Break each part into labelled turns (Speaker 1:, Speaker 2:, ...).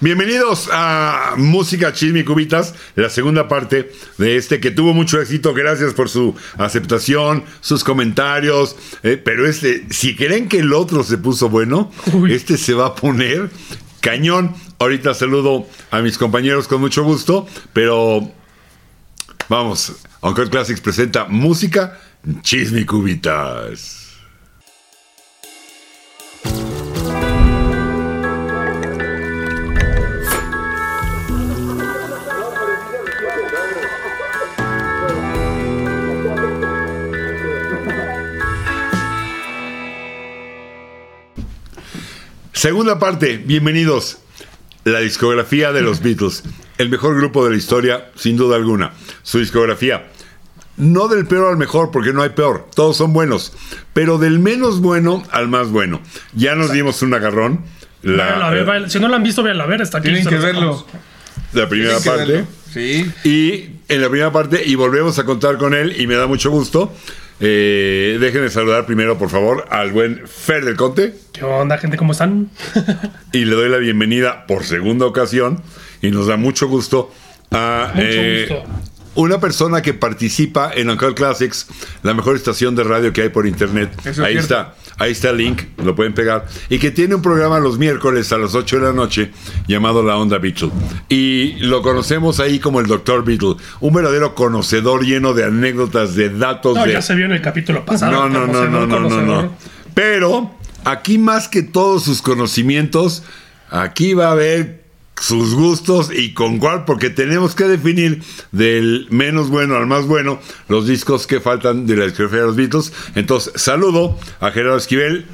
Speaker 1: Bienvenidos a Música Chisme y Cubitas, la segunda parte de este que tuvo mucho éxito. Gracias por su aceptación, sus comentarios. eh, pero este, si creen que el otro se puso bueno, este se va a poner cañón. Ahorita saludo a mis compañeros con mucho gusto, pero vamos, Encore Classics presenta Música Chisme y Cubitas. Segunda parte, bienvenidos. La discografía de los Beatles, el mejor grupo de la historia, sin duda alguna. Su discografía, no del peor al mejor, porque no hay peor, todos son buenos, pero del menos bueno al más bueno. Ya nos dimos un agarrón,
Speaker 2: Véanlo,
Speaker 1: la,
Speaker 2: a ver, véanlo. si no la han visto, véanla, a ver, está aquí.
Speaker 3: Tienen
Speaker 2: se
Speaker 3: que
Speaker 2: los
Speaker 3: verlo.
Speaker 2: dejamos.
Speaker 1: la primera
Speaker 3: Tienen que
Speaker 1: parte.
Speaker 3: verlo. Sí.
Speaker 1: Y en la primera parte, y volvemos a contar con él, y me da mucho gusto. Eh, déjenme saludar primero, por favor, al buen Fer del Conte.
Speaker 2: ¿Qué onda, gente? ¿Cómo están?
Speaker 1: y le doy la bienvenida por segunda ocasión y nos da mucho gusto a
Speaker 2: Mucho
Speaker 1: eh,
Speaker 2: gusto.
Speaker 1: una persona que participa en Uncle Classics, la mejor estación de radio que hay por internet.
Speaker 3: Eso es
Speaker 1: ahí
Speaker 3: cierto.
Speaker 1: está, ahí está el link, lo pueden pegar. Y que tiene un programa los miércoles a las 8 de la noche llamado La Onda Beatle. Y lo conocemos ahí como el Dr. Beatle, un verdadero conocedor lleno de anécdotas, de datos,
Speaker 2: No,
Speaker 1: Pues de
Speaker 2: ya se vio en el capítulo pasado.
Speaker 1: no, no, no,
Speaker 2: conocedor,
Speaker 1: no, ¿eh? no, no,
Speaker 2: conocedor.
Speaker 1: no. Pero aquí más que todos sus conocimientos, aquí va a haber sus gustos y con cuál, porque tenemos que definir del menos bueno al más bueno los discos que faltan de la discografía de los Beatles. Entonces, saludo a Gerardo Esquivel,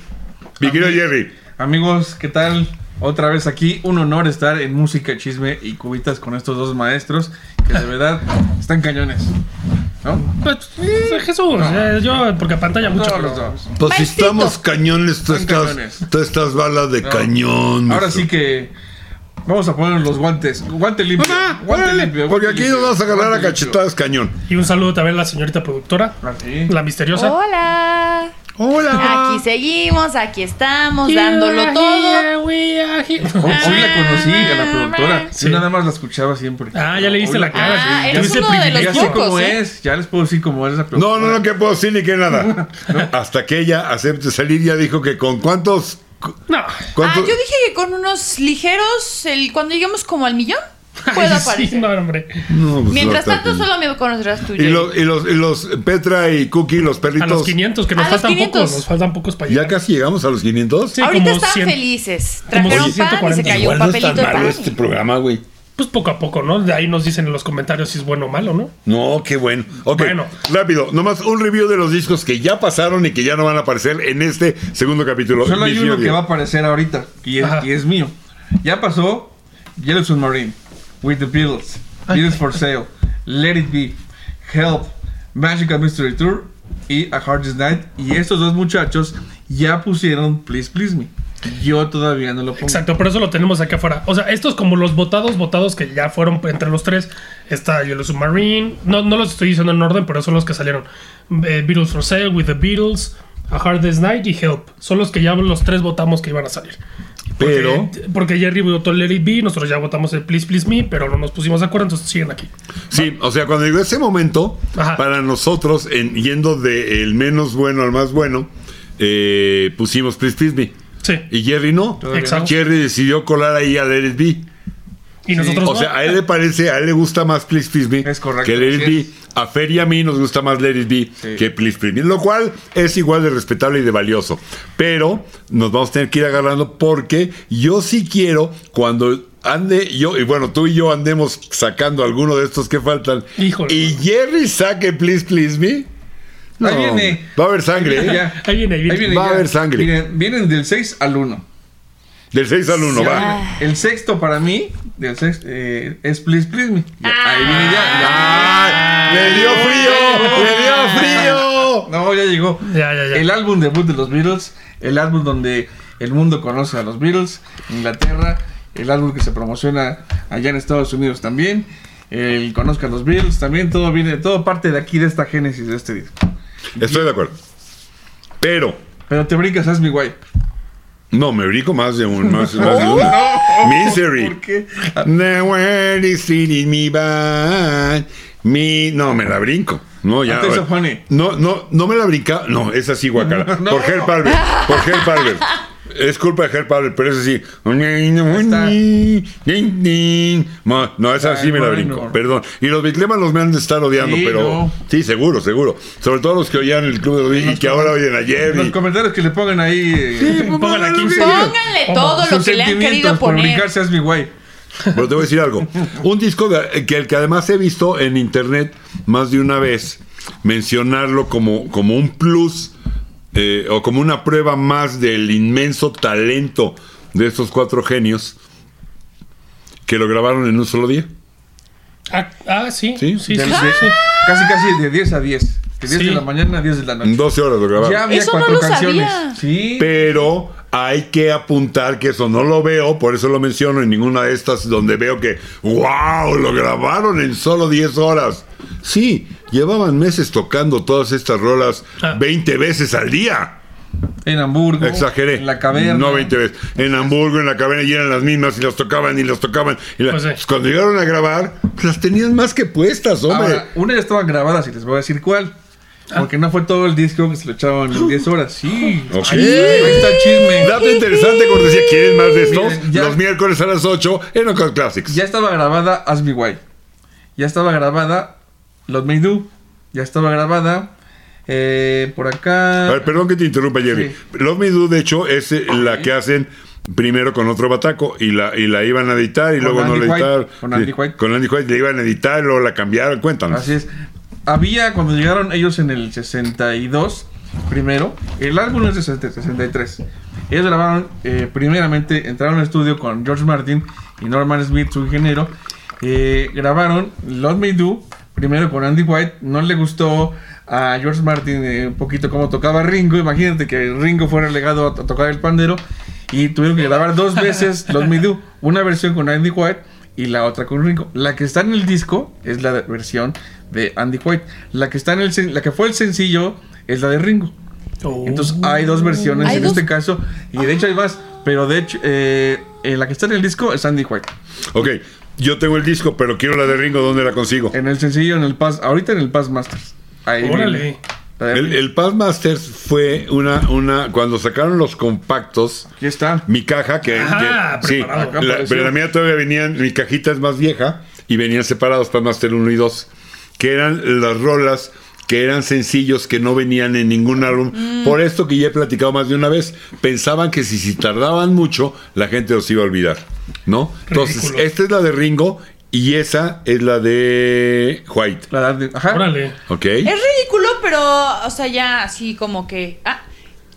Speaker 1: mi querido Jerry.
Speaker 3: Amigos, ¿qué tal? Otra vez aquí, un honor estar en Música, Chisme y Cubitas con estos dos maestros que de verdad están cañones. ¿No?
Speaker 2: Pues, eh, Jesús, eh, yo, porque pantalla mucho.
Speaker 3: Todos
Speaker 2: pero-
Speaker 3: los dos.
Speaker 1: Pues si
Speaker 4: Maestito.
Speaker 1: estamos cañones, tú
Speaker 3: Son
Speaker 1: estás,
Speaker 3: cañones.
Speaker 1: tú estás bala de
Speaker 3: No.
Speaker 1: cañón.
Speaker 3: Ahora
Speaker 1: maestro.
Speaker 3: sí que vamos a poner los guantes. Guante limpio.
Speaker 1: Mamá,
Speaker 3: guante
Speaker 1: Ah, órale,
Speaker 3: limpio.
Speaker 1: porque
Speaker 3: guante
Speaker 1: aquí
Speaker 3: limpio,
Speaker 1: nos vas a agarrar a
Speaker 3: guante limpio.
Speaker 1: cachetadas cañón.
Speaker 2: Y un saludo también a la señorita productora,
Speaker 3: Ah, sí.
Speaker 2: la misteriosa.
Speaker 4: Hola.
Speaker 1: Hola.
Speaker 2: Ah.
Speaker 4: Aquí seguimos, aquí estamos,
Speaker 2: Here
Speaker 4: dándolo
Speaker 2: we
Speaker 4: todo.
Speaker 2: are, we are here.
Speaker 3: Hoy hoy la conocí a la productora.
Speaker 2: Sí.
Speaker 3: Yo nada más la escuchaba siempre.
Speaker 2: Ah, ya le viste
Speaker 3: Hoy
Speaker 2: la cara.
Speaker 4: Ah,
Speaker 2: sí. Ya
Speaker 4: eres
Speaker 2: viste
Speaker 4: uno de los
Speaker 3: Ya
Speaker 2: privilegio.
Speaker 3: sé cómo
Speaker 4: Pocos, ¿eh?
Speaker 3: es. Ya les puedo decir cómo es la
Speaker 1: No,
Speaker 3: productora.
Speaker 1: no, no, que puedo decir ni que nada. Hasta que ella acepte salir, ya dijo que con cuántos. cu-
Speaker 2: No.
Speaker 4: Ah,
Speaker 1: cuántos-
Speaker 4: yo dije que con unos ligeros, el, cuando lleguemos como al millón, puedo
Speaker 2: Ay, sí,
Speaker 4: aparecer.
Speaker 2: no, hombre.
Speaker 1: No, pues,
Speaker 4: Mientras
Speaker 1: no, está
Speaker 4: tanto,
Speaker 1: bien.
Speaker 4: solo me conocerás tú.
Speaker 1: Y
Speaker 4: Jerry.
Speaker 1: los, y, los, y los Petra y Cookie, los
Speaker 2: A los
Speaker 1: perritos.
Speaker 2: 500, que
Speaker 4: A
Speaker 2: nos
Speaker 4: los
Speaker 2: faltan
Speaker 4: 500.
Speaker 2: pocos. Nos faltan pocos para
Speaker 1: ¿Ya
Speaker 2: llegar.
Speaker 1: casi llegamos a los 500?
Speaker 2: Sí,
Speaker 4: Ahorita
Speaker 2: como
Speaker 4: estaban
Speaker 2: 100.
Speaker 4: felices.
Speaker 2: Como
Speaker 4: Trajeron pan y
Speaker 2: 140.
Speaker 4: se cayó un
Speaker 1: Igual no es
Speaker 4: papelito
Speaker 1: tan
Speaker 4: de pan.
Speaker 1: malo este programa, güey.
Speaker 2: Pues poco a poco, ¿no? De ahí nos dicen en los comentarios si es bueno o malo, ¿no?
Speaker 1: No, qué bueno. Ok,
Speaker 2: Bueno.
Speaker 1: rápido, nomás un review de los discos que ya pasaron y que ya no van a aparecer en este segundo capítulo.
Speaker 3: Solo hay
Speaker 1: Mi
Speaker 3: uno
Speaker 1: señor
Speaker 3: que va a aparecer ahorita y es,
Speaker 2: Ajá.
Speaker 3: y es mío. Ya pasó Yellow Submarine, With the Beatles, Beatles for Sale, Let It Be, Help, Magical Mystery Tour y A Hardest Night. Y estos dos muchachos ya pusieron Please Please Me. Yo todavía no lo pongo.
Speaker 2: Exacto, por eso lo tenemos acá afuera. O sea, estos como los votados, votados que ya fueron entre los tres. Está Yellow Submarine. No, no los estoy diciendo en orden, pero son los que salieron. Eh, Beatles for Sale, With the Beatles, A Hard Day's Night y Help. Son los que ya los tres votamos que iban a salir. Porque-
Speaker 1: Pero-
Speaker 2: Porque Jerry votó Let It Be, nosotros ya votamos el Please Please Me, pero no nos pusimos de acuerdo, entonces siguen aquí.
Speaker 1: Sí, o sea, cuando llegó ese momento,
Speaker 2: Ajá.
Speaker 1: para nosotros, en, yendo del menos bueno al más bueno, eh, pusimos Please Please Me.
Speaker 2: Sí.
Speaker 1: Y Jerry no.
Speaker 3: Todavía
Speaker 2: Exacto.
Speaker 1: Jerry decidió colar ahí a Let It Be.
Speaker 2: Y nosotros
Speaker 1: O
Speaker 2: no.
Speaker 1: sea, a él le parece, a él le gusta más Please Please Me
Speaker 3: Pues Es correcto,
Speaker 1: que Let It
Speaker 3: así
Speaker 1: Be. A Fer y a mí nos gusta más Let It Be
Speaker 3: Sí.
Speaker 1: que Please Please Me, lo cual es igual de respetable y de valioso. Pero nos vamos a tener que ir agarrando porque yo sí quiero cuando ande yo, y bueno, tú y yo andemos sacando alguno de estos que faltan.
Speaker 2: Híjole.
Speaker 1: Y Jerry saque Please Please Me.
Speaker 3: Ahí viene.
Speaker 1: Va a haber sangre. ¿eh?
Speaker 3: Ya.
Speaker 2: Ahí viene, ahí viene.
Speaker 3: Ahí viene
Speaker 1: Va a
Speaker 3: ya.
Speaker 1: haber sangre.
Speaker 3: Miren, vienen del 6 al 1.
Speaker 1: Del 6 al 1, va.
Speaker 4: Ah.
Speaker 3: El sexto para mí del sexto, eh, es Please Please Me. Ya, Ahí viene ya.
Speaker 1: Ah. ¡Ay! ¡Le dio frío! ¡Le dio frío!
Speaker 3: No, ya llegó.
Speaker 2: Ya, ya, ya.
Speaker 3: El álbum debut de los Beatles, el álbum donde el mundo conoce a los Beatles, Inglaterra, el álbum que se promociona allá en Estados Unidos también, el conozca a los Beatles también, todo viene, todo parte de aquí, de esta génesis de este disco.
Speaker 1: Estoy de acuerdo. Pero,
Speaker 3: Pero te brincas, haz mi guay.
Speaker 1: no, me brinco más de un. Más, más de uno. Misery.
Speaker 3: ¿Por qué?
Speaker 1: The world is treating me bad. Me- No, me la brinco. No, ya.
Speaker 3: Antes of Honey.
Speaker 1: No, no, no me la brinca. No, es así, guacala.
Speaker 3: No.
Speaker 1: Por Herb Albert. Por Herb Albert. Es culpa de Herb Albert, pero es así.
Speaker 3: está.
Speaker 1: No, es así, me la
Speaker 3: Ay,
Speaker 1: brinco.
Speaker 3: bueno.
Speaker 1: Perdón. Y los Biclemas los me han de estar odiando,
Speaker 3: Sí,
Speaker 1: pero.
Speaker 3: no.
Speaker 1: Sí, seguro, seguro. Sobre todo los que oían el club de Ovi y que ahora oyen ayer.
Speaker 3: Los comentarios que le pongan ahí. eh,
Speaker 2: Póngala 15
Speaker 4: Pónganle todo lo
Speaker 3: sus
Speaker 4: que le han querido
Speaker 3: sentimientos por
Speaker 4: poner.
Speaker 3: brincarse, es mi güey.
Speaker 1: Pero te voy a decir algo. Un disco de- que el que además he visto en internet más de una vez mencionarlo como, como un plus eh, o como una prueba más del inmenso talento de estos cuatro genios que lo grabaron en un solo día.
Speaker 2: Ah, ah, sí.
Speaker 1: Sí,
Speaker 2: Sí, sí,
Speaker 3: Ya
Speaker 2: sí.
Speaker 3: lo sé. Casi, casi de 10 a 10. De 10
Speaker 2: Sí.
Speaker 3: de la mañana a 10 de la
Speaker 1: En
Speaker 3: noche.
Speaker 1: 12 horas lo grabaron.
Speaker 3: Ya había
Speaker 4: Eso no
Speaker 3: cuatro
Speaker 4: lo
Speaker 3: canciones.
Speaker 4: sabía.
Speaker 3: Sí.
Speaker 1: Pero hay que apuntar que eso no lo veo, por eso lo menciono en ninguna de estas donde veo que, wow, lo grabaron en solo 10 horas. Sí, llevaban meses tocando todas estas rolas
Speaker 2: Ah.
Speaker 1: 20 veces al día.
Speaker 3: En Hamburgo.
Speaker 1: Exageré.
Speaker 3: En la caverna.
Speaker 1: No 20 veces. En Hamburgo, en la caverna, y eran las mismas, y las tocaban, y las tocaban. y la-
Speaker 2: Pues sí.
Speaker 1: Pues cuando llegaron a grabar, pues las tenían más que puestas, hombre.
Speaker 3: Ahora, una ya estaba grabada, y les voy a decir cuál. Porque no fue todo el disco que se lo echaban en 10 horas. Sí.
Speaker 1: Ok.
Speaker 3: Ahí está el chisme.
Speaker 1: Dato interesante, como decía, ¿quieren más de estos?
Speaker 3: Miren, ya-
Speaker 1: Los miércoles a las 8 en Occult Classics.
Speaker 3: Ya estaba grabada As Me Why. Ya estaba grabada Los May Do. Ya estaba grabada. eh, por acá.
Speaker 1: A ver, perdón que te interrumpa, Jerry.
Speaker 3: Sí.
Speaker 1: Love Me Do, de hecho, es eh, la que hacen primero con otro bataco y la, y la iban a editar y
Speaker 3: Con
Speaker 1: luego no
Speaker 3: Andy
Speaker 1: la
Speaker 3: White,
Speaker 1: editaron.
Speaker 3: con Andy
Speaker 1: Sí,
Speaker 3: White.
Speaker 1: Con Andy White la iban a editar, luego la cambiaron. Cuéntanos.
Speaker 3: Así es. Había, cuando llegaron ellos en el 62, primero, el álbum es de 60 63. Ellos grabaron, eh, primeramente, entraron al estudio con George Martin y Norman Smith, su ingeniero. Eh, grabaron Love Me Do, primero con Andy White. No le gustó a George Martin eh, un poquito cómo tocaba Ringo. Imagínate que Ringo fuera legado a, a tocar el pandero. Y tuvieron que grabar dos veces Love Me Do. Una versión con Andy White y la otra con Ringo. La que está en el disco es la de- versión de Andy White. La que está en el sen- la que fue el sencillo es la de Ringo.
Speaker 2: Oh.
Speaker 3: Entonces hay dos versiones
Speaker 4: Hay
Speaker 3: en
Speaker 4: dos.
Speaker 3: este caso y de hecho hay más, pero de hecho eh, eh, la que está en el disco es Andy White.
Speaker 1: Ok, yo tengo el disco, pero quiero la de Ringo. ¿Dónde la consigo?
Speaker 3: En el sencillo en el Paz, ahorita en el Paz Masters. Ahí
Speaker 2: Órale.
Speaker 3: viene. La de
Speaker 1: El,
Speaker 3: Ringo.
Speaker 1: el Past Masters fue una, una. Cuando sacaron los compactos,
Speaker 3: Aquí está.
Speaker 1: mi caja, que.
Speaker 2: Ah,
Speaker 1: que- sí,
Speaker 2: preparado.
Speaker 1: la-
Speaker 3: Apareció.
Speaker 1: pero la mía todavía venían. Mi cajita es más vieja y venían separados Past Master 1 y 2, que eran las rolas que eran sencillos que no venían en ningún álbum. Por esto que ya he platicado más de una vez, pensaban que si, si tardaban mucho, la gente los iba a olvidar, ¿no? Entonces,
Speaker 2: Ridículo.
Speaker 1: esta es la de Ringo y esa es la de White,
Speaker 3: La de Andy- ajá.
Speaker 2: Órale.
Speaker 1: ¿ok?
Speaker 4: Es ridículo, pero, o sea, ya así como que. Ah,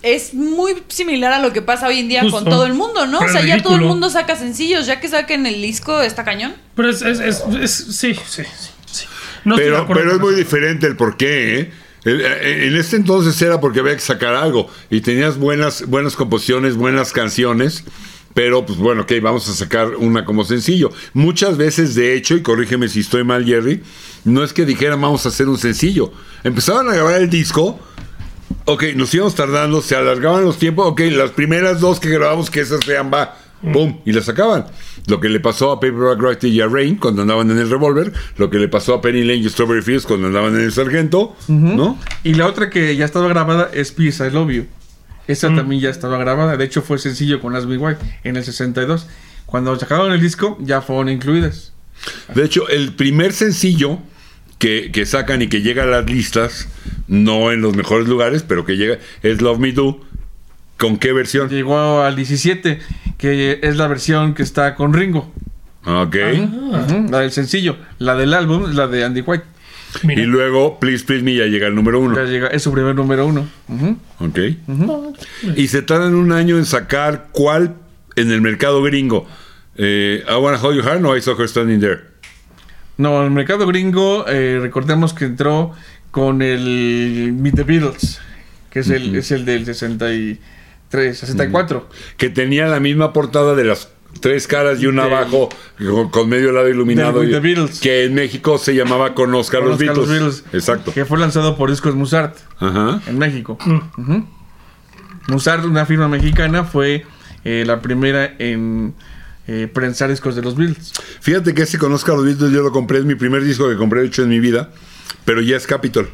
Speaker 4: es muy similar a lo que pasa hoy en día
Speaker 2: Justo.
Speaker 4: con todo el mundo, ¿no?
Speaker 2: Pero
Speaker 4: o sea, ya todo el
Speaker 2: ridículo.
Speaker 4: mundo saca sencillos, ya que saquen el disco, está cañón.
Speaker 2: Pero es, es, es, es- sí, sí, sí, sí. No estoy de
Speaker 1: pero,
Speaker 2: acuerdo
Speaker 1: pero es
Speaker 2: con
Speaker 1: muy
Speaker 2: eso.
Speaker 1: diferente el por qué. ¿eh? El- eh, en este entonces era porque había que sacar algo y tenías buenas, buenas composiciones, buenas canciones. Pero, pues bueno, ok, vamos a sacar una como sencillo. Muchas veces, de hecho, y corrígeme si estoy mal, Jerry, no es que dijeran vamos a hacer un sencillo. Empezaban a grabar el disco, ok, nos íbamos tardando, se alargaban los tiempos, ok, las primeras dos que grabamos, que esas sean, va, boom, y las sacaban. Lo que le pasó a Paperback Wright y a Rain cuando andaban en el Revolver, lo que le pasó a Penny Lane y Strawberry Fields cuando andaban en el Sargento, ¿no?
Speaker 3: Y la otra que ya estaba grabada es Peace I Love You. Esa
Speaker 2: Mm.
Speaker 3: también ya estaba grabada. De hecho, fue sencillo con As Me White en el 62. Cuando sacaron el disco, ya fueron incluidas.
Speaker 1: De hecho, el primer sencillo que, que sacan y que llega a las listas, no en los mejores lugares, pero que llega, es Love Me Do. ¿Con qué versión?
Speaker 3: Llegó al 17, que es la versión que está con Ringo.
Speaker 1: Ok.
Speaker 3: Ujú, La del sencillo. La del álbum es la de Andy White.
Speaker 2: Mira.
Speaker 1: Y luego, Please Please Me ya llega al número uno.
Speaker 3: Ya llega, es su primer número uno. Ujú.
Speaker 1: Ok. Y se tardan un año en sacar cuál en el mercado gringo. Eh, I Wanna Hold Your Hand o I Saw Her Standing There.
Speaker 3: No, el mercado gringo, eh, recordemos que entró con el Meet the Beatles, que es el, es el del 63, 64.
Speaker 1: Que tenía la misma portada de las tres caras y una
Speaker 3: Del-
Speaker 1: abajo con, con medio lado iluminado.
Speaker 3: Del
Speaker 1: y-
Speaker 3: With the Beatles.
Speaker 1: que en México se llamaba Con Oscar,
Speaker 3: Con
Speaker 1: los
Speaker 3: Oscar
Speaker 1: Beatles.
Speaker 3: los Beatles.
Speaker 1: Exacto.
Speaker 3: Que fue lanzado por Discos Musart
Speaker 1: Ajá.
Speaker 3: en México. Ujú. Musart, una firma mexicana, fue eh, la primera en, eh, prensar discos de los Beatles.
Speaker 1: Fíjate que ese conozca a los Beatles yo lo compré, es mi primer disco que compré hecho en mi vida, pero ya es Capitol.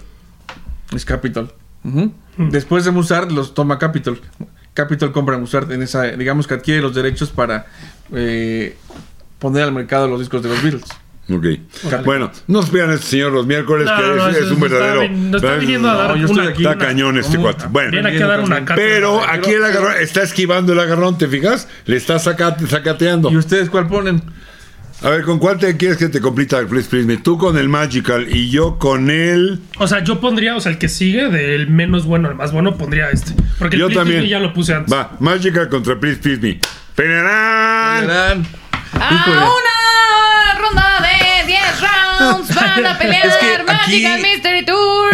Speaker 3: Es Capitol. Ujú.
Speaker 1: Hmm.
Speaker 3: Después de Musart los toma Capitol. Capitol compra Musart en esa, digamos que adquiere los derechos para eh, poner al mercado los discos de los Beatles.
Speaker 1: Ok. Bueno, no esperan a este señor los miércoles,
Speaker 2: No,
Speaker 1: que
Speaker 2: no,
Speaker 1: es,
Speaker 2: eso
Speaker 1: es un
Speaker 2: nos está
Speaker 1: verdadero.
Speaker 2: vin- nos está viniendo a dar una
Speaker 3: yo estoy aquí.
Speaker 1: Está cañón este
Speaker 3: ¿Cómo?
Speaker 1: cuate. Bueno.
Speaker 2: Viene aquí a dar una cátedra.
Speaker 1: Pero aquí el agarrón está esquivando el agarrón, ¿te fijas? Le está saca- sacateando.
Speaker 3: ¿Y ustedes cuál ponen?
Speaker 1: A ver, ¿con cuál te quieres que te complita el Please Please Me? Tú con el Magical y yo con el.
Speaker 2: O sea, yo pondría, o sea, el que sigue del menos bueno al más bueno, pondría este. Porque el
Speaker 1: yo
Speaker 2: Please
Speaker 1: también.
Speaker 2: Disney ya lo puse antes.
Speaker 1: Va, Magical contra Please Please Me. ¡Pelearán!
Speaker 3: Verán. Híjole.
Speaker 4: A una ronda de 10 rounds van a pelear
Speaker 3: Es que
Speaker 4: Magical
Speaker 3: aquí-
Speaker 4: Mystery Tour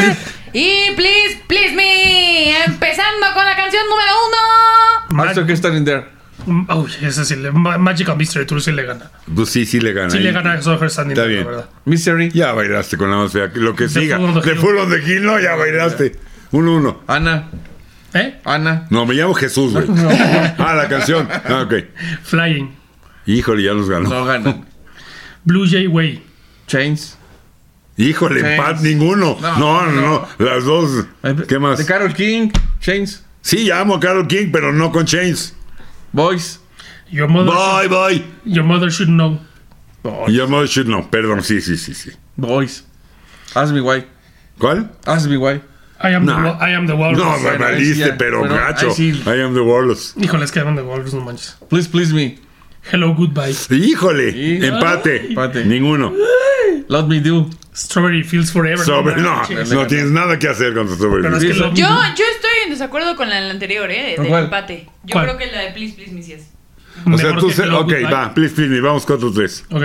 Speaker 4: y Please, Please Me. Empezando con la canción número uno.
Speaker 3: Master que están in there.
Speaker 2: Mm, Uy, ese sí le. Ma- Magical Mystery Tour sí le gana.
Speaker 1: Pues sí, sí le gana.
Speaker 2: Sí
Speaker 1: ahí.
Speaker 2: le gana a Soher Standing,
Speaker 1: Está
Speaker 2: la
Speaker 1: bien.
Speaker 2: verdad.
Speaker 3: Misery.
Speaker 1: Ya bailaste con la más fea. Lo que siga.
Speaker 2: Full on the
Speaker 1: De
Speaker 2: Hill.
Speaker 1: Full on the Hill, no, ya bailaste. Uno, uno.
Speaker 3: Ana.
Speaker 2: ¿Eh?
Speaker 3: Ana.
Speaker 1: No, me llamo Jesús, güey. Ah, la canción. Ah, ok.
Speaker 2: Flying.
Speaker 1: Híjole, ya nos ganó.
Speaker 3: No ganan.
Speaker 2: Blue Jay Way.
Speaker 3: Chains.
Speaker 1: Híjole,
Speaker 3: Sí.
Speaker 1: pat ninguno.
Speaker 3: No,
Speaker 1: No, no, no,
Speaker 3: no.
Speaker 1: Las dos. ¿Qué más?
Speaker 3: De Carol King. Chains.
Speaker 1: Sí, ya amo a Carol King, pero no con Chains.
Speaker 3: Boys.
Speaker 2: Your mother,
Speaker 1: Bye, bye.
Speaker 2: your mother should know.
Speaker 1: Y
Speaker 3: Boys.
Speaker 1: Your mother should know. Perdón, sí, sí, sí, sí.
Speaker 3: Boys. Ask me why.
Speaker 1: ¿Cuál?
Speaker 3: Ask me why.
Speaker 2: I am,
Speaker 1: Nah.
Speaker 2: the, wa- I am the Walrus.
Speaker 1: No, me
Speaker 3: bueno, ahí sí
Speaker 1: maliste,
Speaker 3: ya.
Speaker 1: pero
Speaker 3: Bueno, ahí
Speaker 1: gacho.
Speaker 3: sí.
Speaker 1: I am the Warlords.
Speaker 2: Híjole, es que I am the Walrus, no manches.
Speaker 3: Please, please me.
Speaker 2: Hello, goodbye.
Speaker 1: Híjole,
Speaker 3: Sí.
Speaker 1: empate.
Speaker 3: Empate.
Speaker 1: Ninguno.
Speaker 3: Love me do.
Speaker 2: Strawberry Fields Forever.
Speaker 1: Sobre, no,
Speaker 2: manches.
Speaker 1: no tienes nada que hacer con tu
Speaker 2: Pero es
Speaker 1: sobre.
Speaker 2: que lo-
Speaker 4: Yo, yo estoy en desacuerdo con la del anterior, ¿eh? Del
Speaker 3: ¿Cuál?
Speaker 4: empate. Yo
Speaker 2: ¿Cuál?
Speaker 4: creo que la de Please, Please Me sí es.
Speaker 1: O sea,
Speaker 2: mejor
Speaker 1: tú
Speaker 2: que
Speaker 1: se,
Speaker 2: Hello,
Speaker 1: Ok,
Speaker 2: Goodbye.
Speaker 1: va, please, please, me, vamos cuatro, tres.
Speaker 2: Ok.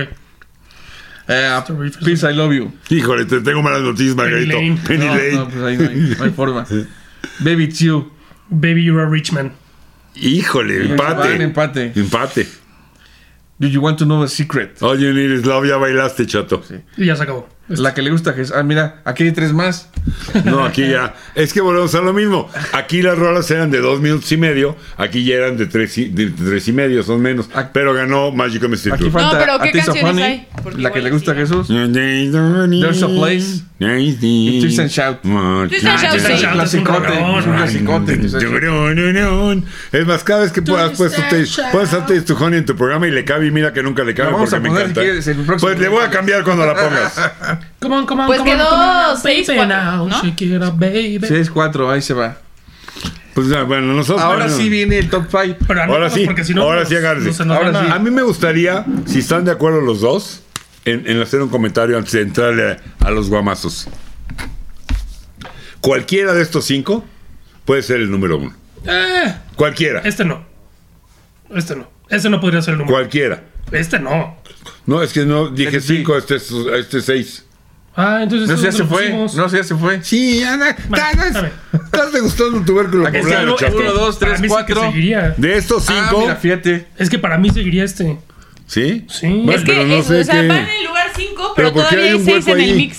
Speaker 3: Eh,
Speaker 2: Strawberry Fields.
Speaker 3: peace, I love you.
Speaker 1: Híjole, te tengo malas noticias, Margarito.
Speaker 2: Lane.
Speaker 1: Penny
Speaker 3: No,
Speaker 1: Lane.
Speaker 3: no, pues ahí no hay, no hay forma. Baby it's you.
Speaker 2: Baby, you're a rich man.
Speaker 1: Híjole,
Speaker 3: Van,
Speaker 1: empate.
Speaker 3: empate.
Speaker 1: Empate.
Speaker 3: Do you want to know a secret?
Speaker 1: All you need is love, ya bailaste, chato.
Speaker 2: Y ya se acabó.
Speaker 3: La que le gusta a Jesús. Ah, mira, aquí hay tres más.
Speaker 1: No, aquí ya. Es que volvemos a lo mismo. Aquí las rolas eran de dos minutos y medio. Aquí ya eran de tres y, de tres y medio, son menos.
Speaker 3: Aquí-
Speaker 1: Pero ganó Magical Mystery
Speaker 3: Aquí
Speaker 1: Tour.
Speaker 3: falta
Speaker 4: pero ¿qué
Speaker 3: A Taste of
Speaker 4: canciones
Speaker 3: Honey,
Speaker 4: hay? Porque
Speaker 3: la que
Speaker 4: igual
Speaker 3: le gusta a
Speaker 4: sí. ¿eh?
Speaker 3: Jesús.
Speaker 1: There's
Speaker 3: a place.
Speaker 1: Twist
Speaker 3: Twist and shout.
Speaker 4: Twist and shout,
Speaker 3: Es un
Speaker 4: sí.
Speaker 3: clasicote. Es un clasicote. Twist and shout.
Speaker 1: Es más, cada vez que puedas, puedes
Speaker 4: and
Speaker 1: te-
Speaker 4: shout.
Speaker 1: puedes darte tu honey en tu programa y le cabe y mira que nunca le cabe
Speaker 3: La vamos
Speaker 1: porque
Speaker 3: a
Speaker 1: me
Speaker 3: poner,
Speaker 1: encanta.
Speaker 3: si quieres, el próximo
Speaker 1: Pues le voy a cambiar cuando la pongas.
Speaker 2: Come on, come on,
Speaker 4: Pues
Speaker 2: come on,
Speaker 4: quedó
Speaker 2: come on,
Speaker 4: seis,
Speaker 2: baby
Speaker 4: cuatro,
Speaker 2: now,
Speaker 4: ¿no?
Speaker 2: shake it up, baby.
Speaker 3: Seis, cuatro, ahí se va.
Speaker 1: Pues ah, bueno, nosotros.
Speaker 3: Ahora
Speaker 1: bueno.
Speaker 3: sí viene el top five.
Speaker 2: Pero anótalos,
Speaker 1: sí,
Speaker 2: porque si Ah, no,
Speaker 1: ahora
Speaker 2: nos-
Speaker 1: sí agárrense.
Speaker 2: no se nos
Speaker 3: Ahora
Speaker 2: gana.
Speaker 3: sí.
Speaker 1: A mí me gustaría, si están de acuerdo los dos, en, en hacer un comentario antes de entrarle a, a los guamazos. Cualquiera de estos cinco puede ser el número uno.
Speaker 2: Eh,
Speaker 1: Cualquiera.
Speaker 2: este no. Este no. Este no podría ser el número.
Speaker 1: Cualquiera.
Speaker 2: Este no.
Speaker 1: No, es que no dije
Speaker 3: que sí.
Speaker 1: cinco, este, es- este es seis.
Speaker 2: Ah, entonces.
Speaker 3: No sé,
Speaker 2: ¿dónde
Speaker 3: ya se
Speaker 2: lo
Speaker 3: fue.
Speaker 2: pusimos?
Speaker 3: No sé, ya se fue.
Speaker 1: Sí, Ana,
Speaker 2: Bueno, está
Speaker 1: estás,
Speaker 2: bien.
Speaker 1: estás degustando un tubérculo
Speaker 3: Aquí
Speaker 2: Es que
Speaker 1: poblano,
Speaker 2: no, es
Speaker 1: chato.
Speaker 2: que
Speaker 3: Uno, dos,
Speaker 2: para
Speaker 3: tres,
Speaker 2: mí sí que
Speaker 3: cuatro.
Speaker 2: seguiría.
Speaker 1: De estos
Speaker 3: Ah,
Speaker 1: cinco,
Speaker 3: mira, fíjate.
Speaker 2: Es que para mí seguiría este.
Speaker 1: ¿sí?
Speaker 2: Sí.
Speaker 1: Bueno,
Speaker 4: Es que,
Speaker 1: pero no
Speaker 4: es-
Speaker 1: sé
Speaker 4: o sea,
Speaker 1: qué-
Speaker 4: va en el lugar 5,
Speaker 1: Pero
Speaker 4: pero,
Speaker 1: ¿por qué
Speaker 4: todavía
Speaker 1: hay
Speaker 4: hay
Speaker 1: un
Speaker 4: 6
Speaker 1: hueco
Speaker 4: en el
Speaker 1: ahí?
Speaker 4: mix.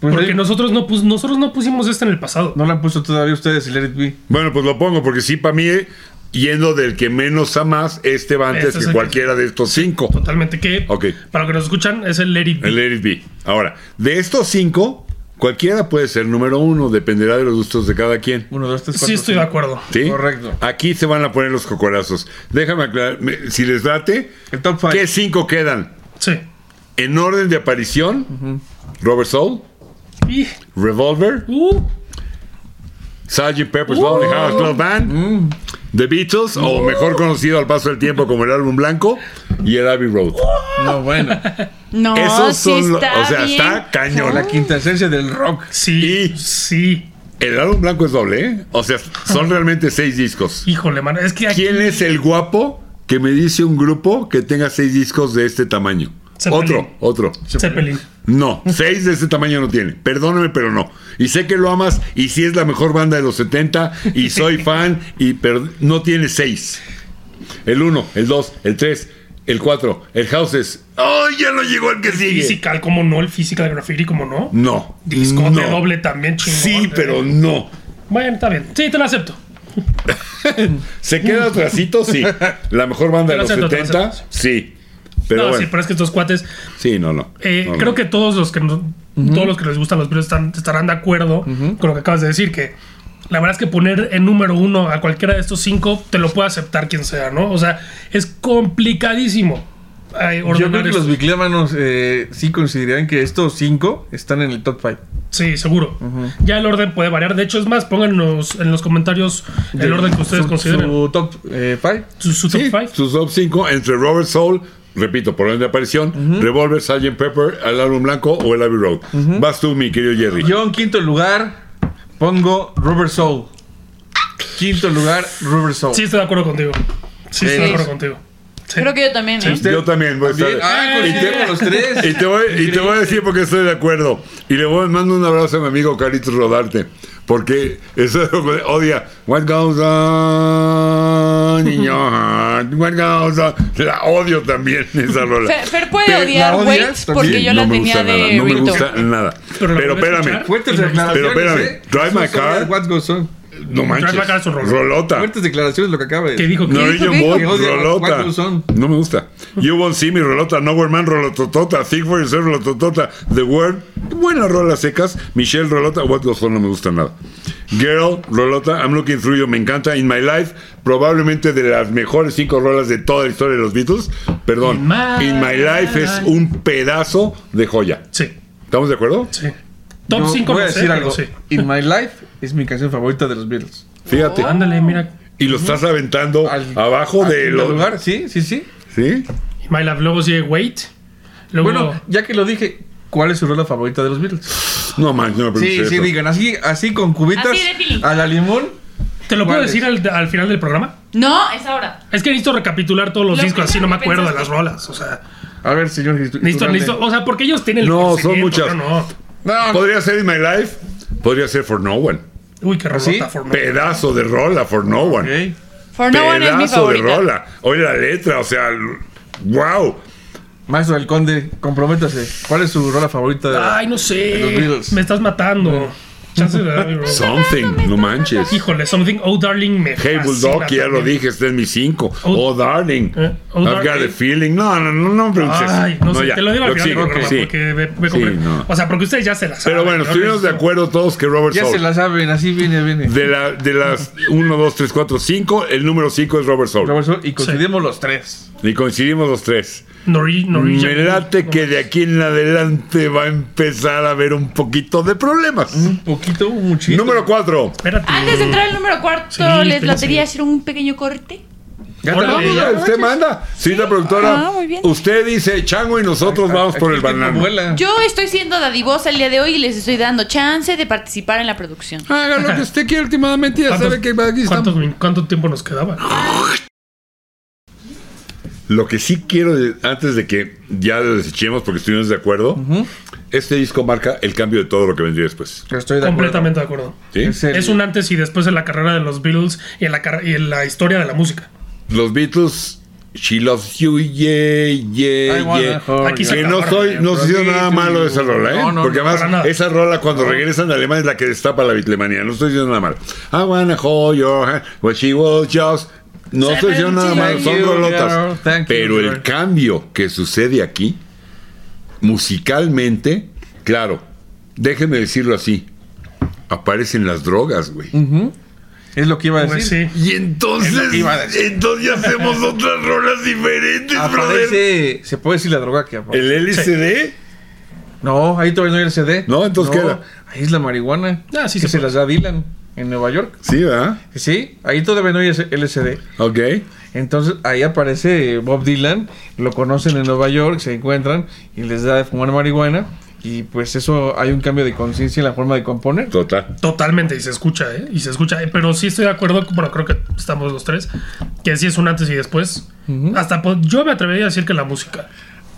Speaker 3: Pues
Speaker 2: Porque
Speaker 3: ahí-
Speaker 2: nosotros no, pus- nosotros no pusimos este en el pasado.
Speaker 3: no la han puesto todavía ustedes el Let It Be.
Speaker 1: Bueno, pues lo pongo porque sí, para mí, eh, yendo del que menos a más, este va antes
Speaker 2: Este es
Speaker 1: que
Speaker 2: el que-
Speaker 1: cualquiera de estos cinco.
Speaker 2: Totalmente que.
Speaker 1: Ok.
Speaker 2: Para los que nos escuchan, es el Larry
Speaker 1: El Let It Be. Ahora, de estos cinco, cualquiera puede ser número uno, dependerá de los gustos de cada quien.
Speaker 3: Uno, dos, tres, cuatro.
Speaker 2: Sí, estoy de
Speaker 3: cinco.
Speaker 2: acuerdo.
Speaker 1: ¿Sí?
Speaker 3: Correcto.
Speaker 1: Aquí se van a poner los cocorazos. Déjame aclarar, me- si les date,
Speaker 3: El top five.
Speaker 1: ¿qué cinco quedan?
Speaker 2: Sí.
Speaker 1: En orden de aparición, Robert Soul,
Speaker 2: Y-
Speaker 1: Revolver,
Speaker 2: uh,
Speaker 1: Sgt. Pepper's Lonely Hearts Club Band,
Speaker 2: Mm.
Speaker 1: The Beatles, o mejor conocido al paso del tiempo como el álbum blanco, y el Abbey Road.
Speaker 3: No, bueno.
Speaker 4: No,
Speaker 1: Esos
Speaker 4: Oh, sí
Speaker 1: son, lo-
Speaker 4: está
Speaker 1: o sea,
Speaker 4: bien.
Speaker 1: está cañón.
Speaker 3: La quinta esencia del rock.
Speaker 2: sí.
Speaker 1: Y-
Speaker 2: Sí.
Speaker 1: El álbum blanco es doble, ¿eh? O sea, son realmente seis discos.
Speaker 2: Híjole, mano. Es que aquí.
Speaker 1: ¿Quién es el guapo que me dice un grupo que tenga seis discos de este tamaño?
Speaker 2: Zeppelin.
Speaker 1: Otro, otro.
Speaker 2: Zeppelin.
Speaker 1: No, seis de este tamaño no tiene. Perdóname, pero no. Y sé que lo amas y sí es la mejor banda de los 70 y soy fan, y pero no tiene seis. El uno, el dos, el tres, el cuatro, el Houses. ¡Ay, ya no llegó el que sigue!
Speaker 2: Physical, como no. El Physical Graffiti, como no.
Speaker 1: No.
Speaker 2: Disco de
Speaker 1: no.
Speaker 2: doble también, chingón.
Speaker 1: Sí, pero no.
Speaker 2: Bueno, está bien. Sí, te lo acepto.
Speaker 1: ¿Se queda atrasito? Sí. La mejor banda de los
Speaker 2: Gracias, doctor,
Speaker 1: 70,
Speaker 2: gracias.
Speaker 1: sí. Pero
Speaker 2: no,
Speaker 1: bueno.
Speaker 2: sí, pero es que estos cuates.
Speaker 1: Sí, no, no.
Speaker 2: eh,
Speaker 1: No, no.
Speaker 2: creo que todos los que nos- todos los que les gustan los Beatles están- estarán de acuerdo con lo que acabas de decir, que la verdad es que poner en número uno a cualquiera de estos cinco te lo puede aceptar quien sea, ¿no? O sea, es complicadísimo eh,
Speaker 3: Yo
Speaker 2: ordenar
Speaker 3: creo que
Speaker 2: esto.
Speaker 3: los biclémanos eh, sí consideran que estos cinco están en el top 5.
Speaker 2: Sí, seguro. Ya el orden puede variar. De hecho, es más, pónganos en los comentarios el orden que ustedes
Speaker 3: su,
Speaker 2: consideren.
Speaker 3: Su top eh, 5.
Speaker 2: Su, su top
Speaker 1: Sí,
Speaker 2: five.
Speaker 1: sus top 5 entre Robert Soul, repito, por orden de aparición, Revolver, Sgt. Pepper, El álbum blanco o El Abbey Road. Vas tú, mi querido Jerry.
Speaker 3: Yo en quinto lugar pongo Rubber Soul. Quinto lugar, Rubber Soul.
Speaker 2: Sí, estoy de acuerdo contigo. Sí, estoy de acuerdo contigo. Sí.
Speaker 4: Creo que yo también, ¿eh?
Speaker 1: Yo también voy a
Speaker 3: Bien,
Speaker 1: estar.
Speaker 3: Ah, coincidimos los tres.
Speaker 1: Y te, voy, y te voy a decir porque estoy de acuerdo. Y le voy mando un abrazo a mi amigo Carlitos Rodarte. Porque eso es lo que odia. What goes on in your heart? What goes on? La odio también esa rola.
Speaker 4: Fer, Fer puede
Speaker 1: Pero-
Speaker 4: odiar
Speaker 3: ¿la
Speaker 4: Wait
Speaker 3: odias también?
Speaker 4: porque yo
Speaker 1: no
Speaker 4: la
Speaker 1: me
Speaker 4: tenía
Speaker 1: gusta
Speaker 4: de
Speaker 1: nada. No me
Speaker 4: Beatle.
Speaker 1: gusta nada.
Speaker 2: Pero
Speaker 1: Pero,
Speaker 2: la voy a
Speaker 1: espérame.
Speaker 2: escuchar.
Speaker 3: Fuertes
Speaker 2: Pero
Speaker 3: declaraciones.
Speaker 1: espérame,
Speaker 3: ¿eh?
Speaker 1: Drive My
Speaker 3: Eso sobre
Speaker 1: Car. Ah.
Speaker 3: What Goes On.
Speaker 1: No manches.
Speaker 2: Trae la cara su rolota.
Speaker 1: rolota.
Speaker 3: Fuertes declaraciones lo que acaba de
Speaker 2: Que dijo que
Speaker 1: No,
Speaker 4: dijo?
Speaker 1: Region
Speaker 4: ¿Qué
Speaker 1: Boy,
Speaker 3: dijo? Que odia
Speaker 1: Rolota.
Speaker 3: los Quackers son.
Speaker 1: No me gusta. You Won't See Me, Rolota. Nowhere Man, Rolototota. Think for Yourself, Rolototota. The Word, buenas rolas secas. Michelle, Rolota. What Goes On, no me gusta nada. Girl, Rolota. I'm Looking Through You, me encanta. In My Life, probablemente de las mejores cinco rolas de toda la historia de los Beatles. Perdón.
Speaker 2: In My
Speaker 1: In My Life es un pedazo de joya.
Speaker 2: Sí,
Speaker 1: ¿Estamos de acuerdo?
Speaker 2: sí. Top
Speaker 3: Yo
Speaker 2: 5
Speaker 3: voy a
Speaker 2: no sé,
Speaker 3: decir
Speaker 2: pero
Speaker 3: algo.
Speaker 2: sí.
Speaker 3: In My Life es mi canción favorita de los Beatles.
Speaker 1: Fíjate.
Speaker 2: Ándale, mira.
Speaker 1: Y lo estás aventando
Speaker 3: Al-
Speaker 1: abajo
Speaker 3: al
Speaker 1: de
Speaker 3: quinto
Speaker 1: los...
Speaker 3: lugar, sí, sí, sí.
Speaker 1: ¿Sí?
Speaker 2: My Love, luego sigue Wait. Luego,
Speaker 3: Bueno, ya que lo dije, ¿cuál es su rola favorita de los Beatles?
Speaker 1: No manches, no me
Speaker 3: Sí,
Speaker 1: preguntes
Speaker 3: sí,
Speaker 1: eso.
Speaker 3: digan, así, así con cubitas
Speaker 4: Así de feeling.
Speaker 3: a la limón.
Speaker 2: ¿te lo puedo
Speaker 3: ¿cuál es?
Speaker 2: decir al, al final del programa?
Speaker 4: No, es ahora.
Speaker 2: Es que necesito recapitular todos los
Speaker 4: Lo
Speaker 2: discos, así no me
Speaker 4: primero que
Speaker 2: acuerdo de las rolas.
Speaker 4: pensaste.
Speaker 2: O sea,
Speaker 3: A ver, señor Cristo-
Speaker 2: necesito,
Speaker 3: Cristo
Speaker 2: necesito, o sea, porque ellos tienen el
Speaker 1: No, son
Speaker 2: conocimiento,
Speaker 1: muchas.
Speaker 2: yo No,
Speaker 3: Grande. No,
Speaker 1: Podría ser In My Life, podría ser For No One.
Speaker 2: Uy, qué rolota,
Speaker 3: ¿Ah, ¿Sí?
Speaker 2: For No.
Speaker 1: Pedazo de rola, For No One.
Speaker 3: ok.
Speaker 4: For No One es mi
Speaker 1: Pedazo de
Speaker 4: favorita.
Speaker 1: rola. Oye la letra, o sea, wow.
Speaker 3: Maestro del Conde, comprométase. ¿Cuál es su rola favorita? de-
Speaker 2: Ay, no
Speaker 3: Los
Speaker 2: sé.
Speaker 3: Beatles.
Speaker 2: Me estás matando. Chance de Abbey Road.
Speaker 1: Something, no manches.
Speaker 2: Híjole, Something Oh Darling me
Speaker 1: Hey Bulldog, ya lo dije, este es mi 5.
Speaker 2: Oh,
Speaker 1: Oh, darling.
Speaker 2: eh, oh,
Speaker 1: I've got a
Speaker 2: darling.
Speaker 1: feeling. No, no, no, no, me preguntes eso.
Speaker 2: Ay, no, sé,
Speaker 1: ya.
Speaker 2: te lo digo al
Speaker 1: que
Speaker 2: final
Speaker 1: sigue,
Speaker 2: del programa
Speaker 1: sí.
Speaker 2: porque me, me
Speaker 1: Sí,
Speaker 2: compré.
Speaker 1: no.
Speaker 2: O sea, porque ustedes ya se las
Speaker 1: Pero bueno, estuvimos de acuerdo todos que Robert
Speaker 3: Ya se
Speaker 1: Soul.
Speaker 3: la saben, así viene, viene.
Speaker 1: De, la, de las 1, 2, 3, 4, 5, el número 5 es Robert Soul.
Speaker 3: Robert Sol, y coincidimos los tres.
Speaker 1: Y coincidimos los tres.
Speaker 2: Norwegian.
Speaker 1: Me late que de aquí en adelante va a empezar a haber un poquito de problemas.
Speaker 2: Mm,
Speaker 3: Un poquito, un muchito.
Speaker 1: Número 4.
Speaker 2: Espérate.
Speaker 4: Antes de entrar al número cuarto,
Speaker 2: Eh, Sí,
Speaker 4: les
Speaker 2: espérense.
Speaker 4: latería hacer un pequeño corte.
Speaker 3: Ya
Speaker 2: Hola,
Speaker 3: tenemos-
Speaker 2: ya.
Speaker 1: Usted manda. Sí, la productora.
Speaker 4: Ah, muy bien.
Speaker 1: Usted dice chango y nosotros vamos por el
Speaker 3: Aquí tiene
Speaker 1: banano.
Speaker 3: abuela.
Speaker 4: Yo estoy siendo dadivosa el día de hoy y les estoy dando chance de participar en la producción.
Speaker 1: Haga lo que usted quiera últimamente, ya
Speaker 2: ¿Cuántos-
Speaker 1: sabe que aquí
Speaker 2: ¿cuántos
Speaker 1: estamos.
Speaker 2: min- ¿Cuánto tiempo nos quedaba?
Speaker 1: Lo que sí quiero, de- antes de que ya lo desechemos porque estuvimos de acuerdo, este disco marca el cambio de todo lo que vendría después.
Speaker 3: Estoy de acuerdo.
Speaker 2: Completamente de acuerdo.
Speaker 1: ¿sí?
Speaker 3: Es el-
Speaker 2: Es un antes y después en la carrera de los Beatles y en la, car- y en la historia de la música.
Speaker 1: Los Beatles, She Loves You, yeah, yeah,
Speaker 3: I wanna
Speaker 1: yeah.
Speaker 3: hold
Speaker 2: Aquí
Speaker 3: you.
Speaker 2: se
Speaker 1: Que no soy, no se hizo nada malo de esa rola, ¿eh?
Speaker 3: No, no,
Speaker 1: Porque
Speaker 3: no,
Speaker 2: para
Speaker 1: además,
Speaker 2: nada.
Speaker 1: esa rola cuando regresan de Alemania es la que destapa la bitlemanía. No estoy diciendo nada malo. I wanna hold your hand, but she was just. No estoy diciendo nada malo, son
Speaker 3: Thank you,
Speaker 1: rolotas.
Speaker 3: girl. Thank you,
Speaker 1: Pero el
Speaker 3: girl.
Speaker 1: cambio que sucede aquí, musicalmente, claro, déjenme decirlo así. Aparecen las drogas, güey.
Speaker 3: Es lo que iba a decir.
Speaker 2: Pues sí.
Speaker 1: Y
Speaker 3: Es lo
Speaker 1: entonces,
Speaker 3: que iba a decir.
Speaker 1: entonces ya hacemos otras rolas diferentes, brother.
Speaker 3: Aparece, se puede decir la droga que aparece.
Speaker 1: El LCD.
Speaker 3: No, ahí todavía no hay LCD.
Speaker 1: No, entonces, ¿qué era?
Speaker 3: Ahí es la marihuana.
Speaker 2: Ah, sí
Speaker 3: que
Speaker 2: se
Speaker 3: se
Speaker 2: puede.
Speaker 3: las da Dylan en Nueva York.
Speaker 1: Sí, ¿verdad?
Speaker 3: Sí, ahí todavía no hay LCD.
Speaker 1: Ok.
Speaker 3: Entonces ahí aparece Bob Dylan, lo conocen en Nueva York, se encuentran y les da de fumar marihuana y pues eso hay un cambio de conciencia en la forma de componer.
Speaker 1: Total.
Speaker 2: Totalmente, y se escucha, ¿eh? Y se escucha. eh, Pero sí estoy de acuerdo, bueno, creo que estamos los tres, que sí es un antes y después. Hasta po- yo me atrevería a decir que la música.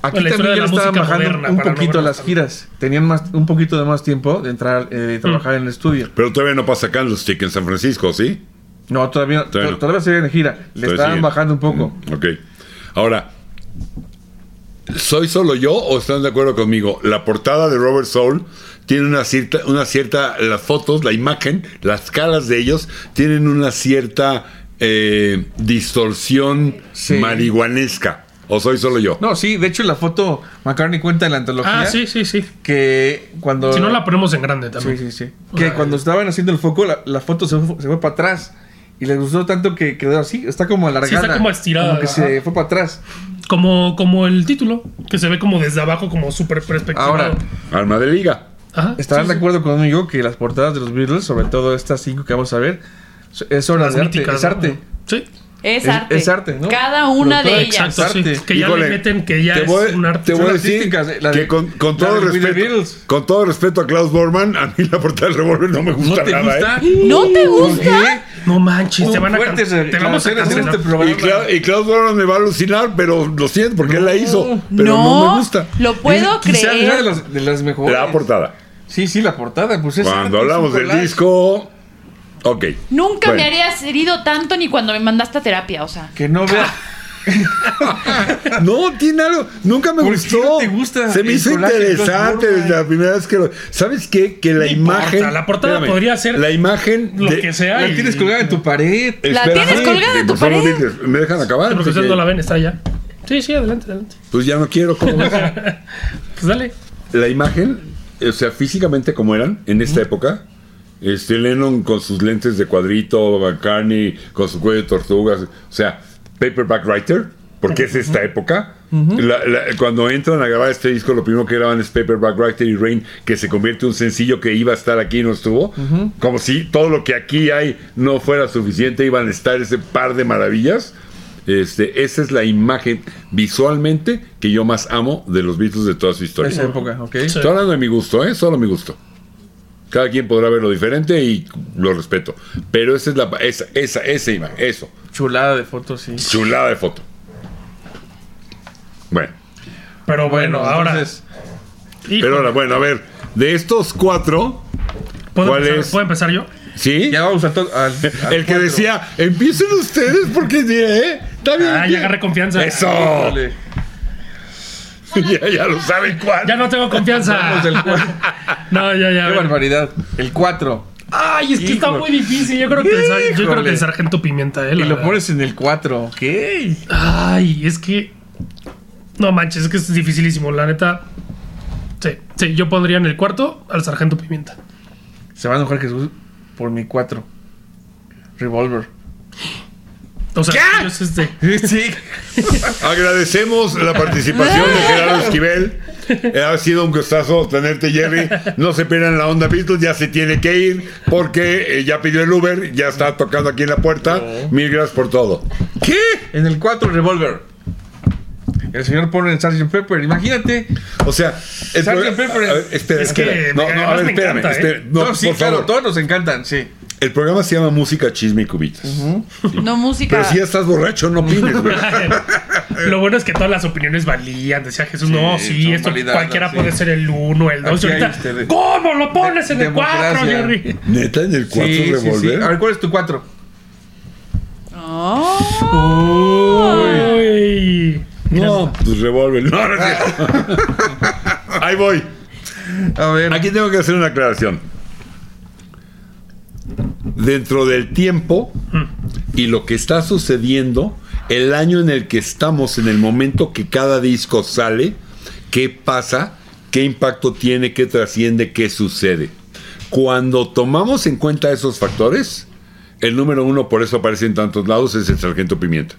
Speaker 3: Aquí
Speaker 2: La historia de la
Speaker 3: también ya le estaban
Speaker 2: música
Speaker 3: bajando
Speaker 2: moderna,
Speaker 3: un
Speaker 2: para no
Speaker 3: poquito
Speaker 2: verlo
Speaker 3: las
Speaker 2: tan- Mm.
Speaker 3: giras, tenían más un poquito de más tiempo de entrar eh, de trabajar en el estudio.
Speaker 1: Pero todavía no pasa Candlestick en San Francisco, ¿sí?
Speaker 3: No, todavía to-
Speaker 1: Todavía Mm.
Speaker 3: todavía,
Speaker 1: no.
Speaker 3: se viene gira, le
Speaker 1: Todavía
Speaker 3: estaban
Speaker 1: siguen.
Speaker 3: bajando un poco.
Speaker 1: Ok. Ahora, ¿Soy solo yo o están de acuerdo conmigo? La portada de Robert Soul tiene una cierta, una cierta, las fotos, la imagen, las caras de ellos tienen una cierta eh, distorsión
Speaker 3: Sí.
Speaker 1: marihuanesca. ¿O soy solo yo?
Speaker 3: No, sí, de hecho en la foto McCartney cuenta en la antología
Speaker 2: Ah, sí, sí, sí.
Speaker 3: que cuando...
Speaker 2: Si no la ponemos en grande
Speaker 3: Sí,
Speaker 2: también.
Speaker 3: sí, sí.
Speaker 2: O
Speaker 3: Que
Speaker 2: sea, eh.
Speaker 3: cuando estaban haciendo el foco, la, la foto se fue, se fue para atrás. Y les gustó tanto que quedó así. Está como alargada.
Speaker 2: como estirada,
Speaker 3: Como que
Speaker 2: ajá.
Speaker 3: se fue para atrás.
Speaker 2: Como, como el título, que se ve como desde abajo, como súper perspectivado.
Speaker 3: Ahora,
Speaker 1: Arma de liga.
Speaker 2: Ajá,
Speaker 3: ¿Estarán
Speaker 2: sí,
Speaker 3: de
Speaker 2: sí.
Speaker 3: acuerdo conmigo que las portadas de los Beatles, sobre todo estas cinco que vamos a ver, so- es obra
Speaker 2: Las
Speaker 3: de arte?
Speaker 2: míticas,
Speaker 3: Es
Speaker 2: ¿no?
Speaker 3: arte.
Speaker 2: Sí.
Speaker 4: Es
Speaker 3: Es-
Speaker 4: arte.
Speaker 3: es arte, ¿no?
Speaker 4: Cada una de
Speaker 3: Productora,
Speaker 4: ellas.
Speaker 2: Exacto, sí.
Speaker 3: arte.
Speaker 2: Que ya
Speaker 1: Híjole,
Speaker 2: le meten que ya
Speaker 1: te
Speaker 2: es
Speaker 1: voy-
Speaker 2: un
Speaker 1: Te
Speaker 2: arte. eh,
Speaker 1: voy a
Speaker 3: Son
Speaker 1: decir
Speaker 3: artísticas, la de-
Speaker 1: que con, con
Speaker 3: la
Speaker 1: todo
Speaker 3: de With the
Speaker 1: respeto,
Speaker 3: Beatles.
Speaker 1: con todo respeto a Klaus Bormann, a mí la portada del revólver no me gusta nada. ¿eh?
Speaker 4: ¿No te gusta?
Speaker 2: No manches, te van a can-
Speaker 3: Oh, Fuertes
Speaker 2: Te vamos a
Speaker 3: declaraciones en
Speaker 2: cancelar.
Speaker 3: este programa.
Speaker 1: Y, Cla- y Klaus Bormann me va a alucinar, pero lo siento porque él la hizo. Pero no,
Speaker 4: no,
Speaker 1: me gusta.
Speaker 4: Lo puedo
Speaker 3: Quizás sea de
Speaker 4: creer.
Speaker 3: las, de las mejores.
Speaker 1: La portada.
Speaker 3: Sí, sí, la portada. Pues es arte,
Speaker 1: Cuando
Speaker 3: es un
Speaker 1: hablamos del
Speaker 3: collage.
Speaker 1: disco. Ok.
Speaker 4: Nunca
Speaker 1: Bueno.
Speaker 4: me harías herido tanto ni cuando me mandaste a terapia, o sea.
Speaker 3: Que no vea.
Speaker 1: No, tiene algo. Nunca me
Speaker 3: ¿Por qué
Speaker 2: Pues,
Speaker 1: gustó.
Speaker 3: no te gusta
Speaker 1: Se me
Speaker 3: el
Speaker 1: hizo
Speaker 3: collage de Klaus
Speaker 1: interesante
Speaker 3: Bormann?
Speaker 1: desde la primera vez que lo. ¿Sabes qué? Que la
Speaker 2: No importa,
Speaker 1: imagen.
Speaker 2: la portada podría ser
Speaker 1: La imagen.
Speaker 2: Lo
Speaker 1: de-
Speaker 2: que sea.
Speaker 3: La
Speaker 2: y-
Speaker 3: tienes colgada en tu pared.
Speaker 4: La
Speaker 1: Espera,
Speaker 4: tienes
Speaker 1: sí,
Speaker 4: colgada en
Speaker 1: pues
Speaker 4: tu
Speaker 1: son los
Speaker 4: pared. pues
Speaker 1: Beatles. Me dejan acabar.
Speaker 2: Sí,
Speaker 1: Así
Speaker 2: Porque ustedes
Speaker 1: que-
Speaker 2: no la ven, está allá. Sí, sí, adelante, adelante.
Speaker 1: Pues ya no quiero. ¿cómo ves?
Speaker 2: Pues dale.
Speaker 1: la imagen, o sea, físicamente como eran en esta época. Este Lennon con sus lentes de cuadrito, McCartney con su cuello de tortuga, o sea, paperback writer, porque es esta época. La- la- cuando entran a grabar este disco, lo primero que graban es paperback writer y Rain, que se convierte en un sencillo que iba a estar aquí y no estuvo. Como si todo lo que aquí hay no fuera suficiente, iban a estar ese par de maravillas. Este, esa es la imagen visualmente que yo más amo de los Beatles de toda su historia.
Speaker 3: Esa época, ok.
Speaker 2: Sí.
Speaker 1: Estoy hablando de mi gusto, ¿eh? Solo mi gusto. Cada quien podrá verlo diferente y lo respeto. Pero esa es la. Esa, esa, esa imagen, eso.
Speaker 3: Chulada de fotos, sí.
Speaker 1: Chulada de foto. Bueno.
Speaker 2: Pero bueno, ahora.
Speaker 3: entonces,
Speaker 2: hijo,
Speaker 1: Pero ahora, bueno, a ver. De estos cuatro,
Speaker 2: ¿puedo,
Speaker 1: ¿cuál
Speaker 2: empezar,
Speaker 1: es?
Speaker 2: puedo empezar yo?
Speaker 1: ¿sí?
Speaker 3: Ya vamos al to- al- al
Speaker 1: El que
Speaker 3: cuatro.
Speaker 1: decía, empiecen ustedes porque, ¿eh? Está bien.
Speaker 2: Ah,
Speaker 1: bien".
Speaker 2: ya agarré confianza.
Speaker 1: Eso.
Speaker 3: Híjole.
Speaker 1: ya, ya lo saben cuál.
Speaker 2: Ya no tengo confianza.
Speaker 3: Vamos del Pues cuatro.
Speaker 2: no, ya, ya. a
Speaker 3: Qué
Speaker 2: ver.
Speaker 3: barbaridad. El 4.
Speaker 2: Ay, es que está
Speaker 3: Híjole.
Speaker 2: muy difícil. Yo creo que el, sar- yo creo que
Speaker 3: Híjole.
Speaker 2: el sargento pimienta, eh.
Speaker 3: Y
Speaker 2: la
Speaker 3: lo
Speaker 2: verdad.
Speaker 3: pones en el 4. Ok.
Speaker 2: Ay, es que. No manches, es que es dificilísimo, la neta. Sí, sí, yo pondría en el cuarto al sargento pimienta.
Speaker 3: Se va a enojar Jesús por mi 4. Revolver.
Speaker 2: O sea, yo es este.
Speaker 3: Sí.
Speaker 1: Agradecemos la participación de Gerardo Esquivel. Eh, Ha sido un gustazo tenerte, Jerry. No se pierdan la onda Beatles, ya se tiene que ir porque eh, ya pidió el Uber, ya está tocando aquí en la puerta. Mil gracias por todo.
Speaker 3: ¿Qué? En el 4, Revolver. El señor pone el Sgt. Pepper. Imagínate.
Speaker 1: O sea, el
Speaker 3: Sgt.
Speaker 1: pro-
Speaker 3: Pepper
Speaker 1: a ver, espera,
Speaker 2: es que
Speaker 1: espera. No, no, a
Speaker 2: además
Speaker 1: ver,
Speaker 2: me
Speaker 1: espérame,
Speaker 2: encanta, ¿eh?
Speaker 1: espera. No,
Speaker 3: No, sí,
Speaker 1: por
Speaker 3: claro,
Speaker 1: favor.
Speaker 3: todos nos encantan, sí.
Speaker 1: El programa se llama Música, Chisme y Cubitas.
Speaker 4: No música.
Speaker 1: Pero
Speaker 2: Ah.
Speaker 1: si ya estás borracho, no opines, güey.
Speaker 2: Lo bueno es que todas las opiniones valían. Decía Jesús, no, sí,
Speaker 3: son
Speaker 2: esto
Speaker 3: validadas,
Speaker 2: cualquiera
Speaker 3: sí.
Speaker 2: puede ser el uno, el dos.
Speaker 3: Aquí
Speaker 2: Y
Speaker 3: hay
Speaker 2: ahorita,
Speaker 3: ustedes.
Speaker 2: ¿Cómo lo pones en el
Speaker 3: democracia.
Speaker 2: cuatro, Jerry?
Speaker 1: Neta, en el cuarto
Speaker 3: Sí, sí, sí.
Speaker 1: revolver.
Speaker 3: A ver, ¿cuál es tu 4?
Speaker 4: Oh.
Speaker 2: Uy.
Speaker 1: No, pues revolver. No, no es cierto. Ahí voy.
Speaker 3: A ver.
Speaker 1: Aquí tengo que hacer una aclaración. Dentro del tiempo y lo que está sucediendo, el año en el que estamos, en el momento que cada disco sale, qué pasa, qué impacto tiene, qué trasciende, qué sucede. Cuando tomamos en cuenta esos factores, el número uno, por eso aparece en tantos lados, es el Sargento Pimienta.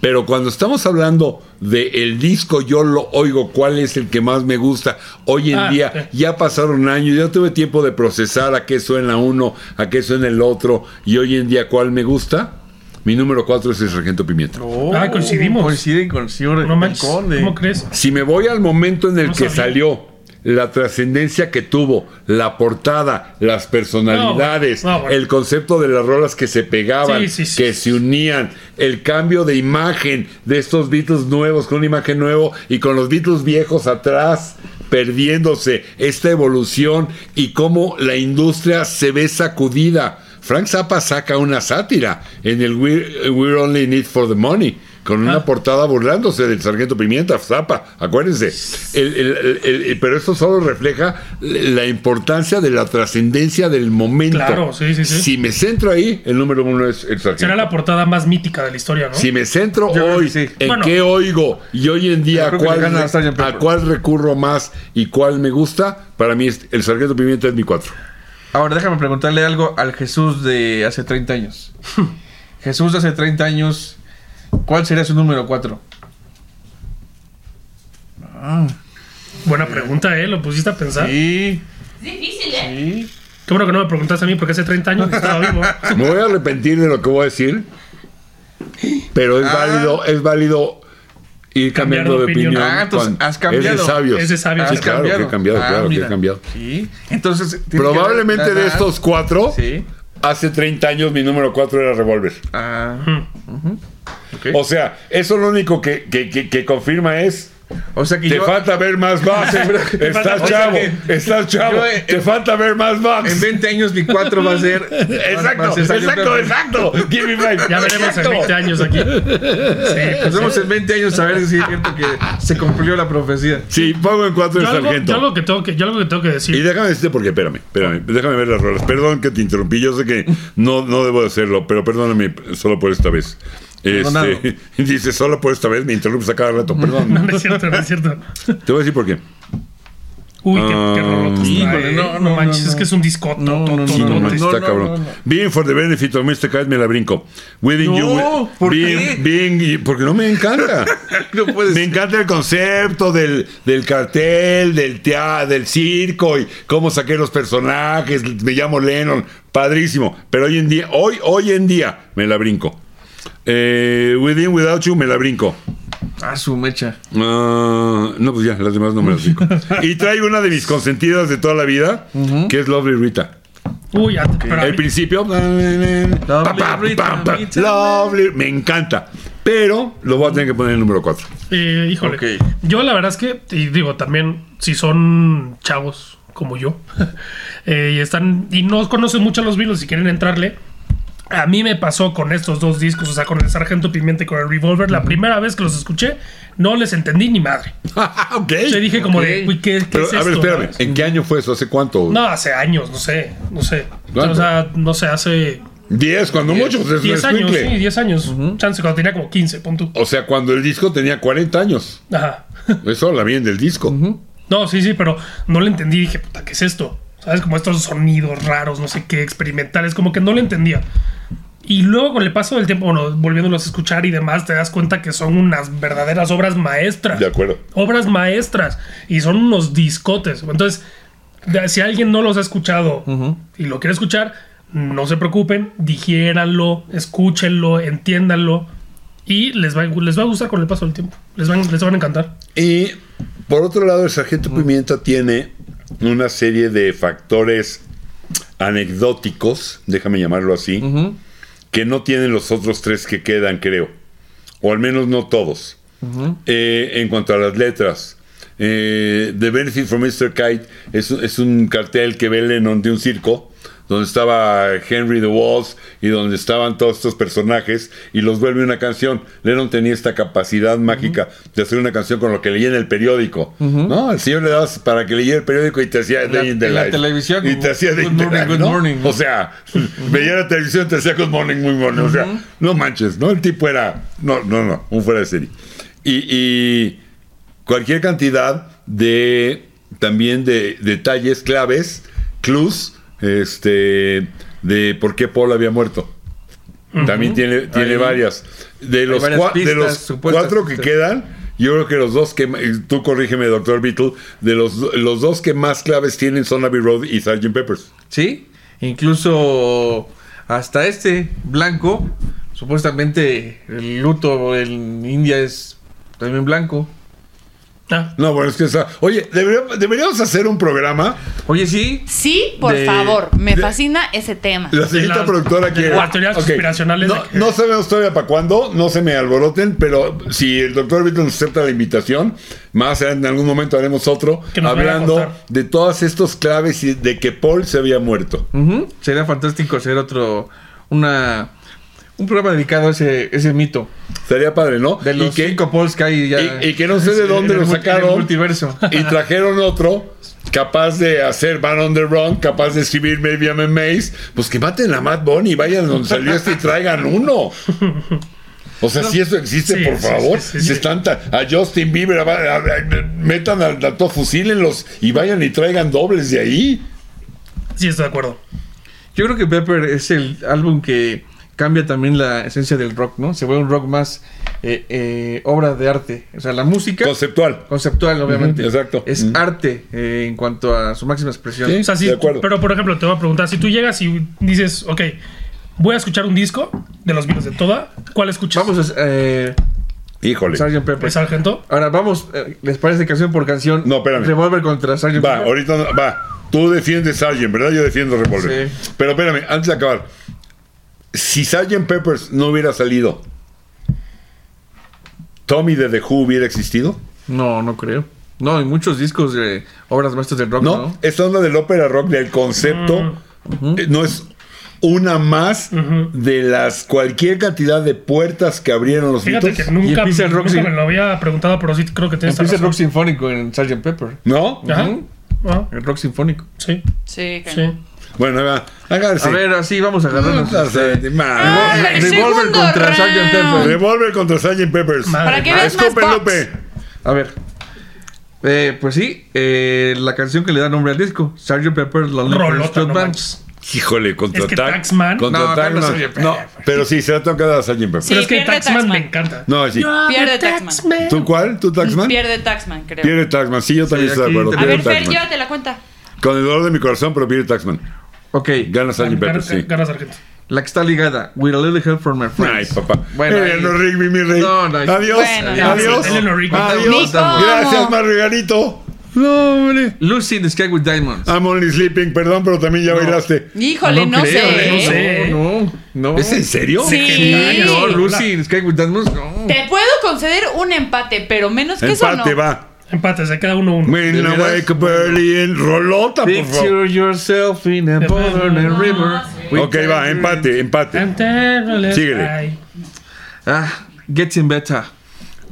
Speaker 1: Pero cuando estamos hablando de el disco, yo lo oigo, cuál es el que más me gusta. Hoy en
Speaker 2: Ah,
Speaker 1: día ya pasaron años, ya tuve tiempo de procesar a qué suena uno, a qué suena el otro, y hoy en día cuál me gusta. Mi número cuatro es el Sargento Pimienta.
Speaker 3: Oh,
Speaker 2: Ah, coincidimos.
Speaker 3: Coinciden con el señor
Speaker 2: No
Speaker 3: el
Speaker 2: manches.
Speaker 3: conde.
Speaker 2: ¿Cómo crees?
Speaker 1: Si me voy al momento en el
Speaker 2: No
Speaker 1: que
Speaker 2: sabía.
Speaker 1: salió, la trascendencia que tuvo, la portada, las personalidades,
Speaker 2: No, bueno, no, bueno.
Speaker 1: el concepto de las rolas que se pegaban,
Speaker 2: Sí, sí, sí.
Speaker 1: que se unían, el cambio de imagen de estos Beatles nuevos con una imagen nueva y con los Beatles viejos atrás perdiéndose esta evolución y cómo la industria se ve sacudida. Frank Zappa saca una sátira en el We're, We're Only in It for the Money, con
Speaker 2: Ah.
Speaker 1: una portada burlándose del sargento Pimienta, Zapa, acuérdense. El- el- el- el- el- pero eso solo refleja la importancia de la trascendencia del momento.
Speaker 2: Claro, sí, sí, sí.
Speaker 1: Si me centro ahí, el número uno es el sargento.
Speaker 2: Será la portada más mítica de la historia, ¿no?
Speaker 1: Si me centro
Speaker 3: Yo creo
Speaker 1: hoy
Speaker 3: que sí.
Speaker 1: en
Speaker 2: Bueno.
Speaker 1: qué oigo y hoy en
Speaker 3: Yo
Speaker 1: día a
Speaker 3: creo que
Speaker 1: cuál,
Speaker 3: le gana a Sgt.
Speaker 1: a
Speaker 3: Pepper.
Speaker 1: cuál recurro más y cuál me gusta, para mí es- el Sargento Pimienta es mi cuatro.
Speaker 3: Ahora déjame preguntarle algo al Jesús de hace 30 años. Jesús de hace 30 años, ¿cuál sería su número 4?
Speaker 2: Buena pregunta, ¿eh? Lo pusiste a pensar.
Speaker 3: Sí,
Speaker 4: Es difícil, ¿eh?
Speaker 3: sí.
Speaker 2: Qué bueno que no me preguntaste a mí porque hace 30 años que estaba vivo.
Speaker 1: Me voy a arrepentir de lo que voy a decir, pero es
Speaker 3: Ah.
Speaker 1: válido, es válido ir
Speaker 2: Cambiar
Speaker 1: cambiando de
Speaker 2: de
Speaker 1: opinión.
Speaker 2: opinión.
Speaker 3: Ah, entonces,
Speaker 1: cuando-
Speaker 3: has cambiado.
Speaker 1: Es de sabios.
Speaker 2: Es de sabios,
Speaker 1: Ah, Sí,
Speaker 2: has
Speaker 1: claro, que he cambiado,
Speaker 3: Ah,
Speaker 1: claro, que
Speaker 3: mira.
Speaker 1: he cambiado.
Speaker 3: Sí. Entonces, tiene que
Speaker 1: Probablemente
Speaker 3: ver la
Speaker 1: de
Speaker 3: edad.
Speaker 1: estos cuatro,
Speaker 3: Sí.
Speaker 1: hace 30 años mi número cuatro era Revolver.
Speaker 3: Ah. Ok.
Speaker 1: O sea, eso lo único que- que- que- que confirma es
Speaker 3: O sea que
Speaker 1: Te
Speaker 3: yo,
Speaker 1: falta ver más bats.
Speaker 2: falta-
Speaker 1: estás
Speaker 2: o sea
Speaker 1: chavo,
Speaker 3: que-
Speaker 1: estás chavo.
Speaker 3: Yo, eh,
Speaker 1: te falta ver más bats.
Speaker 3: en 20 años mi 4 va a ser... va a
Speaker 1: Exacto,
Speaker 3: ser Sgt.
Speaker 1: exacto,
Speaker 3: Pepper.
Speaker 1: exacto. Give me five.
Speaker 2: Ya veremos en
Speaker 1: Exacto.
Speaker 2: 20 años aquí. Sí. pues,
Speaker 3: Nos vemos en 20 años a ver si es cierto que se cumplió la profecía.
Speaker 1: Sí, pongo en cuatro el
Speaker 2: Yo algo, yo
Speaker 1: sargento.
Speaker 2: algo que tengo que, yo algo que tengo que decir.
Speaker 1: Y déjame decirte porque, espérame, espérame, déjame ver las rolas. Perdón que te interrumpí, yo sé que no, no debo de hacerlo, pero perdóname solo por esta vez.
Speaker 3: Perdonado.
Speaker 1: Este, dice, solo por esta vez me interrumpes a cada rato,
Speaker 2: No,
Speaker 1: perdón.
Speaker 2: no es cierto, no es cierto.
Speaker 1: Te voy a decir por qué.
Speaker 2: Uy, qué, qué
Speaker 1: Ah,
Speaker 2: rolotas trae,
Speaker 3: híjole, no,
Speaker 2: ¿eh?
Speaker 3: no,
Speaker 2: manches,
Speaker 3: no,
Speaker 2: es que es un discoto.
Speaker 3: No,
Speaker 2: to-
Speaker 3: no,
Speaker 2: to-
Speaker 1: Sí,
Speaker 2: to-
Speaker 1: no,
Speaker 3: no,
Speaker 1: manches,
Speaker 3: no,
Speaker 1: está
Speaker 3: no,
Speaker 1: cabrón.
Speaker 3: no, no.
Speaker 1: Being for the benefit of Mr. Cat me la brinco. Within
Speaker 3: No,
Speaker 1: you.
Speaker 3: ¿por
Speaker 1: being,
Speaker 3: qué?
Speaker 1: being- porque no me encanta.
Speaker 3: No puedes.
Speaker 1: me encanta el concepto del, del cartel, del tea, del circo y cómo saqué los personajes. Me llamo Lennon. Padrísimo. Pero hoy en día, hoy, hoy en día, me la brinco. Eh, within Without You me la brinco.
Speaker 3: Ah, su mecha.
Speaker 1: Ah, no, pues ya, las demás no me las brinco. y traigo una de mis consentidas de toda la vida, que es Lovely Rita.
Speaker 2: Uy, at- pero a
Speaker 1: Al
Speaker 2: mí-
Speaker 1: principio. pa, pa,
Speaker 3: Rita,
Speaker 1: pa, pa,
Speaker 3: Rita.
Speaker 1: lovely, Me encanta. Pero lo voy a tener que poner en el número 4.
Speaker 2: eh, híjole.
Speaker 3: Ok.
Speaker 2: Yo la verdad es que, y digo, también, si son chavos como yo, eh, y están, y no conocen mucho a los Beatles y quieren entrarle. A mí me pasó con estos dos discos, o sea, con el Sargento Pimienta y con el Revolver. La primera vez que los escuché, no les entendí ni madre.
Speaker 1: ok.
Speaker 2: Yo dije como de,
Speaker 3: Ok.
Speaker 2: uy, ¿qué, qué
Speaker 1: Pero,
Speaker 2: es
Speaker 1: a ver,
Speaker 2: esto,
Speaker 1: espérame.
Speaker 2: sabes?
Speaker 1: ¿En qué año fue eso? ¿Hace cuánto?
Speaker 2: No, hace años, no sé, no sé.
Speaker 1: ¿Cuánto?
Speaker 2: O sea, no sé, hace
Speaker 1: 10, cuando mucho. pues, es un
Speaker 2: 10 años,
Speaker 1: escuincle.
Speaker 2: sí, 10 años. Chance cuando tenía como 15, pon tú.
Speaker 1: O sea, cuando el disco tenía 40 años.
Speaker 2: Ajá.
Speaker 1: Eso habla bien del disco.
Speaker 2: No, sí, sí, pero no le entendí. Dije, puta, ¿qué es esto? ¿Sabes? Como estos sonidos raros, no sé qué, experimentales, como que no le entendía. Y luego con el paso del tiempo, bueno, volviéndolos a escuchar y demás, te das cuenta que son unas verdaderas obras maestras.
Speaker 1: De acuerdo.
Speaker 2: Obras maestras. Y son unos discotes. Entonces, de- si alguien no los ha escuchado y lo quiere escuchar, no se preocupen, digiéranlo, escúchenlo, entiéndanlo. Y les va, a- les va a gustar con el paso del tiempo. Les van, les van a encantar.
Speaker 1: Y por otro lado, el Sargento Pimienta tiene una serie de factores anecdóticos, déjame llamarlo así, que no tienen los otros tres que quedan, creo. O al menos no todos. Eh, en cuanto a las letras, eh, The Benefit from Mr. Kite es, un- es un cartel que ve Lennon de un circo, donde estaba Henry the Walls y donde estaban todos estos personajes, y los vuelve una canción. Lennon tenía esta capacidad mágica de hacer una canción con lo que leía en el periódico. ¿No? El señor le dabas para que leyera el periódico y te hacía
Speaker 3: la-
Speaker 1: Day in the
Speaker 3: en la
Speaker 1: Life.
Speaker 3: televisión,
Speaker 1: Y
Speaker 3: como,
Speaker 1: te hacía Day in
Speaker 3: "Good
Speaker 1: the
Speaker 3: morning,
Speaker 1: Life",
Speaker 3: good
Speaker 1: ¿no?
Speaker 3: morning.
Speaker 1: O sea, veía la televisión, te hacía Good Morning, Muy Morning. O sea, no manches, ¿no? El tipo era, no, no, no, un fuera de serie. Y, y cualquier cantidad de, también de detalles claves, clues, este, de por qué Paul había muerto. También tiene, tiene
Speaker 3: Ahí.
Speaker 1: varias. De los,
Speaker 3: varias
Speaker 1: cua- de
Speaker 3: pistas,
Speaker 1: los
Speaker 3: supuestas
Speaker 1: cuatro que
Speaker 3: pistas.
Speaker 1: quedan, yo creo que los dos que, ma- tú corrígeme, doctor Beatle, de los, los dos que más claves tienen son Abbey Road y Sgt. Peppers.
Speaker 3: ¿Sí? Incluso hasta este blanco, supuestamente el luto en India es también blanco.
Speaker 2: Ah,
Speaker 1: No, bueno, es que esa. Oye, deberíamos, deberíamos hacer un programa.
Speaker 3: Oye, sí.
Speaker 4: Sí, por
Speaker 3: De-
Speaker 4: favor, me
Speaker 1: de-
Speaker 4: fascina ese tema.
Speaker 1: La señorita
Speaker 2: las-
Speaker 1: productora
Speaker 2: de
Speaker 1: quiere.
Speaker 2: las teorías
Speaker 1: Ok,
Speaker 2: conspiracionales
Speaker 1: No,
Speaker 2: de que-
Speaker 1: no sabemos todavía para cuándo, no se me alboroten, pero si el doctor Beaton acepta la invitación, más en algún momento haremos otro
Speaker 2: Que nos vaya a
Speaker 1: hablando
Speaker 2: contar.
Speaker 1: de todas estas claves y de que Paul se había muerto.
Speaker 3: Ujú. Sería fantástico hacer otro. Una. un programa dedicado a ese, ese mito
Speaker 1: Estaría padre, ¿no?
Speaker 3: de los
Speaker 1: y, que,
Speaker 3: cinco polls que hay ya.
Speaker 1: y- y que no sé de dónde
Speaker 3: en
Speaker 1: lo
Speaker 3: el mul- En el
Speaker 1: sacaron.
Speaker 3: multiverso.
Speaker 1: y trajeron otro capaz de hacer Van on the Run, capaz de escribir Maybe I'm a Maze. Pues que maten a Matt Bonnie, vayan donde salió este y traigan uno. O sea, si eso existe,
Speaker 2: Sí,
Speaker 1: por
Speaker 2: sí,
Speaker 1: favor,
Speaker 2: sí, sí,
Speaker 1: se
Speaker 2: sí.
Speaker 1: están ta- a Justin Bieber, a- a- a- metan al dato, fusílenlos y vayan y traigan dobles de ahí.
Speaker 2: Sí, estoy de acuerdo.
Speaker 3: Yo creo que Pepper es el álbum que cambia también la esencia del rock, ¿no? Se vuelve un rock más eh, eh, obra de arte. O sea, la música
Speaker 1: Conceptual.
Speaker 3: conceptual, obviamente.
Speaker 1: Ujú, exacto.
Speaker 3: Es
Speaker 1: Ujú.
Speaker 3: arte eh, en cuanto a su máxima expresión.
Speaker 1: Sí.
Speaker 2: O sea, sí,
Speaker 1: De acuerdo.
Speaker 2: pero por ejemplo, te voy a preguntar, si tú llegas y dices, ok, voy a escuchar un disco de los Beatles de toda, ¿cuál escuchas?
Speaker 3: Vamos a eh,
Speaker 1: Híjole.
Speaker 3: Sgt.
Speaker 2: ¿El
Speaker 3: Pepper.
Speaker 2: sargento?
Speaker 3: Ahora vamos, eh, ¿les parece canción por canción?
Speaker 1: No, espérame.
Speaker 3: Revolver contra Sgt.
Speaker 1: Va,
Speaker 3: Pepper.
Speaker 1: ahorita no- va. Tú defiendes Sargent, ¿verdad? Yo defiendo Revolver.
Speaker 3: Sí.
Speaker 1: Pero espérame, antes de acabar. Si Sargent Peppers no hubiera salido, ¿Tommy de The Who hubiera existido?
Speaker 3: No, no creo. No, hay muchos discos de obras maestras del rock,
Speaker 1: No,
Speaker 3: ¿no?
Speaker 1: esta onda del ópera rock, del concepto,
Speaker 2: Mm.
Speaker 1: eh, no es una más de las cualquier cantidad de puertas que abrieron los
Speaker 2: Fíjate
Speaker 1: Beatles.
Speaker 2: que nunca,
Speaker 3: empieza el rock,
Speaker 2: nunca
Speaker 3: sí.
Speaker 2: me lo había preguntado, pero sí creo que tienes
Speaker 3: Empieza el
Speaker 2: razón.
Speaker 3: rock sinfónico en Sgt. Pepper.
Speaker 1: ¿No?
Speaker 2: Ajá.
Speaker 3: Ujú.
Speaker 2: Ah,
Speaker 3: El rock sinfónico.
Speaker 2: sí,
Speaker 4: Sí, cañón.
Speaker 2: sí.
Speaker 1: Bueno, va, agárrese.
Speaker 3: A ver, así vamos a
Speaker 1: Mm,
Speaker 3: agarrarnos.
Speaker 1: Agárrese, Ah, madre.
Speaker 4: Ah, el
Speaker 3: Revolver
Speaker 4: segundo
Speaker 3: contra
Speaker 4: round.
Speaker 3: Sgt. Pepper.
Speaker 1: Revolver contra Sgt. Peppers.
Speaker 2: Madre
Speaker 4: Para que
Speaker 2: mía.
Speaker 4: veas más
Speaker 1: Escupe,
Speaker 4: box.
Speaker 1: Lupe.
Speaker 3: A ver. Eh, pues sí, eh, la canción que le da nombre al disco, Sgt. Pepper, la
Speaker 2: Rolota, no manches.
Speaker 1: Híjole, contra
Speaker 2: Es que
Speaker 1: Tax-
Speaker 2: Taxman-
Speaker 1: contra
Speaker 3: No,
Speaker 1: Taxman.
Speaker 3: no soy Pepper.
Speaker 1: No, pero sí, se la toca a Sgt. Pepper.
Speaker 4: Sí,
Speaker 2: Pero es que
Speaker 4: pierde
Speaker 2: Taxman, me
Speaker 4: Taxman.
Speaker 2: encanta.
Speaker 1: No, sí.
Speaker 4: Pierde Taxman.
Speaker 1: ¿Tú cuál? ¿Tú Taxman?
Speaker 4: Pierde Taxman, creo.
Speaker 1: Pierde Taxman. Sí, yo también
Speaker 3: Sí,
Speaker 1: estoy de
Speaker 3: aquí
Speaker 1: acuerdo.
Speaker 3: te-
Speaker 4: a
Speaker 1: Pierde
Speaker 4: ver, Fer,
Speaker 1: Taxman.
Speaker 4: llévate la cuenta.
Speaker 1: Con el dolor de mi corazón, pero pierde Taxman.
Speaker 3: Ok,
Speaker 1: Gana Sgt. Pepper,
Speaker 2: Gana-
Speaker 1: sí.
Speaker 2: Gana sargento.
Speaker 3: la que está ligada, With a Little Help from My
Speaker 1: Ay,
Speaker 3: Friends.
Speaker 1: papá.
Speaker 3: Bueno,
Speaker 1: Eh,
Speaker 3: ahí-
Speaker 1: no, Rigby, mi rey.
Speaker 3: No, no, ahí-
Speaker 1: adiós.
Speaker 4: Bueno, ya.
Speaker 1: adiós.
Speaker 2: Sí, Eleanor Rigby.
Speaker 1: adiós.
Speaker 4: Nico.
Speaker 1: Gracias, Margarito. No, hombre.
Speaker 3: Lucy in the Sky with Diamonds.
Speaker 1: I'm only sleeping, perdón, pero también ya bailaste.
Speaker 4: Híjole, no,
Speaker 3: creo,
Speaker 4: sé. ¿eh?
Speaker 2: no sé.
Speaker 3: No, no, no.
Speaker 1: ¿Es en serio?
Speaker 4: Sí.
Speaker 2: Legendaria.
Speaker 3: No, Lucy in the Sky with Diamonds, no.
Speaker 4: Te puedo conceder un empate, pero menos que eso no.
Speaker 1: Empate, va.
Speaker 2: Empate, se queda 1-1. Uno, uno.
Speaker 1: When I
Speaker 3: veras?
Speaker 1: wake up early in Rolota, por favor.
Speaker 3: Picture yourself in a
Speaker 2: No,
Speaker 3: modern river.
Speaker 1: Ah,
Speaker 3: with
Speaker 1: Ok, va,
Speaker 3: diamonds.
Speaker 1: empate, empate.
Speaker 3: Em.
Speaker 2: I'm terrible,
Speaker 1: Síguele.
Speaker 2: ay.
Speaker 3: Ah, Getting Better.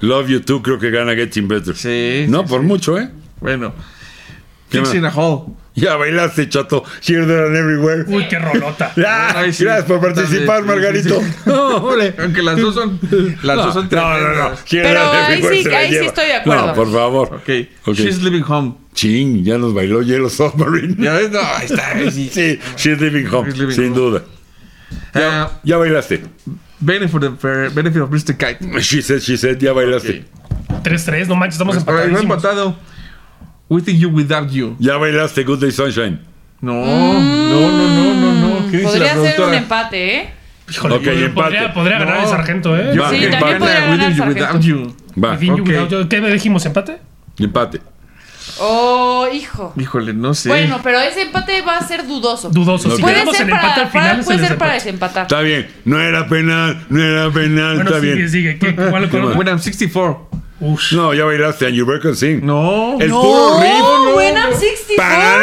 Speaker 1: Love You Too creo que gana Getting Better.
Speaker 3: Sí,
Speaker 1: No,
Speaker 3: sí,
Speaker 1: por mucho, ¿eh?
Speaker 3: Bueno.
Speaker 1: ¿Qué
Speaker 3: Fixing a Hole.
Speaker 1: Ya bailaste, chato. Here, there and everywhere.
Speaker 2: Uy, qué rolota.
Speaker 1: Ah,
Speaker 3: Ay, sí.
Speaker 1: gracias por participar,
Speaker 3: Dale, sí,
Speaker 1: Margarito.
Speaker 3: sí, sí.
Speaker 1: No, hombre.
Speaker 3: Aunque las dos son. Las dos son
Speaker 1: No, no, no.
Speaker 3: tremendas.
Speaker 1: Here,
Speaker 4: Pero
Speaker 1: there and
Speaker 4: ahí
Speaker 1: everywhere
Speaker 4: sí-
Speaker 1: se la
Speaker 4: ahí sí
Speaker 1: lleva.
Speaker 4: estoy de acuerdo.
Speaker 1: No, por favor.
Speaker 3: Ok.
Speaker 1: Ok.
Speaker 3: She's Living Home.
Speaker 1: Ching, ya nos bailó Yellow Submarine.
Speaker 3: Ya ves, no, ahí está. ahí sí.
Speaker 1: Sí, She's Living Home,
Speaker 3: She's Living
Speaker 1: sin
Speaker 3: Home.
Speaker 1: duda.
Speaker 3: Ah,
Speaker 1: Ya bailaste.
Speaker 3: benefit, of, eh, benefit of Mr. Kite.
Speaker 1: She said, she said, ya bailaste.
Speaker 2: 3-3, no manches,
Speaker 4: Pues
Speaker 2: estamos
Speaker 3: Ahora, no
Speaker 2: empatados.
Speaker 3: he empatado. With you, without you.
Speaker 1: Ya bailaste Good Day Sunshine.
Speaker 3: No, no, no, no, no, no. ¿Qué dice la
Speaker 4: Podría ser un
Speaker 3: productora?
Speaker 4: empate, ¿eh?
Speaker 2: Híjole,
Speaker 1: Ok,
Speaker 2: podría,
Speaker 1: empate.
Speaker 2: podría, podría ganar
Speaker 3: No.
Speaker 2: el sargento, ¿eh?
Speaker 1: Yo-
Speaker 4: Sí,
Speaker 1: empate.
Speaker 4: también podría ganar
Speaker 3: With you, without
Speaker 4: Sargento.
Speaker 3: you.
Speaker 1: Va,
Speaker 2: If you
Speaker 3: ok.
Speaker 2: without you- ¿Qué me dijimos? ¿Empate?
Speaker 1: empate.
Speaker 4: Oh, hijo.
Speaker 3: Híjole, no sé.
Speaker 4: Bueno, pero ese empate va a ser dudoso.
Speaker 2: Dudoso. Si
Speaker 1: Ok.
Speaker 4: Puede
Speaker 2: quedamos
Speaker 4: ser,
Speaker 2: en
Speaker 4: para,
Speaker 2: empate al
Speaker 4: para-
Speaker 2: final, es
Speaker 4: puede
Speaker 2: el
Speaker 4: ser para
Speaker 2: desempate.
Speaker 4: desempatar.
Speaker 1: Está bien. No era penal, no era penal,
Speaker 2: Bueno,
Speaker 1: está
Speaker 2: sigue,
Speaker 1: bien.
Speaker 2: sigue. ¿Qué? ¿Cuál, cuál
Speaker 1: Qué
Speaker 2: otra?
Speaker 3: When I'm 64.
Speaker 2: Ush.
Speaker 1: No, ya bailaste And You Break and Sing.
Speaker 3: No.
Speaker 1: El
Speaker 4: No,
Speaker 1: puro riff.
Speaker 4: when I'm 64.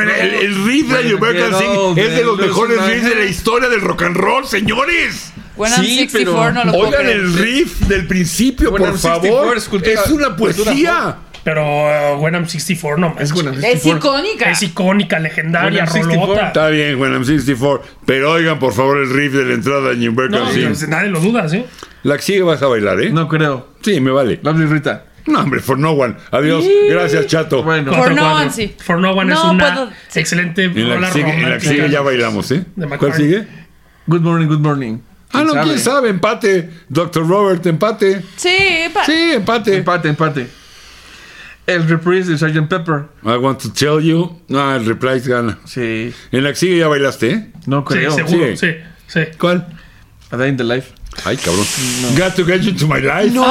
Speaker 1: El, el- el riff de You Break and Sing es de los mejores riffs de la historia del rock and roll, señores.
Speaker 4: When
Speaker 3: Sí,
Speaker 4: I'm 64
Speaker 3: pero-
Speaker 4: no lo puedo
Speaker 1: Oigan
Speaker 4: creer.
Speaker 1: el riff del principio,
Speaker 3: Bueno,
Speaker 1: por
Speaker 3: el 64
Speaker 1: favor.
Speaker 3: es cultura-
Speaker 1: es una
Speaker 3: cultura
Speaker 1: poesía.
Speaker 2: Pero uh, When I'm 64, no manches.
Speaker 3: Es buena.
Speaker 4: Es
Speaker 3: 64.
Speaker 4: icónica.
Speaker 2: Es icónica, legendaria,
Speaker 3: When I'm 64.
Speaker 2: rolota.
Speaker 1: Está bien, When I'm 64. Pero oigan, por favor, el riff de la entrada de New Break
Speaker 2: No,
Speaker 1: and Sing.
Speaker 2: pues, nadie lo duda, ¿sí?
Speaker 1: La que sigue vas a bailar, ¿eh?
Speaker 3: No creo.
Speaker 1: Sí, me vale.
Speaker 3: Lovely Rita.
Speaker 1: No, hombre, for no one. Adiós. Gracias, chato.
Speaker 3: Bueno.
Speaker 4: For
Speaker 2: Cuatro,
Speaker 4: No
Speaker 2: cuatro.
Speaker 4: One, sí.
Speaker 2: For No One es
Speaker 4: No
Speaker 2: una
Speaker 4: puedo- sí.
Speaker 2: excelente
Speaker 1: En la
Speaker 2: rola
Speaker 1: que sigue, en la que
Speaker 2: romántica.
Speaker 1: sigue ya bailamos, ¿eh?
Speaker 2: De
Speaker 1: ¿Cuál
Speaker 2: McCartney.
Speaker 1: sigue?
Speaker 3: Good morning, good morning.
Speaker 1: Ah, no, quién sabe, empate. Doctor Robert, empate.
Speaker 4: Sí, pa-
Speaker 1: Sí, empate.
Speaker 3: Empate, empate. El reprise de Sgt. Pepper.
Speaker 1: I want to tell you. No, el reprise gana.
Speaker 3: Sí,
Speaker 1: En la que sigue ya bailaste, ¿eh?
Speaker 3: no
Speaker 2: Sí,
Speaker 3: creo.
Speaker 2: seguro,
Speaker 1: Sí.
Speaker 2: sí. sí.
Speaker 1: ¿Cuál?
Speaker 3: A Day in the Life.
Speaker 1: Ay, cabrón. Got to get you to my life. No.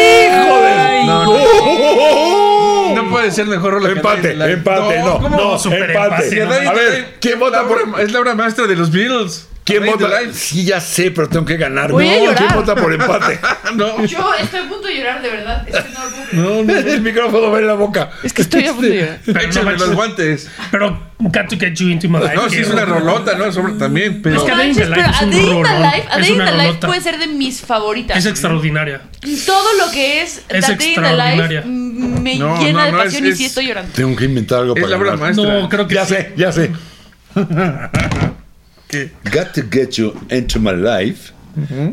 Speaker 4: Ay,
Speaker 3: No, no, no puede ser mejor rola que A Day
Speaker 1: Empate,
Speaker 3: in the Life.
Speaker 1: empate, no,
Speaker 3: ¿cómo?
Speaker 1: no,
Speaker 2: super
Speaker 1: empate.
Speaker 2: empate?
Speaker 3: Si A Day in
Speaker 1: A
Speaker 3: the
Speaker 1: ver,
Speaker 3: Life
Speaker 1: ¿quién
Speaker 3: es la
Speaker 1: vota por em-?
Speaker 3: obra- Es la obra maestra de los Beatles.
Speaker 1: ¿Quién
Speaker 3: Rey de
Speaker 1: vota?
Speaker 3: Life.
Speaker 1: Sí, ya sé, pero tengo que ganar.
Speaker 4: Voy a
Speaker 1: no,
Speaker 4: llorar.
Speaker 1: ¿quién vota por empate?
Speaker 3: No.
Speaker 4: Yo estoy a punto de llorar, de verdad. Es que no lo puedo creer.
Speaker 3: No, no.
Speaker 1: El micrófono va en la boca. Este,
Speaker 4: Es que estoy a punto de llorar.
Speaker 2: Pero no
Speaker 3: Échame
Speaker 2: manches.
Speaker 3: los guantes.
Speaker 2: Pero Got to Get You Into My Life.
Speaker 3: No, sí,
Speaker 2: que-
Speaker 3: es una rolota, ¿no? Sobre- también, pero.
Speaker 2: Es que- A Day in the
Speaker 4: Manches,
Speaker 2: Life
Speaker 4: pero
Speaker 2: es
Speaker 4: A
Speaker 2: un
Speaker 4: Day in the
Speaker 2: rolón,
Speaker 4: Life, A
Speaker 2: es
Speaker 4: Day in
Speaker 2: una
Speaker 4: the Life
Speaker 2: rolota.
Speaker 4: puede ser de mis favoritas.
Speaker 2: Es extraordinaria.
Speaker 4: Todo lo que es,
Speaker 2: Es
Speaker 4: A Day in the Life
Speaker 2: extraordinaria.
Speaker 4: mm, me
Speaker 3: No,
Speaker 4: llena
Speaker 3: no,
Speaker 4: de
Speaker 3: no, es-
Speaker 4: pasión y sí
Speaker 3: es-
Speaker 4: estoy llorando.
Speaker 1: Tengo que inventar algo
Speaker 3: Es
Speaker 1: para
Speaker 3: la obra
Speaker 1: ganar.
Speaker 3: maestra.
Speaker 2: No, creo que
Speaker 1: Ya
Speaker 2: sí.
Speaker 1: sé, ya sé.
Speaker 3: ¿Qué?
Speaker 1: Got to get you into my life.